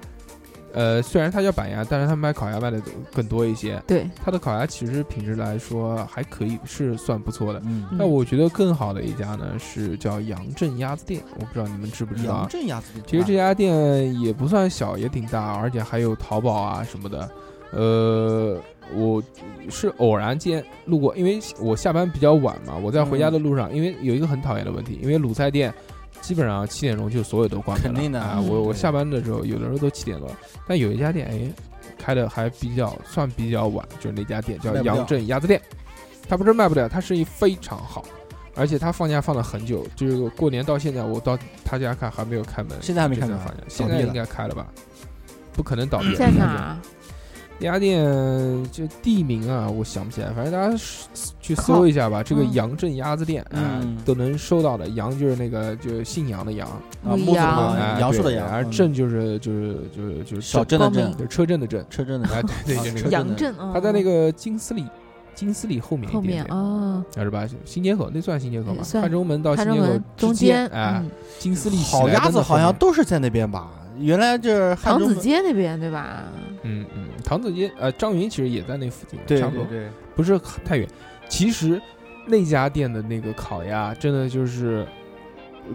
S3: 呃，虽然它叫板鸭，但是他卖烤鸭卖的更多一些。
S5: 对，
S3: 它的烤鸭其实品质来说还可以，是算不错的。
S4: 嗯，
S3: 那我觉得更好的一家呢是叫杨镇鸭子店，我不知道你们知不知道
S4: 杨
S3: 啊？
S4: 镇鸭子的。
S3: 其实这家店也不算小，也挺大，而且还有淘宝啊什么的。呃，我是偶然间路过，因为我下班比较晚嘛，我在回家的
S4: 嗯
S3: 路上，因为有一个很讨厌的问题，因为鲁菜店基本上七点钟就所有都关门了。
S4: 肯定的
S3: 啊，
S4: 嗯
S3: 我我
S4: 对
S3: 下班的时候有的时候都七点多，但有一家店哎开的还比较算比较晚，就是那家店叫
S4: 卖不掉
S3: 杨镇鸭子店，它不是卖不了，它生意非常好。而且它放假放了很久，就是过年到现在，我到他家看还没有开门，
S4: 现在还没
S3: 正
S4: 开门
S3: 在
S4: 啊
S3: 放假，
S4: 倒
S3: 现
S4: 闭
S3: 在
S4: 了
S3: 应该开了吧？不可能倒闭了。
S5: 在
S3: 反正
S5: 哪儿啊？
S3: 那家店就地名啊，我想不起来，反正大家是去搜
S5: 靠
S3: 一下吧。这个
S5: 嗯
S3: 杨镇鸭子店啊
S4: 嗯，
S3: 都能搜到的。杨就是那个就是姓杨的杨，
S4: 啊，
S5: 不一
S4: 木字
S5: 样
S4: 旁
S3: 啊，
S4: 杨树的
S3: 对
S4: 杨，
S3: 而
S4: 嗯
S3: 镇就是就是就是就是
S4: 小镇的镇，
S3: 就是车震的震。
S4: 车震的镇。
S3: 哎，对对，
S4: 啊
S3: 就那
S4: 车
S3: 个。
S4: 震
S5: 杨
S4: 的
S5: 震啊，
S3: 嗯它在那个金丝里，金丝里后面一
S5: 后面
S3: 点点，
S5: 啊，
S3: 啊是吧？新街口那算新街口吧
S5: 嗯？算
S3: 汉中门到
S5: 汉
S3: 新
S5: 中
S3: 街口
S5: 门中
S3: 之间
S5: 间
S3: 啊，
S5: 嗯，
S3: 金丝里喜
S4: 好
S3: 来
S4: 鸭
S3: 登
S4: 子
S3: 的
S4: 好
S3: 后
S4: 像
S3: 面
S4: 都是在那边吧？原来这汉
S5: 唐
S4: 中
S5: 子街那边对吧？
S3: 嗯嗯，唐子街呃，张云其实也在那附近，
S4: 对
S3: 差
S4: 对
S3: 不多
S4: 对，
S3: 不是太远。其实那家店的那个烤鸭，真的就是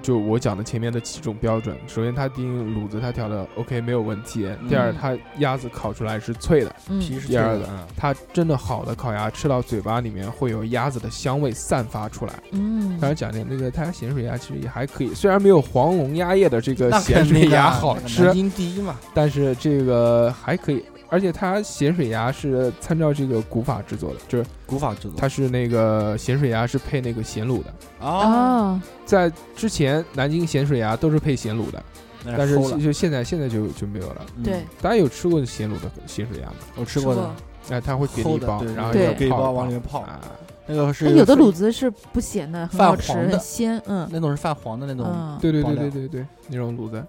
S3: 就我讲的前面的几种标准，首先它第一卤子它调的 OK 没有问题，第二
S5: 嗯
S3: 它鸭子烤出来是脆的，
S5: 嗯，
S4: 皮是
S3: 第二
S4: 个
S3: 个，啊它真的好的烤鸭吃到嘴巴里面会有鸭子的香味散发出来。
S5: 嗯，
S3: 刚才讲的那个，它咸水鸭其实也还可以，虽然没有黄龙鸭业的这个
S4: 那
S3: 咸
S4: 肯
S3: 水
S4: 定
S3: 鸭
S4: 啊
S3: 好
S4: 那个
S3: 吃
S4: 南，京第一嘛，
S3: 但是这个还可以。而且它咸水鸭是参照这个古法制作的，就是
S4: 古法制作。
S3: 它是那个咸水鸭是配那个咸卤的。
S4: 啊，
S5: 啊，
S3: 在之前南京咸水鸭都是配咸卤的，
S4: 那
S3: 但是
S4: 哎齁了
S3: 就现在现在就就没有了。
S4: 嗯
S6: 对，
S3: 大家有吃过咸卤的咸水鸭吗？
S4: 我吃过
S6: 吃
S4: 的
S6: 过，，
S3: 哎，它会给你一
S4: 齁的
S3: 包，
S4: 对
S3: 然后
S5: 对
S3: 要
S4: 给一包
S3: 泡
S4: 往里面泡
S3: 啊。
S4: 那个是
S5: 那有的
S4: 粉
S5: 卤子是不咸的，很
S4: 泛
S5: 好吃，
S4: 黄的
S5: 很鲜，嗯
S4: 那种是泛黄的那种，
S5: 嗯，
S3: 对对
S4: 爆
S3: 对
S4: 料
S3: 对对对，那种卤子。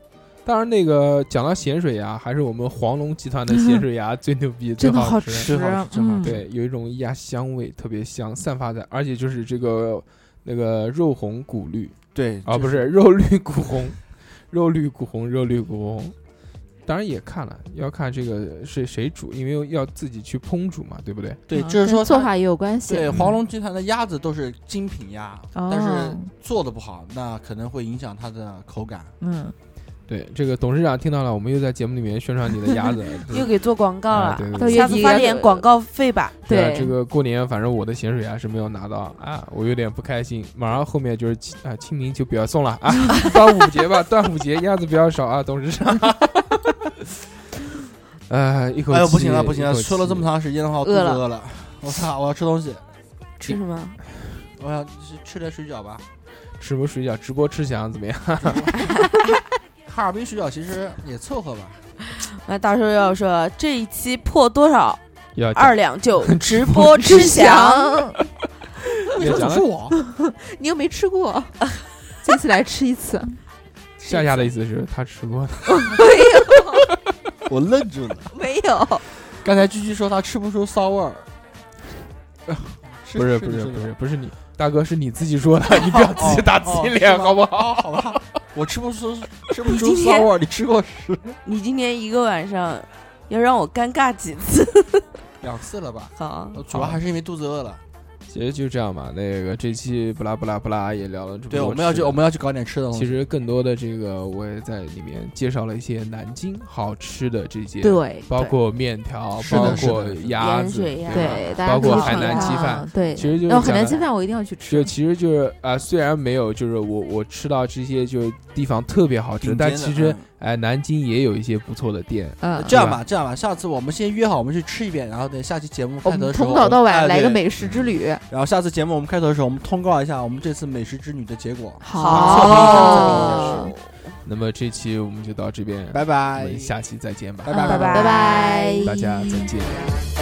S3: 当然，那个讲到咸水鸭，还是我们黄龙集团的咸水 鸭最牛逼，最
S5: 真的好
S3: 吃。
S4: 最好吃最好
S5: 嗯，
S3: 对，有一种鸭香味，特别香，散发在，而且就是这个那个肉红骨绿
S4: 对
S3: 啊，不是肉绿骨红，肉绿骨红，肉绿骨红。当然也看了，要看这个是谁煮，因为要自己去烹煮嘛，对不对？
S4: 对，
S5: 嗯
S4: 就是
S5: 跟
S4: 说
S5: 做
S4: 它
S5: 法也有关系，
S3: 嗯
S4: 对 黄龙集团的鸭子都是精品鸭，
S5: 哦
S4: 但是做的不好，那可能会影响它的口感。
S5: 嗯，
S3: 对，这个董事长听到了，我们又在节目里面宣传你的鸭子
S6: 又给做广告
S3: 啊
S6: 了
S3: 对，对
S5: 到
S3: 对
S5: 月
S6: 下
S5: 底
S6: 次发
S5: 要
S6: 点
S5: 给
S6: 广告费吧。
S3: 对啊
S5: 对
S3: 这个过年，反正我的咸水鸭是没有拿到啊，我有点不开心。马上后面就是清啊，清明就不要送了啊， 端午节吧，端午节鸭子不要少啊，董事长。呃，一口气，
S4: 哎呦，不行了不行了，
S3: 一口气
S4: 说了这么，长时间的话，我肚子
S6: 饿了
S4: 饿了，我操，我要吃东西，
S6: 吃什么？
S4: 我想吃吃点水饺吧。
S3: 吃不水饺，直播吃翔怎么样？
S4: 哈尔滨水饺其实也凑合吧，
S6: 那到时候哎要说这一期破多少
S3: 要讲
S6: 二两就 直播吃翔。
S5: 翔，
S4: 为
S3: 也
S4: 什么
S3: 讲
S4: 总
S3: 了
S4: 是我？
S5: 你又没吃过， 这次来吃一次，
S3: 夏夏的意思是他吃过的，
S4: 我愣住了。
S5: 没有，
S4: 刚才居居说他吃不出骚味儿，
S3: 不是
S4: 吃
S3: 不是
S4: 吃
S3: 不是不是你大哥是你自己说的，你不要自己打自己
S4: 哦
S3: 脸
S4: 是吗
S3: 好不
S4: 哦，
S3: 好？
S4: 好吧，我吃不出 吃不
S6: 你
S4: 出
S6: 今
S4: 骚
S6: 天
S4: 味儿，你吃过屎？
S6: 你今天一个晚上要让我尴尬几次？
S4: 两次了吧？
S6: 好，
S3: 嗯
S4: 呃主要还是因为肚子饿了。
S3: 其实就这样吧。那个这期不拉不拉不拉也聊了这么多
S4: 对，我们要
S3: 吃
S4: 去，
S3: 的
S4: 我们要去搞点吃的。
S3: 其实更多的这个我也在里面介绍了一些南京好吃的这些，
S5: 对，
S3: 包括面条，
S4: 是的
S3: 包
S4: 是的
S3: 括
S4: 是的
S3: 鸭
S6: 盐
S3: 子，
S6: 水鸭，
S3: 吧
S5: 对，大家可以
S3: 包括海南
S5: 尝
S3: 鸡
S5: 尝
S3: 饭，
S5: 对，
S3: 其实就是
S5: 然后海
S3: 讲
S5: 南
S3: 的
S5: 鸡饭我一定要去吃
S3: 就，其实就是啊、呃虽然没有就是我我吃到这些就是地方特别好吃，
S4: 顶尖的
S3: 但其实
S4: 嗯
S3: 哎、南京也有一些不错的店。
S5: 嗯，
S4: 这样吧，这样吧，下次我们先约好，我们去吃一遍，然后等下期节目
S5: 我
S4: 开头
S5: 们
S4: 的时候，
S5: 从早到晚
S4: 哎
S5: 来个。
S4: 对
S5: 美食之旅，
S4: 然后下次节目我们开头的时候，我们通告一下我们这次美食之旅的结果。
S5: 好，
S3: 那么这期我们就到这边，
S4: 拜
S3: 我
S4: 拜
S3: 们，下期再见吧，
S4: 拜拜
S5: 拜拜
S3: 大家再见。